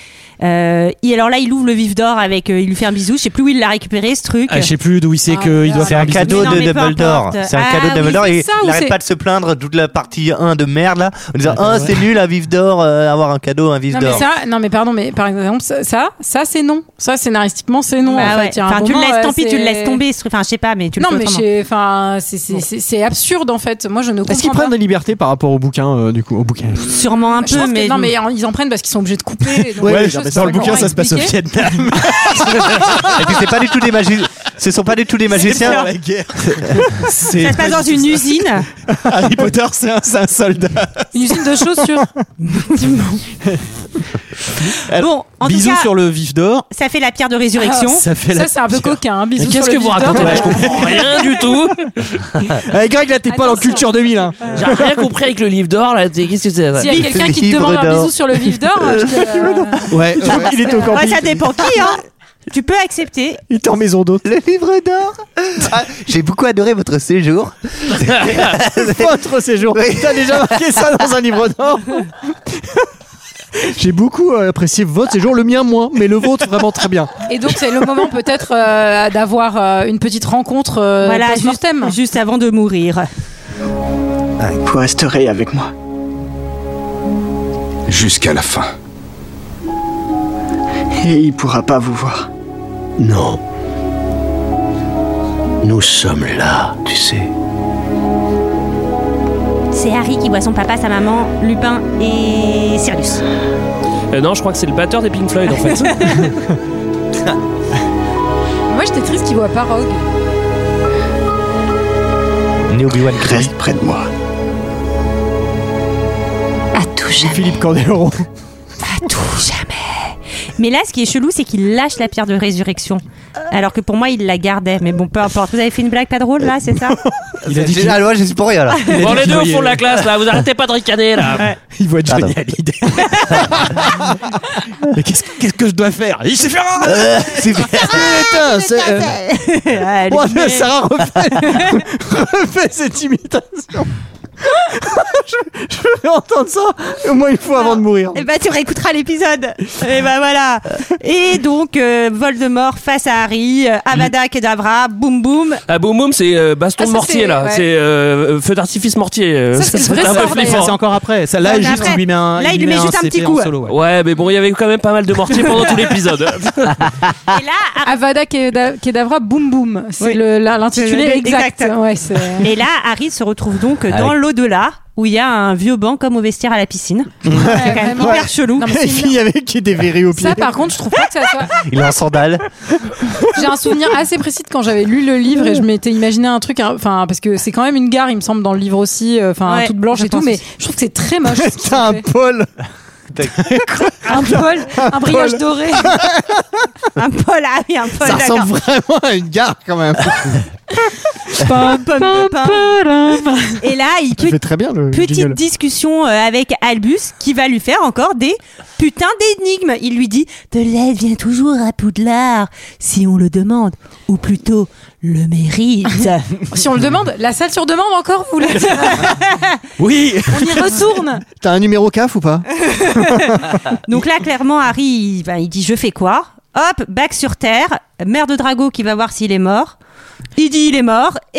Speaker 1: Euh, et alors là il ouvre le vif d'or avec euh, il lui fait un bisou. Je sais plus où il l'a récupéré ce truc.
Speaker 11: Ah, je sais plus d'où il sait
Speaker 6: Ah,
Speaker 11: qu'il doit
Speaker 6: merde.
Speaker 5: C'est
Speaker 11: faire
Speaker 5: un
Speaker 11: bisou.
Speaker 5: cadeau
Speaker 1: Mais non,
Speaker 5: de
Speaker 1: mais peu
Speaker 5: Dumbledore.
Speaker 1: importe.
Speaker 5: C'est un
Speaker 1: Ah
Speaker 5: cadeau de
Speaker 1: oui,
Speaker 5: Dumbledore.
Speaker 6: c'est
Speaker 5: et
Speaker 6: ça,
Speaker 5: il
Speaker 6: ou
Speaker 5: arrête
Speaker 6: c'est-
Speaker 5: pas de se plaindre, d'où de la partie 1 de merde là, en disant
Speaker 11: Ah,
Speaker 5: Ah,
Speaker 11: ouais.
Speaker 5: c'est nul, un vif d'or, euh, avoir un cadeau, un vif
Speaker 6: Non mais,
Speaker 5: d'or.
Speaker 6: ça, non mais pardon, mais par exemple ça, ça, ça, c'est non. Ça scénaristiquement c'est non.
Speaker 1: Bah
Speaker 6: en
Speaker 1: ouais.
Speaker 6: fait. Il y a un
Speaker 1: Enfin, tu le
Speaker 6: moment,
Speaker 1: laisses,
Speaker 6: euh,
Speaker 1: tant pis,
Speaker 6: c'est-
Speaker 1: tu le laisses tomber. ce truc. Enfin, je sais pas, mais tu le
Speaker 6: Non
Speaker 1: fais
Speaker 6: mais
Speaker 1: autrement.
Speaker 6: j'ai- enfin c'est- c'est c'est- c'est absurde en fait. Moi je ne comprends
Speaker 8: Est-ce qu'ils
Speaker 6: pas.
Speaker 8: prennent des libertés par rapport au bouquin, euh, du coup, au bouquin
Speaker 1: sûrement un
Speaker 6: Je
Speaker 1: peu,
Speaker 6: pense que-
Speaker 1: mais,
Speaker 6: non mais ils en prennent parce qu'ils sont obligés de couper. donc euh,
Speaker 8: Ouais,
Speaker 6: les
Speaker 8: mais
Speaker 6: choses
Speaker 8: dans
Speaker 6: sont
Speaker 8: le bouquin,
Speaker 6: vraiment
Speaker 8: ça se passe au
Speaker 6: expliquées.
Speaker 11: Vietnam.
Speaker 5: Et puis, c'est pas du tout des magiciens. Ce sont pas du tout des magiciens.
Speaker 11: la guerre.
Speaker 1: ça se passe dans une usine.
Speaker 11: Harry Potter, c'est un, c'est un soldat.
Speaker 6: Une usine de chaussures.
Speaker 1: Bon, en tout
Speaker 11: Bisous
Speaker 1: cas,
Speaker 11: sur le vif d'or.
Speaker 1: ça fait la pierre de résurrection.
Speaker 11: Ça fait la.
Speaker 6: Ah, Ça c'est un peu coquin. Hein. Bisous
Speaker 7: Mais qu'est-ce
Speaker 6: sur le
Speaker 7: que vous
Speaker 6: viseur.
Speaker 7: racontez là Je comprends rien du tout.
Speaker 8: Eh, Greg, là, t'es pas dans
Speaker 6: Attention.
Speaker 8: Culture 2000. hein.
Speaker 7: J'ai rien compris avec le livre d'or là. T'es- Qu'est-ce que c'est ça
Speaker 6: S'il y a quelqu'un qui te
Speaker 5: Livre
Speaker 6: demande un
Speaker 5: d'or.
Speaker 6: bisou sur le vif d'or, je te- euh,
Speaker 8: Ouais, il était au camping.
Speaker 1: Ouais, ça dépend qui, hein. Euh, Tu peux accepter.
Speaker 8: Il était en maison d'hôte.
Speaker 5: Le livre d'or. Ah, J'ai beaucoup adoré votre séjour.
Speaker 8: Votre séjour. T'as déjà marqué ça dans un livre d'or J'ai beaucoup euh, apprécié votre séjour, le mien moins, mais le vôtre vraiment très bien.
Speaker 6: Et donc c'est le moment peut-être euh, d'avoir euh, une petite rencontre euh,
Speaker 1: Voilà, juste,
Speaker 6: post-mortem.
Speaker 1: juste avant de mourir.
Speaker 2: Vous resterez avec moi.
Speaker 4: Jusqu'à la fin.
Speaker 2: Et il pourra pas vous voir.
Speaker 20: Non. Nous sommes là, tu sais.
Speaker 1: C'est Harry qui voit son papa, sa maman, Lupin et Sirius.
Speaker 7: Euh, Non, je crois que c'est le batteur des Pink Floyd en fait.
Speaker 6: Moi j'étais triste qu'il voit pas Rogue.
Speaker 5: emmené Obi-Wan
Speaker 20: Reste près de moi.
Speaker 16: À tout jamais.
Speaker 8: Philippe Candelo.
Speaker 1: À tout jamais. Mais là, ce qui est chelou, c'est qu'il lâche la pierre de résurrection. Alors que pour moi, il la gardait. Mais bon, peu importe. Vous avez fait une blague pas drôle, là, c'est ça
Speaker 5: Il a dit la loi, j'ai Ah, suis pour rien là.
Speaker 7: Bon, les deux au fond de la classe là, vous arrêtez pas de ricaner là.
Speaker 8: Il voit Johnny Hallyday. Mais qu'est-ce que- qu'est-ce que je dois faire Il sait faire un
Speaker 5: Euh, C'est
Speaker 8: Putain, c'est. euh,
Speaker 1: Allez,
Speaker 8: Oh, mais Sarah refait, refait cette imitation. je, je voudrais entendre ça au moins une fois avant de mourir.
Speaker 1: Et bah tu réécouteras l'épisode. Et bah voilà. Et donc euh, Voldemort face à Harry, euh, Avada Kedavra, boum boum.
Speaker 7: Ah, boum boum, c'est euh,
Speaker 1: Ah,
Speaker 7: baston de
Speaker 1: ça,
Speaker 7: mortier
Speaker 1: c'est-
Speaker 7: là.
Speaker 1: ouais.
Speaker 7: C'est euh, feu d'artifice mortier. euh,
Speaker 1: Ça, c'est le vrai
Speaker 7: un peu
Speaker 1: sort, d'ailleurs.
Speaker 7: flippant.
Speaker 1: Ça, c'est
Speaker 11: encore après. Ça, là,
Speaker 1: Ouais, juste, après. il lui met un- Là, il il lui lui met met un juste un CP petit en coup. solo,
Speaker 7: ouais. mais bon, il y avait quand même pas mal de mortier pendant tout l'épisode.
Speaker 6: Avada Kedavra, Kedavra Boom Boom. C'est
Speaker 1: Ah. Oui.
Speaker 6: le- la- l'intitulé
Speaker 1: C'est le-
Speaker 6: exact.
Speaker 1: exact.
Speaker 6: Ouais, c'est-
Speaker 1: Et là Harry se retrouve donc
Speaker 6: Ah
Speaker 1: dans
Speaker 6: oui.
Speaker 1: l'au-delà où il y a un vieux banc comme au vestiaire à la piscine. c'est quand même
Speaker 6: Euh, vraiment.
Speaker 1: hyper chelou.
Speaker 6: Non, mais c'est
Speaker 1: Il
Speaker 6: une-
Speaker 1: finit
Speaker 8: avec des verrues au
Speaker 6: Ça, par contre, je trouve pas que ça soit.
Speaker 5: Il est en sandales.
Speaker 6: J'ai un souvenir assez précis de quand j'avais lu le livre et je m'étais imaginé un truc, hein, enfin parce que c'est quand même une gare, il me semble, dans le livre aussi, euh, enfin
Speaker 1: Ouais,
Speaker 6: toute blanche
Speaker 1: je
Speaker 6: et tout,
Speaker 1: pense
Speaker 6: mais
Speaker 1: aussi.
Speaker 6: je trouve que c'est très moche. ce qu'ils
Speaker 8: T'as
Speaker 6: ont
Speaker 8: un
Speaker 6: fait.
Speaker 8: Paul.
Speaker 6: un pôle, un brillage
Speaker 1: Paul.
Speaker 6: doré.
Speaker 1: un Paul, ah oui, un Paul.
Speaker 8: Ça
Speaker 1: d'accord. Ah,
Speaker 8: ressemble vraiment à une gare quand même.
Speaker 1: Pam, pam, pam. Et là, il
Speaker 8: Tu fais très bien le
Speaker 1: Petite
Speaker 8: jingle.
Speaker 1: discussion euh, avec Albus qui va lui faire encore des putains d'énigmes. Il lui dit De l'aide vient toujours à Poudlard si on le demande, ou plutôt le mérite.
Speaker 6: Si on le demande, la salle sur demande encore, vous voulez
Speaker 8: Oui.
Speaker 6: On y retourne.
Speaker 8: T'as un numéro CAF ou pas
Speaker 1: Donc là, clairement, Harry, il, ben, il dit Je fais quoi Hop, back sur terre, mère de Drago qui va voir s'il est mort. Il dit Il est mort et.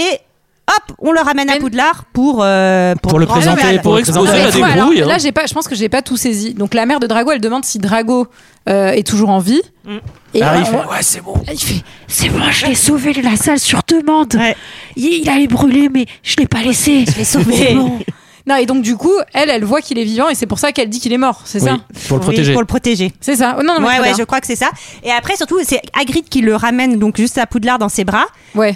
Speaker 1: Hop, on le ramène à Poudlard pour euh,
Speaker 11: Pour le
Speaker 1: grand
Speaker 11: présenter,
Speaker 1: bal.
Speaker 11: pour exposer
Speaker 6: Non, mais
Speaker 11: la
Speaker 6: tu vois, alors,
Speaker 11: débrouille, hein.
Speaker 6: Là, j'ai pas, je pense que j'ai pas tout saisi. Donc la mère de Drago, elle demande si Drago euh, est toujours en vie.
Speaker 1: Mm.
Speaker 11: Harry
Speaker 6: on-
Speaker 11: Ah, fait,
Speaker 6: on-
Speaker 11: ouais, c'est bon.
Speaker 21: Il fait C'est moi, je l'ai sauvé de la salle sur demande. Il, il allait brûler, mais je l'ai pas laissé. Je l'ai
Speaker 6: Mais- Non, et donc du coup, elle, elle voit qu'il est vivant et c'est pour ça qu'elle dit qu'il est mort, c'est ça
Speaker 1: pour le Oui, protéger. pour le protéger.
Speaker 6: C'est ça. Oh, non, non, mais
Speaker 1: ouais,
Speaker 6: très
Speaker 1: ouais,
Speaker 6: bien.
Speaker 1: je crois que c'est ça. Et après, surtout, c'est Hagrid qui le ramène donc juste à Poudlard dans ses bras.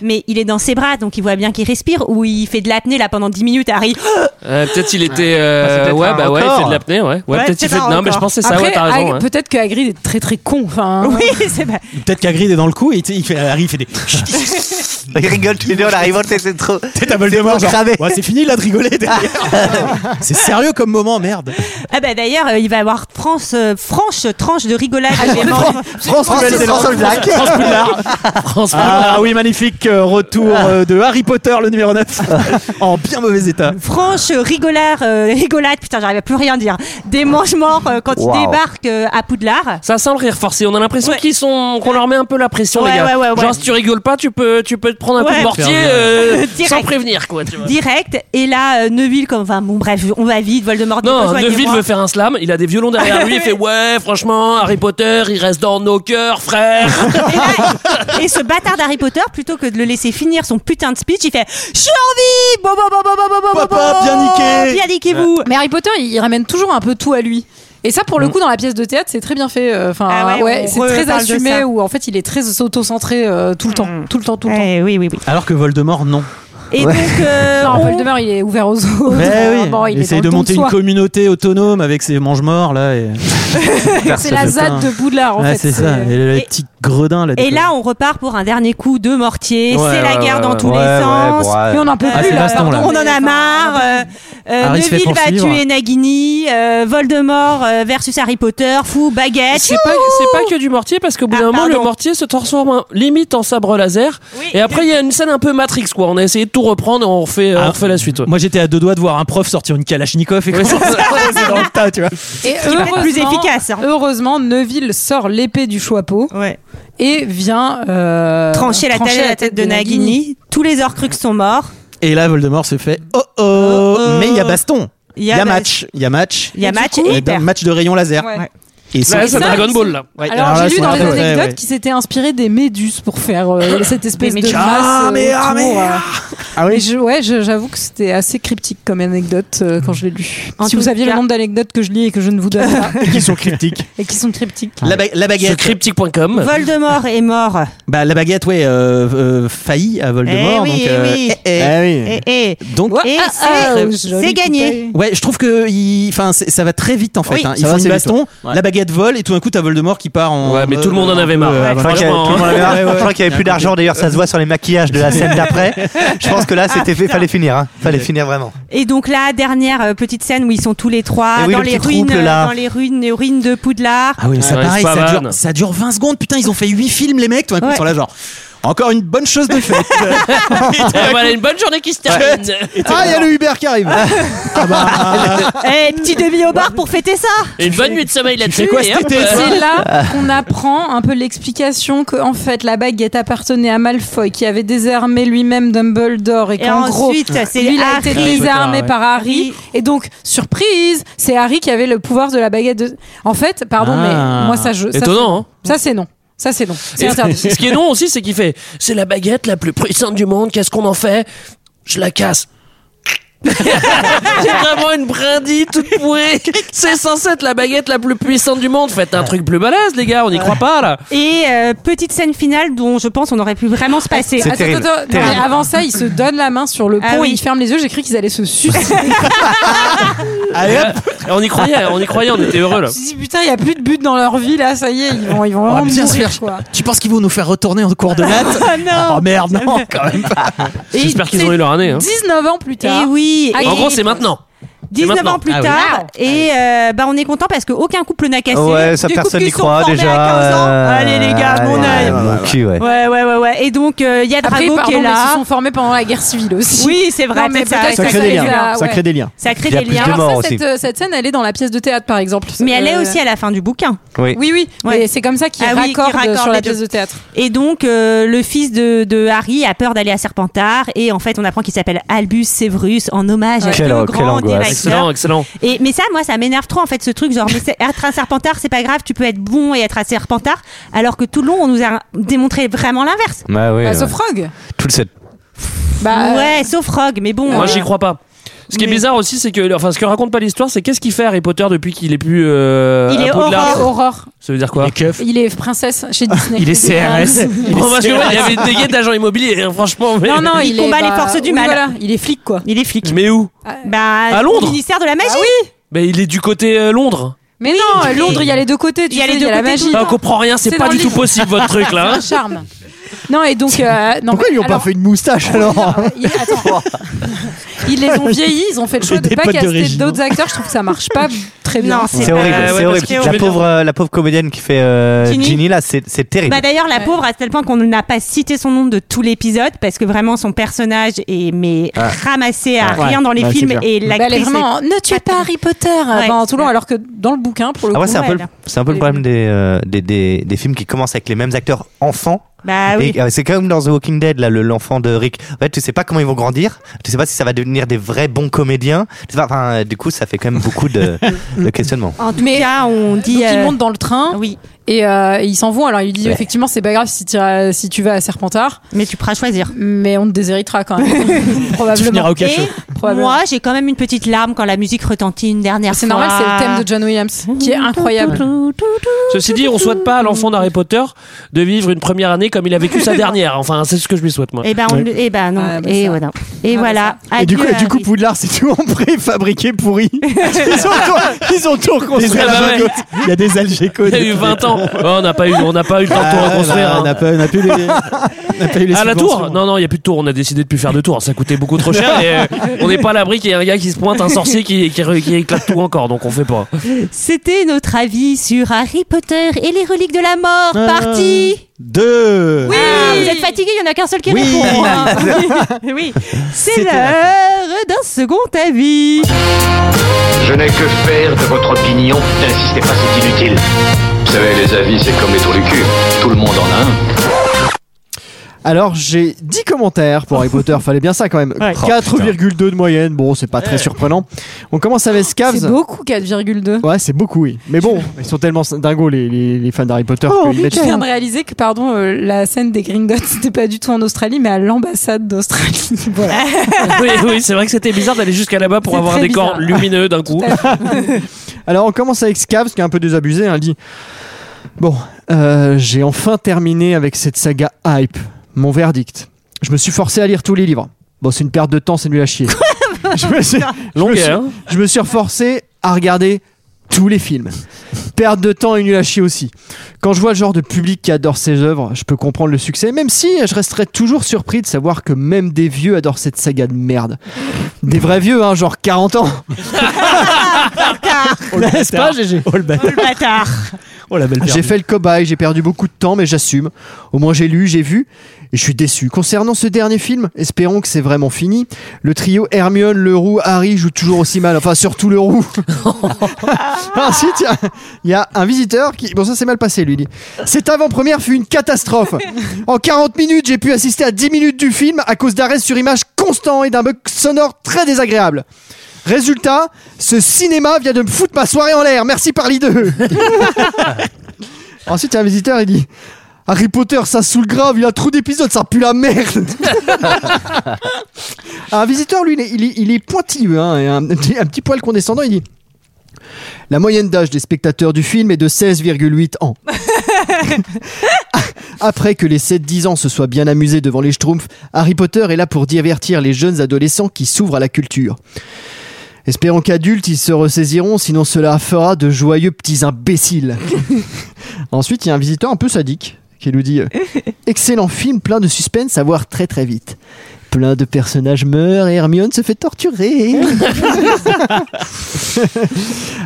Speaker 1: Mais il est dans ses bras, donc il voit bien qu'il respire ou il fait de l'apnée là pendant 10 minutes. Harry.
Speaker 7: Euh, peut-être il était. euh,
Speaker 1: Ah, c'est peut-être
Speaker 7: ouais,
Speaker 1: un
Speaker 7: bah ouais, il
Speaker 1: record.
Speaker 7: fait de l'apnée, ouais. Ouais,
Speaker 1: Ouais,
Speaker 7: peut-être il
Speaker 1: c'est
Speaker 7: fait.
Speaker 1: un
Speaker 7: Non, mais je
Speaker 1: record.
Speaker 7: pense que c'est ça,
Speaker 6: Après,
Speaker 7: ouais, t'as raison.
Speaker 6: Hag-
Speaker 7: ouais.
Speaker 6: Peut-être que Hagrid est très très con. Enfin, hein.
Speaker 1: Oui, c'est pas.
Speaker 11: Peut-être qu'Agrid est dans le coup et tu sais, il fait, Harry fait des.
Speaker 5: Il rigole tous les deux en arrivant, tu sais, c'est trop.
Speaker 11: T'es à Voldemort,
Speaker 5: trop
Speaker 11: genre.
Speaker 5: cramé.
Speaker 11: Ouais, c'est fini là de rigoler derrière. c'est sérieux comme moment, merde.
Speaker 1: Ah bah d'ailleurs, euh, il va avoir France, euh, franche tranche de rigolade.
Speaker 6: Ah,
Speaker 8: France
Speaker 5: Oh,
Speaker 8: Nouvelle-Zélande.
Speaker 11: France Poudlard. Ah oui, magnifique euh, retour
Speaker 1: Ah.
Speaker 11: euh, de Harry Potter, le numéro 9, en bien mauvais état.
Speaker 1: Franche rigolade, euh, rigolade, putain, j'arrive à plus rien dire. Des mange-morts euh, quand
Speaker 7: Wow.
Speaker 1: ils débarquent euh, à Poudlard.
Speaker 7: Ça sent le rire forcé. On a l'impression qu'ils sont, qu'on leur met un peu la pression,
Speaker 1: Ouais,
Speaker 7: les gars.
Speaker 1: ouais, ouais, ouais.
Speaker 7: Genre si tu rigoles pas, tu peux, tu peux te prendre un coup
Speaker 1: Ouais.
Speaker 7: de mortier
Speaker 1: Faire
Speaker 7: euh,
Speaker 1: bien.
Speaker 7: sans
Speaker 1: Direct.
Speaker 7: prévenir, quoi. Tu vois.
Speaker 1: Direct. Et là, euh, Neville, comme, enfin, bon, bref, on va vite, Voldemort.
Speaker 7: Non,
Speaker 1: rejoignez-moi.
Speaker 7: Neville veut faire un slam. Il a des violons derrière lui. Il fait ouais, franchement, Harry Potter, il reste dans nos cœurs, frère.
Speaker 1: Et ce bâtard d'Harry Potter, plutôt que de le laisser finir son putain de speech, il fait Je suis en vie Bon, bon, bon, bon, bon, bon, bon,
Speaker 6: Papa,
Speaker 1: bon,
Speaker 6: bien niqué
Speaker 1: Bien niquez-vous
Speaker 6: Mais Harry Potter, il, il ramène toujours un peu tout à lui. Et ça, pour le coup, dans la pièce de théâtre, c'est très bien fait. euh, Enfin,
Speaker 1: Mm. Ah ouais,
Speaker 6: ouais,
Speaker 1: on
Speaker 6: c'est
Speaker 1: reparle
Speaker 6: très
Speaker 1: de
Speaker 6: assumé
Speaker 1: ça. Mm.
Speaker 6: où en fait, il est très auto-centré euh, tout le temps, tout le temps, tout le
Speaker 1: temps. Eh Oui, oui, oui.
Speaker 11: Alors que Voldemort, non.
Speaker 1: Et donc, euh,
Speaker 6: non,
Speaker 1: on-
Speaker 6: Voldemort, il est ouvert aux
Speaker 1: Oh,
Speaker 6: autres.
Speaker 11: Mais oui,
Speaker 6: Bon, il
Speaker 11: il
Speaker 6: est
Speaker 11: essaye
Speaker 6: dans
Speaker 11: de
Speaker 6: le don
Speaker 11: monter une
Speaker 6: soi.
Speaker 11: communauté autonome avec ses mange-morts là. Et...
Speaker 6: C'est la ZAD de Poudlard, en
Speaker 11: Ouais,
Speaker 6: fait.
Speaker 11: c'est ça. Et le petit gredin là.
Speaker 1: Et là, on repart pour un dernier coup de mortier.
Speaker 11: Ouais,
Speaker 1: c'est la
Speaker 11: ouais,
Speaker 1: guerre
Speaker 11: ouais,
Speaker 1: dans
Speaker 11: ouais.
Speaker 1: tous
Speaker 11: Ouais,
Speaker 1: les
Speaker 11: ouais,
Speaker 1: sens.
Speaker 11: ouais. Mais on en peut Ah, plus, c'est là, baston, là.
Speaker 1: On en a marre. euh, euh,
Speaker 11: Harry se fait
Speaker 1: Neville va
Speaker 11: poursuivre.
Speaker 1: tuer Nagini. euh, Voldemort euh, versus Harry Potter. Fou, baguette.
Speaker 7: C'est pas, c'est pas que du mortier parce
Speaker 1: Ah,
Speaker 7: qu'au bout d'un moment, le mortier se transforme en- limite en sabre laser. Et après, il y a une scène un peu Matrix, quoi. On a essayé de tout reprendre. On refait, euh,
Speaker 11: Ah.
Speaker 7: on refait la suite. ouais.
Speaker 11: Moi, j'étais à deux doigts de voir un prof sortir une Kalachnikov et
Speaker 7: Ouais,
Speaker 11: commencer à
Speaker 7: c'est ça.
Speaker 11: se dans le tas, tu vois.
Speaker 6: Et
Speaker 1: Ce qui peut être plus
Speaker 6: heureusement-
Speaker 1: efficace, hein.
Speaker 6: Heureusement, Neville sort l'épée du chapeau et vient euh,
Speaker 1: Trancher la tête, la tête de Nagini. Tous les Horcruxes sont morts.
Speaker 11: Et là, Voldemort se fait oh oh,
Speaker 1: oh.
Speaker 11: mais il y a baston.
Speaker 1: Il
Speaker 11: Il
Speaker 1: y
Speaker 11: y
Speaker 1: a
Speaker 11: a
Speaker 1: bas-
Speaker 11: match, il y a match,
Speaker 1: Il y a match et
Speaker 11: un
Speaker 1: hyper. Bah,
Speaker 11: match de rayon laser.
Speaker 1: Ouais.
Speaker 11: Et
Speaker 7: Là, c'est Dragon Ball, là. Ouais,
Speaker 6: Alors,
Speaker 11: alors là,
Speaker 6: j'ai lu
Speaker 11: c'est
Speaker 6: dans les
Speaker 11: Dragon Ball.
Speaker 6: anecdotes
Speaker 11: Ouais, ouais.
Speaker 6: qu'ils s'étaient inspirés des méduses pour faire euh, cette espèce
Speaker 11: Des
Speaker 6: de
Speaker 11: méduses.
Speaker 6: masse.
Speaker 11: Ah,
Speaker 6: euh,
Speaker 11: mais, ah,
Speaker 6: autour,
Speaker 11: mais,
Speaker 6: euh.
Speaker 11: Ah oui.
Speaker 6: Et je- ouais, je- j'avoue que c'était assez cryptique comme anecdote euh, quand je l'ai lu.
Speaker 1: En
Speaker 6: si vous
Speaker 1: tout
Speaker 6: saviez
Speaker 1: cas-
Speaker 6: le nombre d'anecdotes que je lis et que je ne vous donne pas,
Speaker 11: Qui sont cryptiques.
Speaker 6: et qui sont cryptiques.
Speaker 11: La, ba- la baguette.
Speaker 7: cryptique.com.
Speaker 1: Voldemort est mort.
Speaker 11: Bah, la baguette, ouais, euh, euh, faillit à Voldemort.
Speaker 1: Eh oui,
Speaker 11: donc,
Speaker 1: eh
Speaker 11: euh,
Speaker 1: oui.
Speaker 11: eh, eh.
Speaker 1: Et,
Speaker 11: Donc,
Speaker 1: et
Speaker 11: Ah, ah,
Speaker 1: c'est-
Speaker 11: oh,
Speaker 1: c'est
Speaker 11: joli
Speaker 1: gagné.
Speaker 11: Ouais, je trouve que il- enfin, c'est- ça va très vite en fait.
Speaker 1: Oui,
Speaker 11: hein. Ils
Speaker 1: ça va
Speaker 11: font une
Speaker 1: assez
Speaker 11: baston,
Speaker 1: vite, ouais.
Speaker 11: la baguette vole et tout d'un coup t'as Voldemort qui part en.
Speaker 7: Ouais, mais tout le monde en avait marre. Ouais,
Speaker 5: Je crois qu'il y avait- tout le monde en avait marre. Je crois qu'il n'y avait plus d'argent, d'ailleurs, ça se voit sur les maquillages de la scène d'après. Je pense que là,
Speaker 1: Ah,
Speaker 5: c'était fait, fallait finir, hein. Fallait finir vraiment.
Speaker 1: Et donc là, dernière euh, petite scène où ils sont tous les trois
Speaker 5: Eh oui,
Speaker 1: dans,
Speaker 5: le
Speaker 1: les
Speaker 5: petit
Speaker 1: ruines,
Speaker 5: trouble, là.
Speaker 1: dans les ruines, les ruines de Poudlard.
Speaker 11: Ah oui, mais ça
Speaker 7: Ouais,
Speaker 11: pareil,
Speaker 7: c'est pas
Speaker 11: ça
Speaker 7: mal.
Speaker 11: dure, ça dure 20 secondes. Putain, ils ont fait 8 films, les mecs. Tout d'un coup,
Speaker 1: Ouais.
Speaker 11: ils sont là, genre. Encore une bonne chose de faite. Et tout d'un
Speaker 7: Ah, voilà,
Speaker 11: coup-
Speaker 7: une bonne journée qui se termine.
Speaker 11: ah, il y a le Uber qui arrive. ah bah.
Speaker 1: Eh, petit demi au bar pour fêter ça.
Speaker 7: Et une bonne nuit de sommeil là-dessus.
Speaker 11: fais quoi
Speaker 7: et
Speaker 11: cet
Speaker 7: hop,
Speaker 11: été,
Speaker 7: euh,
Speaker 11: toi
Speaker 6: C'est là qu'on apprend un peu l'explication que en fait la baguette appartenait à Malfoy qui avait désarmé lui-même Dumbledore et,
Speaker 1: Et
Speaker 6: qu'en gros
Speaker 1: ensuite, c'est
Speaker 6: lui il a
Speaker 1: Harry.
Speaker 6: été
Speaker 11: Ah,
Speaker 6: désarmé
Speaker 1: Ouais.
Speaker 6: par Harry et donc surprise c'est Harry qui avait le pouvoir de la baguette de... en fait pardon
Speaker 7: Ah.
Speaker 6: mais moi ça je ça,
Speaker 7: Étonnant,
Speaker 6: c'est- ça c'est non ça c'est non c'est
Speaker 7: Et
Speaker 6: interdit
Speaker 7: Ce qui est non aussi, c'est qu'il fait c'est la baguette la plus puissante du monde, qu'est-ce qu'on en fait Je la casse. J'ai vraiment une brindille toute pourrie. C'est censé être la baguette la plus puissante du monde. Faites un truc plus balèze, les gars, on n'y croit pas là.
Speaker 1: Et euh, petite scène finale dont je pense on aurait pu vraiment se passer.
Speaker 6: Attends, attends, attends. Non, mais avant ça, ils se donnent la main sur le pont
Speaker 1: Ah oui.
Speaker 6: et ils ferment les yeux. J'ai cru qu'ils allaient se suicider.
Speaker 7: Allez, on y croyait, on y croyait, on était heureux là.
Speaker 6: Je me suis dit, putain, il n'y a plus de but dans leur vie là. Ça y est, ils vont, ils vont
Speaker 11: On va
Speaker 6: vraiment
Speaker 11: Ah, bien se
Speaker 6: mourir,
Speaker 11: faire-
Speaker 6: quoi. Ah,
Speaker 11: Tu penses qu'ils vont nous faire retourner en cours de maths Oh merde, non, quand même pas.
Speaker 6: Et
Speaker 7: J'espère qu'ils ont eu leur année. hein.
Speaker 6: 19 ans plus tard.
Speaker 1: Et Eh oui. et-
Speaker 7: En gros, c'est maintenant. C'est
Speaker 1: 19
Speaker 7: maintenant.
Speaker 1: ans plus
Speaker 7: Ah oui.
Speaker 1: tard, et euh, bah on est content parce qu'aucun couple n'a cassé.
Speaker 5: Ouais, ça
Speaker 1: Des couples
Speaker 5: personne
Speaker 1: qui
Speaker 5: n'y
Speaker 1: sont
Speaker 5: croit
Speaker 1: formés à
Speaker 5: déjà.
Speaker 1: 15 ans.
Speaker 5: euh,
Speaker 1: Allez les gars, mon
Speaker 5: ouais,
Speaker 1: œil.
Speaker 5: mon cul, ouais.
Speaker 1: Ouais, ouais, ouais, ouais. Et donc, euh, il y a
Speaker 6: Après,
Speaker 1: Drago
Speaker 6: pardon,
Speaker 1: qui est
Speaker 6: mais ils se
Speaker 1: là.
Speaker 6: sont formés pendant la guerre civile aussi.
Speaker 1: Oui, c'est vrai,
Speaker 6: Non, mais
Speaker 1: peut-être ça-
Speaker 6: peut-être
Speaker 1: ça
Speaker 6: que
Speaker 1: crée des
Speaker 6: les
Speaker 1: liens.
Speaker 6: a-
Speaker 1: Ça
Speaker 6: ouais.
Speaker 1: crée des liens. Ça crée
Speaker 5: Il y a
Speaker 1: des
Speaker 5: plus
Speaker 1: liens.
Speaker 5: de morts
Speaker 6: Alors ça,
Speaker 5: aussi.
Speaker 6: cette, euh, cette scène, elle est dans la pièce de théâtre, par exemple.
Speaker 1: Mais elle est
Speaker 6: Euh,
Speaker 1: aussi à la fin du bouquin.
Speaker 5: Oui.
Speaker 6: Oui, oui. Et c'est comme ça qu'ils
Speaker 1: Ah oui, qu'ils
Speaker 6: raccordent
Speaker 1: raccordent
Speaker 6: sur
Speaker 1: les
Speaker 6: la
Speaker 1: deux.
Speaker 6: pièce de théâtre.
Speaker 1: Et donc, euh, le fils de, de Harry a peur d'aller à Serpentard. Et en fait, on apprend qu'il s'appelle Albus Severus en hommage
Speaker 5: Quelle-
Speaker 1: à le
Speaker 5: quelle
Speaker 1: grand
Speaker 5: angoisse.
Speaker 1: directeur.
Speaker 7: Excellent, excellent.
Speaker 1: Et, mais ça, moi, ça m'énerve trop, en fait, ce truc. Genre, mais c'est- être un Serpentard, c'est pas grave, tu peux être bon et être un Serpentard. Alors que tout le long, on nous a démontré vraiment l'inverse.
Speaker 5: Ouais, ouais,
Speaker 6: Bah,
Speaker 5: ouais.
Speaker 6: sauf Frog.
Speaker 5: Tout le set.
Speaker 6: Bah,
Speaker 1: ouais, sauf Rogue, mais bon.
Speaker 7: Moi,
Speaker 1: euh,
Speaker 7: j'y crois pas. Ce qui est bizarre aussi, c'est que, enfin, ce que raconte pas l'histoire, c'est qu'est-ce qu'il fait Harry Potter depuis qu'il est plus. euh,
Speaker 1: Il
Speaker 7: à
Speaker 1: est
Speaker 7: Poudlard
Speaker 1: Aurore.
Speaker 6: Aurore.
Speaker 7: Ça veut dire quoi
Speaker 6: Il est princesse chez Disney.
Speaker 11: Il est CRS. Il est
Speaker 7: Bon, parce que, ouais,
Speaker 11: CRS.
Speaker 7: il y avait une dégaine d'agents immobiliers, hein, franchement. Mais,
Speaker 6: Non, non,
Speaker 1: Il
Speaker 6: il,
Speaker 1: combat
Speaker 6: est,
Speaker 1: les
Speaker 6: bah,
Speaker 1: forces du
Speaker 6: oui,
Speaker 1: mal.
Speaker 6: voilà, il est flic, quoi.
Speaker 1: Il est flic.
Speaker 7: mais où
Speaker 1: Bah,
Speaker 7: À Londres
Speaker 1: au ministère de la magie.
Speaker 7: Mais il est du côté euh, Londres.
Speaker 6: Mais non, Londres, il y a les deux côtés. Tu
Speaker 1: Il y a
Speaker 6: sais,
Speaker 1: les deux
Speaker 6: la
Speaker 1: côtés tout
Speaker 6: magie.
Speaker 1: le
Speaker 7: Ah, on comprend rien, c'est
Speaker 6: C'est
Speaker 7: pas
Speaker 6: dans
Speaker 7: du
Speaker 6: le
Speaker 7: tout
Speaker 6: livre.
Speaker 7: possible votre truc là.
Speaker 6: C'est
Speaker 7: hein.
Speaker 6: un charme. Non, et donc. euh, non,
Speaker 8: Pourquoi
Speaker 6: mais
Speaker 8: ils ont pas
Speaker 6: alors-
Speaker 8: fait une moustache alors
Speaker 6: Il- attends. Ils les ont vieillis, ils ont fait le choix
Speaker 8: Des
Speaker 6: de pas
Speaker 8: potes de
Speaker 6: caster
Speaker 8: Régis.
Speaker 6: d'autres acteurs. Je trouve que ça marche pas très bien.
Speaker 1: Non, c'est
Speaker 5: C'est horrible,
Speaker 7: ouais,
Speaker 5: c'est
Speaker 7: parce
Speaker 5: horrible.
Speaker 7: que je
Speaker 5: La
Speaker 7: vais
Speaker 5: pauvre, euh, la pauvre comédienne qui fait euh,
Speaker 1: Ginny.
Speaker 5: Ginny là, c'est c'est terrible.
Speaker 1: Bah d'ailleurs la pauvre à tel point qu'on n'a pas cité son nom de tout l'épisode parce que vraiment son personnage est mais ramassé à
Speaker 8: Ouais.
Speaker 1: rien dans les
Speaker 8: Ouais,
Speaker 1: films
Speaker 8: c'est clair.
Speaker 1: et
Speaker 6: Bah, elle est
Speaker 1: l'actrice
Speaker 6: vraiment. Ne tuez pas Harry Potter euh,
Speaker 1: Ouais.
Speaker 6: pendant tout le long, alors que dans le bouquin, pour le
Speaker 5: Ah ouais,
Speaker 6: coup.
Speaker 5: c'est un, peu
Speaker 1: ouais,
Speaker 5: le- c'est un peu le problème des, euh, des, des, des films qui commencent avec les mêmes acteurs
Speaker 1: est-
Speaker 5: enfants.
Speaker 1: bah oui
Speaker 5: Et, euh, c'est comme dans The Walking Dead, là, le- l'enfant de Rick. En fait, tu sais pas comment ils vont grandir, tu sais pas si ça va devenir des vrais bons comédiens. Tu sais pas, enfin, euh, du coup, ça fait quand même beaucoup de, de questionnements.
Speaker 1: en tout
Speaker 6: Mais-
Speaker 1: cas on dit
Speaker 6: Donc, ils
Speaker 1: euh,
Speaker 6: montent dans le train
Speaker 1: oui
Speaker 6: et euh, et ils s'en vont. Alors il lui dit
Speaker 5: Ouais.
Speaker 6: effectivement c'est pas grave si, tu iras- si tu vas à Serpentard,
Speaker 1: mais tu pourras choisir
Speaker 6: mais on te déshéritera quand même.
Speaker 11: Tu finiras
Speaker 6: Probablement.
Speaker 11: au cachot.
Speaker 6: Probablement.
Speaker 1: moi j'ai quand même une petite larme quand la musique retentit une dernière
Speaker 6: C'est
Speaker 1: fois.
Speaker 6: normal, c'est le thème de John Williams qui est incroyable.
Speaker 7: Ceci dit, on souhaite pas à l'enfant d'Harry Potter de vivre une première année comme il a vécu sa dernière. Enfin, c'est ce que je lui souhaite, moi.
Speaker 1: et ben, on le- eh ben non
Speaker 6: Ah, bah,
Speaker 1: et
Speaker 6: ça.
Speaker 1: voilà et
Speaker 6: Ah, bah,
Speaker 1: voilà
Speaker 8: Et du coup,
Speaker 1: Adieu,
Speaker 8: et du coup
Speaker 1: Harry.
Speaker 8: Poudlard, c'est tout en préfabriqué pourri. ils, ont tout, ils ont tout reconstruit à la
Speaker 7: Ah bah ouais.
Speaker 8: bagotte. Il y a des algécos.
Speaker 7: Il a eu 20 ans. Oh, on n'a pas eu, on n'a pas eu le temps de
Speaker 8: Ah
Speaker 7: tout reconstruire. hein.
Speaker 8: on n'a pas, on n'a plus les- on n'a pas eu les
Speaker 7: À Ah, la
Speaker 8: subventions.
Speaker 7: tour Non, non, il n'y a plus de tour. On a décidé de plus faire de tour. Ça coûtait beaucoup trop cher. et, euh, on n'est pas à l'abri qu'il y ait un gars qui se pointe, un sorcier qui, qui, re- qui éclate tout encore. Donc on fait pas.
Speaker 1: c'était notre avis sur Harry Potter et les reliques de la mort
Speaker 8: Euh.
Speaker 1: partie
Speaker 8: Deux.
Speaker 1: Oui, vous êtes fatigué, il n'y en a qu'un seul qui
Speaker 8: Oui.
Speaker 1: répond. hein. oui, c'est l'heure d'un second avis.
Speaker 20: Je n'ai que faire de votre opinion. N'insistez pas, c'est inutile.
Speaker 4: Vous savez, les avis, c'est comme les trous du cul. Tout le monde en a un.
Speaker 8: Alors j'ai 10 commentaires pour Harry Potter, fallait bien ça quand même.
Speaker 6: Ouais. Oh,
Speaker 8: 4,2 de moyenne, bon c'est pas très surprenant. On commence avec Scavs.
Speaker 6: C'est beaucoup 4,2.
Speaker 8: Ouais, c'est beaucoup, oui. Mais bon, ils sont tellement dingos les, les- les fans d'Harry Potter qu'ils mettent-
Speaker 6: je viens de réaliser que pardon, euh, la scène des Gringotts c'était pas du tout en Australie, mais à l'ambassade d'Australie. Voilà.
Speaker 7: oui, oui, c'est vrai que c'était bizarre d'aller jusqu'à là-bas pour
Speaker 6: C'est
Speaker 7: avoir un
Speaker 6: très
Speaker 7: décor
Speaker 6: bizarre.
Speaker 7: lumineux d'un coup.
Speaker 8: Alors on commence avec Scavs qui est un peu désabusé, hein, il dit Bon, euh, j'ai enfin terminé avec cette saga hype, mon verdict. Je me suis forcé à lire tous les livres. Bon, c'est une perte de temps, c'est nul à chier. je, me suis, je me suis-
Speaker 7: Longueur.
Speaker 8: je me suis reforcé à regarder tous les films. Perte de temps et nul à chier aussi. Quand je vois le genre de public qui adore ses œuvres, je peux comprendre le succès, même si je resterais toujours surpris de savoir que même des vieux adorent cette saga de merde. Des vrais vieux, hein, genre 40 ans. N'est-ce pas, GG
Speaker 1: Le bâtard.
Speaker 8: Oh la belle J'ai fait le cobaye, j'ai perdu beaucoup de temps, mais j'assume. Au moins j'ai lu, j'ai vu, et je suis déçu. Concernant ce dernier film, espérons que c'est vraiment fini. Le trio Hermione, Leroux, Harry joue toujours aussi mal, enfin surtout Leroux. Ensuite, il y a- il y, a un visiteur qui. Bon, ça c'est mal passé, lui il dit. Cette avant-première fut une catastrophe. En 40 minutes, j'ai pu assister à 10 minutes du film à cause d'arrêts sur image constants et d'un bug sonore très désagréable. Résultat, ce cinéma vient de me foutre ma soirée en l'air. Merci par l'idée. Ensuite, il y a un visiteur, il dit Harry Potter, ça saoule grave, il y a trop d'épisodes, ça pue la merde. un visiteur, lui, il est, il est- il est pointilleux, hein, et un, un petit poil condescendant, il dit La moyenne d'âge des spectateurs du film est de 16,8 ans. Après que les 7-10 ans se soient bien amusés devant les Schtroumpfs, Harry Potter est là pour divertir les jeunes adolescents qui s'ouvrent à la culture. Espérons qu'adultes, ils se ressaisiront, sinon cela fera de joyeux petits imbéciles. Ensuite, il y a un visiteur un peu sadique qui nous dit euh, Excellent film, plein de suspense à voir très très vite. Plein de personnages meurent et Hermione se fait torturer.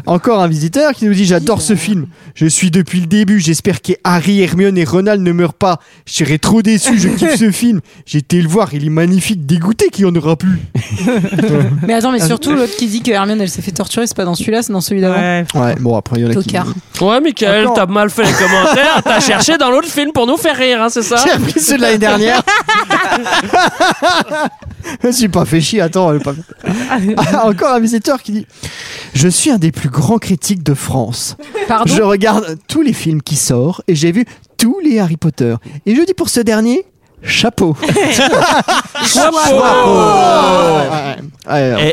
Speaker 8: Encore un visiteur qui nous dit J'adore ce film. Je suis depuis le début. J'espère que Harry, Hermione et Ronald ne meurent pas. Je serais trop déçu. Je kiffe ce film. J'ai été le voir. Il est magnifique. Dégoûté qu'il n'y en aura plus.
Speaker 6: mais attends, mais surtout l'autre qui dit que Hermione elle s'est fait torturer, c'est pas dans celui-là, c'est dans celui d'avant.
Speaker 8: Ouais, bon, après, il y en a qui.
Speaker 6: Tocard.
Speaker 7: Ouais, Michael, t'as mal fait les commentaires. T'as cherché dans l'autre film pour nous faire rire, hein, c'est ça
Speaker 8: J'ai appris ceux de l'année dernière. Je suis pas fait chier, attends. elle est pas- Ah, Encore un visiteur qui dit Je suis un des plus grands critiques de France.
Speaker 6: Pardon
Speaker 8: je regarde tous les films qui sortent et j'ai vu tous les Harry Potter. Et je dis pour ce dernier Chapeau.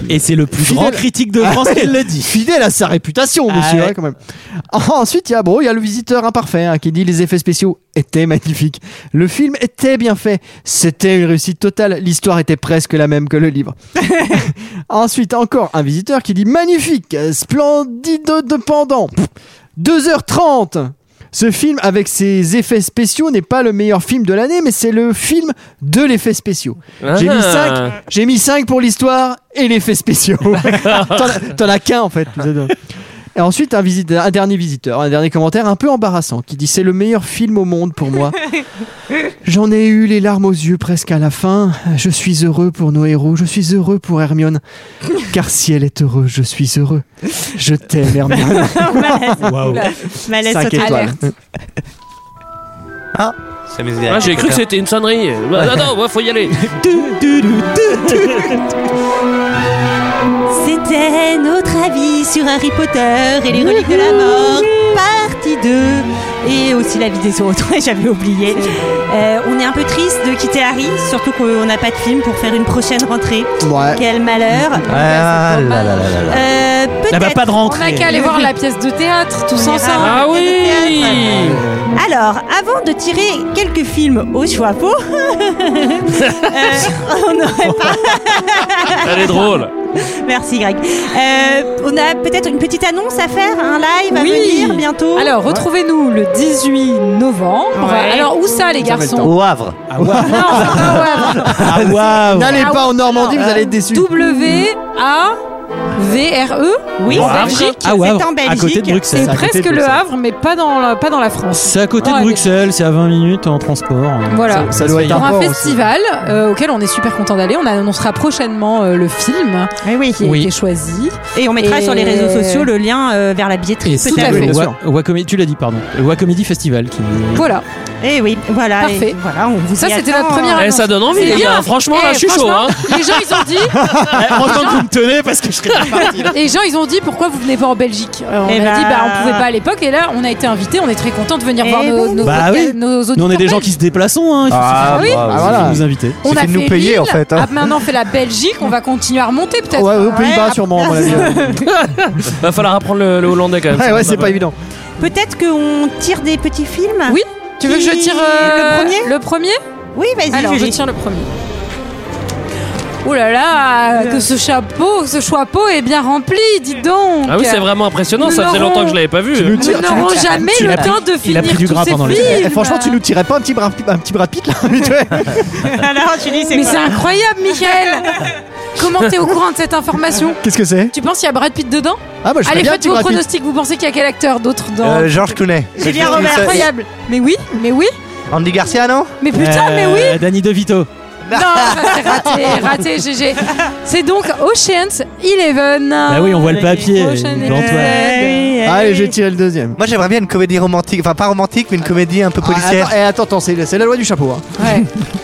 Speaker 11: Et, et c'est le plus grand critique de France qui le dit.
Speaker 8: Fidèle à sa réputation, monsieur,
Speaker 11: ouais.
Speaker 8: hein, quand même. Ensuite, il y a bon, il y a le visiteur imparfait hein, qui dit les effets spéciaux étaient magnifiques. Le film était bien fait. C'était une réussite totale. L'histoire était presque la même que le livre. Ensuite, encore un visiteur qui dit magnifique, euh, splendide de pendant. Pff, 2h30. Ce film avec ses effets spéciaux n'est pas le meilleur film de l'année, mais c'est le film de l'effet spéciaux. J'ai mis
Speaker 7: Ah.
Speaker 8: 5, j'ai mis 5 pour l'histoire et l'effet spéciaux. T'en as- T'en as qu'un en fait. vous êtes- Et ensuite, un, visite- un dernier visiteur, un dernier commentaire un peu embarrassant qui dit C'est le meilleur film au monde pour moi. J'en ai eu les larmes aux yeux presque à la fin. Je suis heureux pour nos héros, je suis heureux pour Hermione. Car si elle est heureuse, je suis heureux. Je t'aime, Hermione.
Speaker 1: Waouh. Malaise
Speaker 8: Cinq
Speaker 1: total.
Speaker 8: étoiles.
Speaker 5: Ah, ça me
Speaker 7: Ah, j'ai cru que c'était une sonnerie. Bah, Non, non, ouais, faut y aller.
Speaker 1: C'était notre avis sur Harry Potter et les reliques de la mort, partie 2. Et aussi la vie des autres, ouais, j'avais oublié. Euh, on est un peu triste de quitter Harry, surtout qu'on n'a pas de film pour faire une prochaine rentrée.
Speaker 5: Ouais.
Speaker 1: Quel malheur.
Speaker 5: Ah là là là là là.
Speaker 1: Euh,
Speaker 11: Là, bah,
Speaker 1: peut-être-
Speaker 11: pas de rentrée.
Speaker 6: On n'a qu'à aller voir la pièce de théâtre tous
Speaker 1: On ira
Speaker 6: ensemble.
Speaker 1: voir la pièce de théâtre.
Speaker 7: Ah Oui.
Speaker 1: Alors, avant de tirer quelques films au choix pot, euh, on aurait pas.
Speaker 7: Elle est drôle.
Speaker 1: Merci Greg. Euh, on a peut-être une petite annonce à faire, un live à venir bientôt.
Speaker 6: Alors, retrouvez-nous le 18 novembre.
Speaker 1: Ouais.
Speaker 6: Alors, où ça, les garçons
Speaker 5: Au Havre.
Speaker 11: Ah, waouh.
Speaker 8: N'allez
Speaker 6: Ah,
Speaker 8: pas en
Speaker 6: oui.
Speaker 8: Normandie, vous allez être déçus.
Speaker 6: W-A-V-R-E
Speaker 1: Oui,
Speaker 11: Au
Speaker 1: c'est
Speaker 11: Havre.
Speaker 1: Belgique.
Speaker 11: Ah, ouais,
Speaker 1: c'est en Belgique.
Speaker 11: à côté de Bruxelles.
Speaker 6: E. C'est
Speaker 11: à côté
Speaker 6: presque
Speaker 11: de
Speaker 6: le
Speaker 11: Bruxelles.
Speaker 6: Havre, mais pas dans la, pas dans la France.
Speaker 11: C'est à côté
Speaker 6: Ouais,
Speaker 11: de
Speaker 6: mais-
Speaker 11: Bruxelles, c'est à 20 minutes en transport.
Speaker 6: Voilà.
Speaker 8: hein. Ça doit être
Speaker 6: Pour
Speaker 8: un
Speaker 6: un
Speaker 8: port
Speaker 6: festival euh, auquel on est super content d'aller. On annoncera prochainement euh, le film
Speaker 1: Eh oui.
Speaker 6: qui a
Speaker 11: Oui.
Speaker 6: été choisi.
Speaker 1: Et on mettra
Speaker 6: Et-
Speaker 1: sur les réseaux sociaux le lien euh, vers la billetterie.
Speaker 11: Et
Speaker 1: peut-être.
Speaker 11: c'est
Speaker 6: à fait.
Speaker 11: le Wa- Wa- Comedy- tu l'as dit, pardon. Le Wa Comedy Festival qui
Speaker 6: Voilà.
Speaker 1: Eh oui, voilà.
Speaker 6: Parfait.
Speaker 1: et voilà, on vous
Speaker 6: Ça,
Speaker 1: y
Speaker 6: c'était
Speaker 1: attend,
Speaker 6: notre première
Speaker 1: hein.
Speaker 7: Eh, ça donne envie, les gars. Franchement,
Speaker 11: Ah,
Speaker 7: là, je suis chaud. Hein.
Speaker 6: Eh, Les gens, ils ont dit.
Speaker 8: Heureusement que vous me tenez parce que je serais pas parti. là.
Speaker 6: Les gens, ils ont dit pourquoi vous venez pas en Belgique Alors, On
Speaker 8: Eh
Speaker 6: a
Speaker 8: bah.
Speaker 6: dit bah on pouvait pas à l'époque et là on a été invités, on est très content de venir voir nos, nos,
Speaker 8: Bah
Speaker 6: nos-
Speaker 8: oui.
Speaker 6: nos auditeurs.
Speaker 8: Nous, on est des gens qui se déplaçons. Hein. Il faut-
Speaker 5: Ah,
Speaker 8: faut-
Speaker 5: oui.
Speaker 8: faut
Speaker 5: Ah, voilà.
Speaker 8: nous inviter.
Speaker 6: On a
Speaker 5: C'était
Speaker 6: fait
Speaker 5: de nous payer,
Speaker 6: Lille,
Speaker 5: en fait, hein.
Speaker 6: ah, maintenant on fait la Belgique, on va continuer à remonter peut-être.
Speaker 8: Ouais, aux Pays-Bas, sûrement, à mon avis.
Speaker 7: Va falloir apprendre le, le hollandais quand même.
Speaker 8: Ouais, ouais, c'est pas évident.
Speaker 1: Euh, Peut-être qu'on tire des petits films
Speaker 6: Oui. Tu veux que je tire euh,
Speaker 1: le premier
Speaker 6: Le premier
Speaker 1: Oui, vas-y,
Speaker 6: Alors je
Speaker 1: Julie.
Speaker 6: tire le premier. Oh là là, que ce chapeau, que ce chapeau est bien rempli, dis donc.
Speaker 7: Ah oui, c'est vraiment impressionnant.
Speaker 6: Nous
Speaker 7: Ça faisait longtemps
Speaker 6: n'aurons-
Speaker 7: que je l'avais pas vu.
Speaker 8: Euh,
Speaker 6: Tu nous tires, Nous tu nous n'aurons tires. jamais
Speaker 8: Tu
Speaker 6: le
Speaker 8: l'as pris-
Speaker 6: temps de
Speaker 8: Il a pris
Speaker 6: finir
Speaker 8: du
Speaker 6: tous
Speaker 8: gras
Speaker 6: ces
Speaker 8: pendant le
Speaker 6: films.
Speaker 8: Eh, Franchement, tu nous tirais pas un petit bras, un petit bras de pite là vite fait
Speaker 1: Alors Julie, c'est
Speaker 6: Mais
Speaker 1: quoi
Speaker 6: c'est incroyable, Michael. Comment t'es au courant de cette information
Speaker 8: Qu'est-ce que c'est
Speaker 6: Tu penses qu'il y a Brad Pitt dedans
Speaker 8: Ah, bah, je ferais
Speaker 6: Allez,
Speaker 8: bien
Speaker 6: faites
Speaker 8: petit
Speaker 6: vos
Speaker 8: Brad Pitt.
Speaker 6: pronostics. Vous pensez qu'il y a quel acteur d'autre dans
Speaker 5: Euh, Georges Clooney.
Speaker 6: Julien Robert.
Speaker 5: Ça-
Speaker 6: Incroyable. Mais oui, mais oui.
Speaker 5: Andy Garcia, non
Speaker 6: Mais putain,
Speaker 8: Euh,
Speaker 6: mais oui.
Speaker 8: Danny DeVito.
Speaker 6: Non, ça, c'est raté, raté, GG. C'est donc Ocean's Eleven.
Speaker 8: Bah oui, on voit le papier.
Speaker 6: Ocean's
Speaker 8: devant toi.
Speaker 6: Eleven.
Speaker 8: Allez, j'ai tiré le deuxième.
Speaker 5: Moi, j'aimerais bien une comédie romantique, enfin pas romantique, mais une comédie un peu policière.
Speaker 8: attends, eh, attends, attends, c'est c'est la loi du chapeau. hein.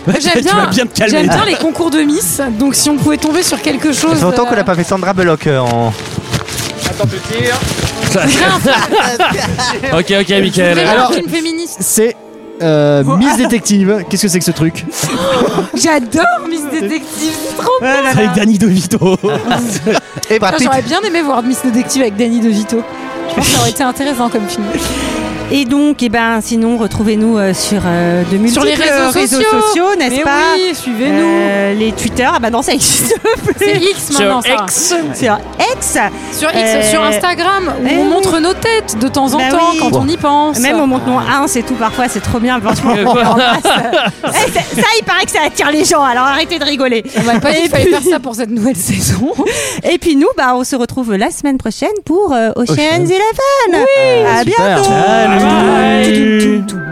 Speaker 6: Ouais.
Speaker 8: Tu
Speaker 6: J'aime
Speaker 8: vas
Speaker 6: bien,
Speaker 8: bien te calmer.
Speaker 6: j'aime bien les concours de Miss. Donc si on pouvait tomber sur quelque
Speaker 5: Ça
Speaker 6: chose.
Speaker 5: fait longtemps qu'on
Speaker 6: euh,
Speaker 5: n'a pas fait Sandra Bullock euh, en.
Speaker 7: Attends, tu tires.
Speaker 8: Rien.
Speaker 7: ok, ok, Michael.
Speaker 6: Vraiment
Speaker 8: Alors-
Speaker 6: un film féministe.
Speaker 8: C'est euh, Miss Détective. Qu'est-ce que c'est que ce truc
Speaker 6: J'adore Miss Détective, c'est trop bien.
Speaker 8: Avec Danny DeVito.
Speaker 5: Et
Speaker 6: Putain, J'aurais bien aimé voir Miss Détective avec Danny DeVito. Je pense que ça aurait été intéressant comme film.
Speaker 1: Et donc, eh ben, sinon, retrouvez-nous euh, sur euh, de multiples
Speaker 6: Sur les réseaux sociaux.
Speaker 1: sociaux, n'est-ce
Speaker 6: Mais
Speaker 1: pas
Speaker 6: oui, suivez-nous.
Speaker 1: Euh, les Twitter, ah bah non, ça existe plus.
Speaker 6: C'est X maintenant, Sur ça. X.
Speaker 1: Sur X.
Speaker 6: Sur X, sur Instagram,
Speaker 1: eh
Speaker 6: où on
Speaker 1: Euh, oui.
Speaker 6: montre nos têtes de temps en
Speaker 1: Bah
Speaker 6: temps
Speaker 1: oui.
Speaker 6: quand on y pense.
Speaker 1: Même on monte mon 1, c'est tout parfois, c'est trop bien. Franchement, on en passe. Eh, ça, ça, il paraît que ça attire les gens, alors arrêtez de rigoler.
Speaker 6: On m'a pas dit
Speaker 1: Et
Speaker 6: qu'il fallait
Speaker 1: puis-
Speaker 6: faire ça pour cette nouvelle saison.
Speaker 1: Et puis nous, bah, on se retrouve la semaine prochaine pour euh, Ocean's
Speaker 6: Ocean's.
Speaker 1: Eleven.
Speaker 6: Oui.
Speaker 1: à
Speaker 6: Super.
Speaker 1: bientôt.
Speaker 6: Salut.
Speaker 1: Bye.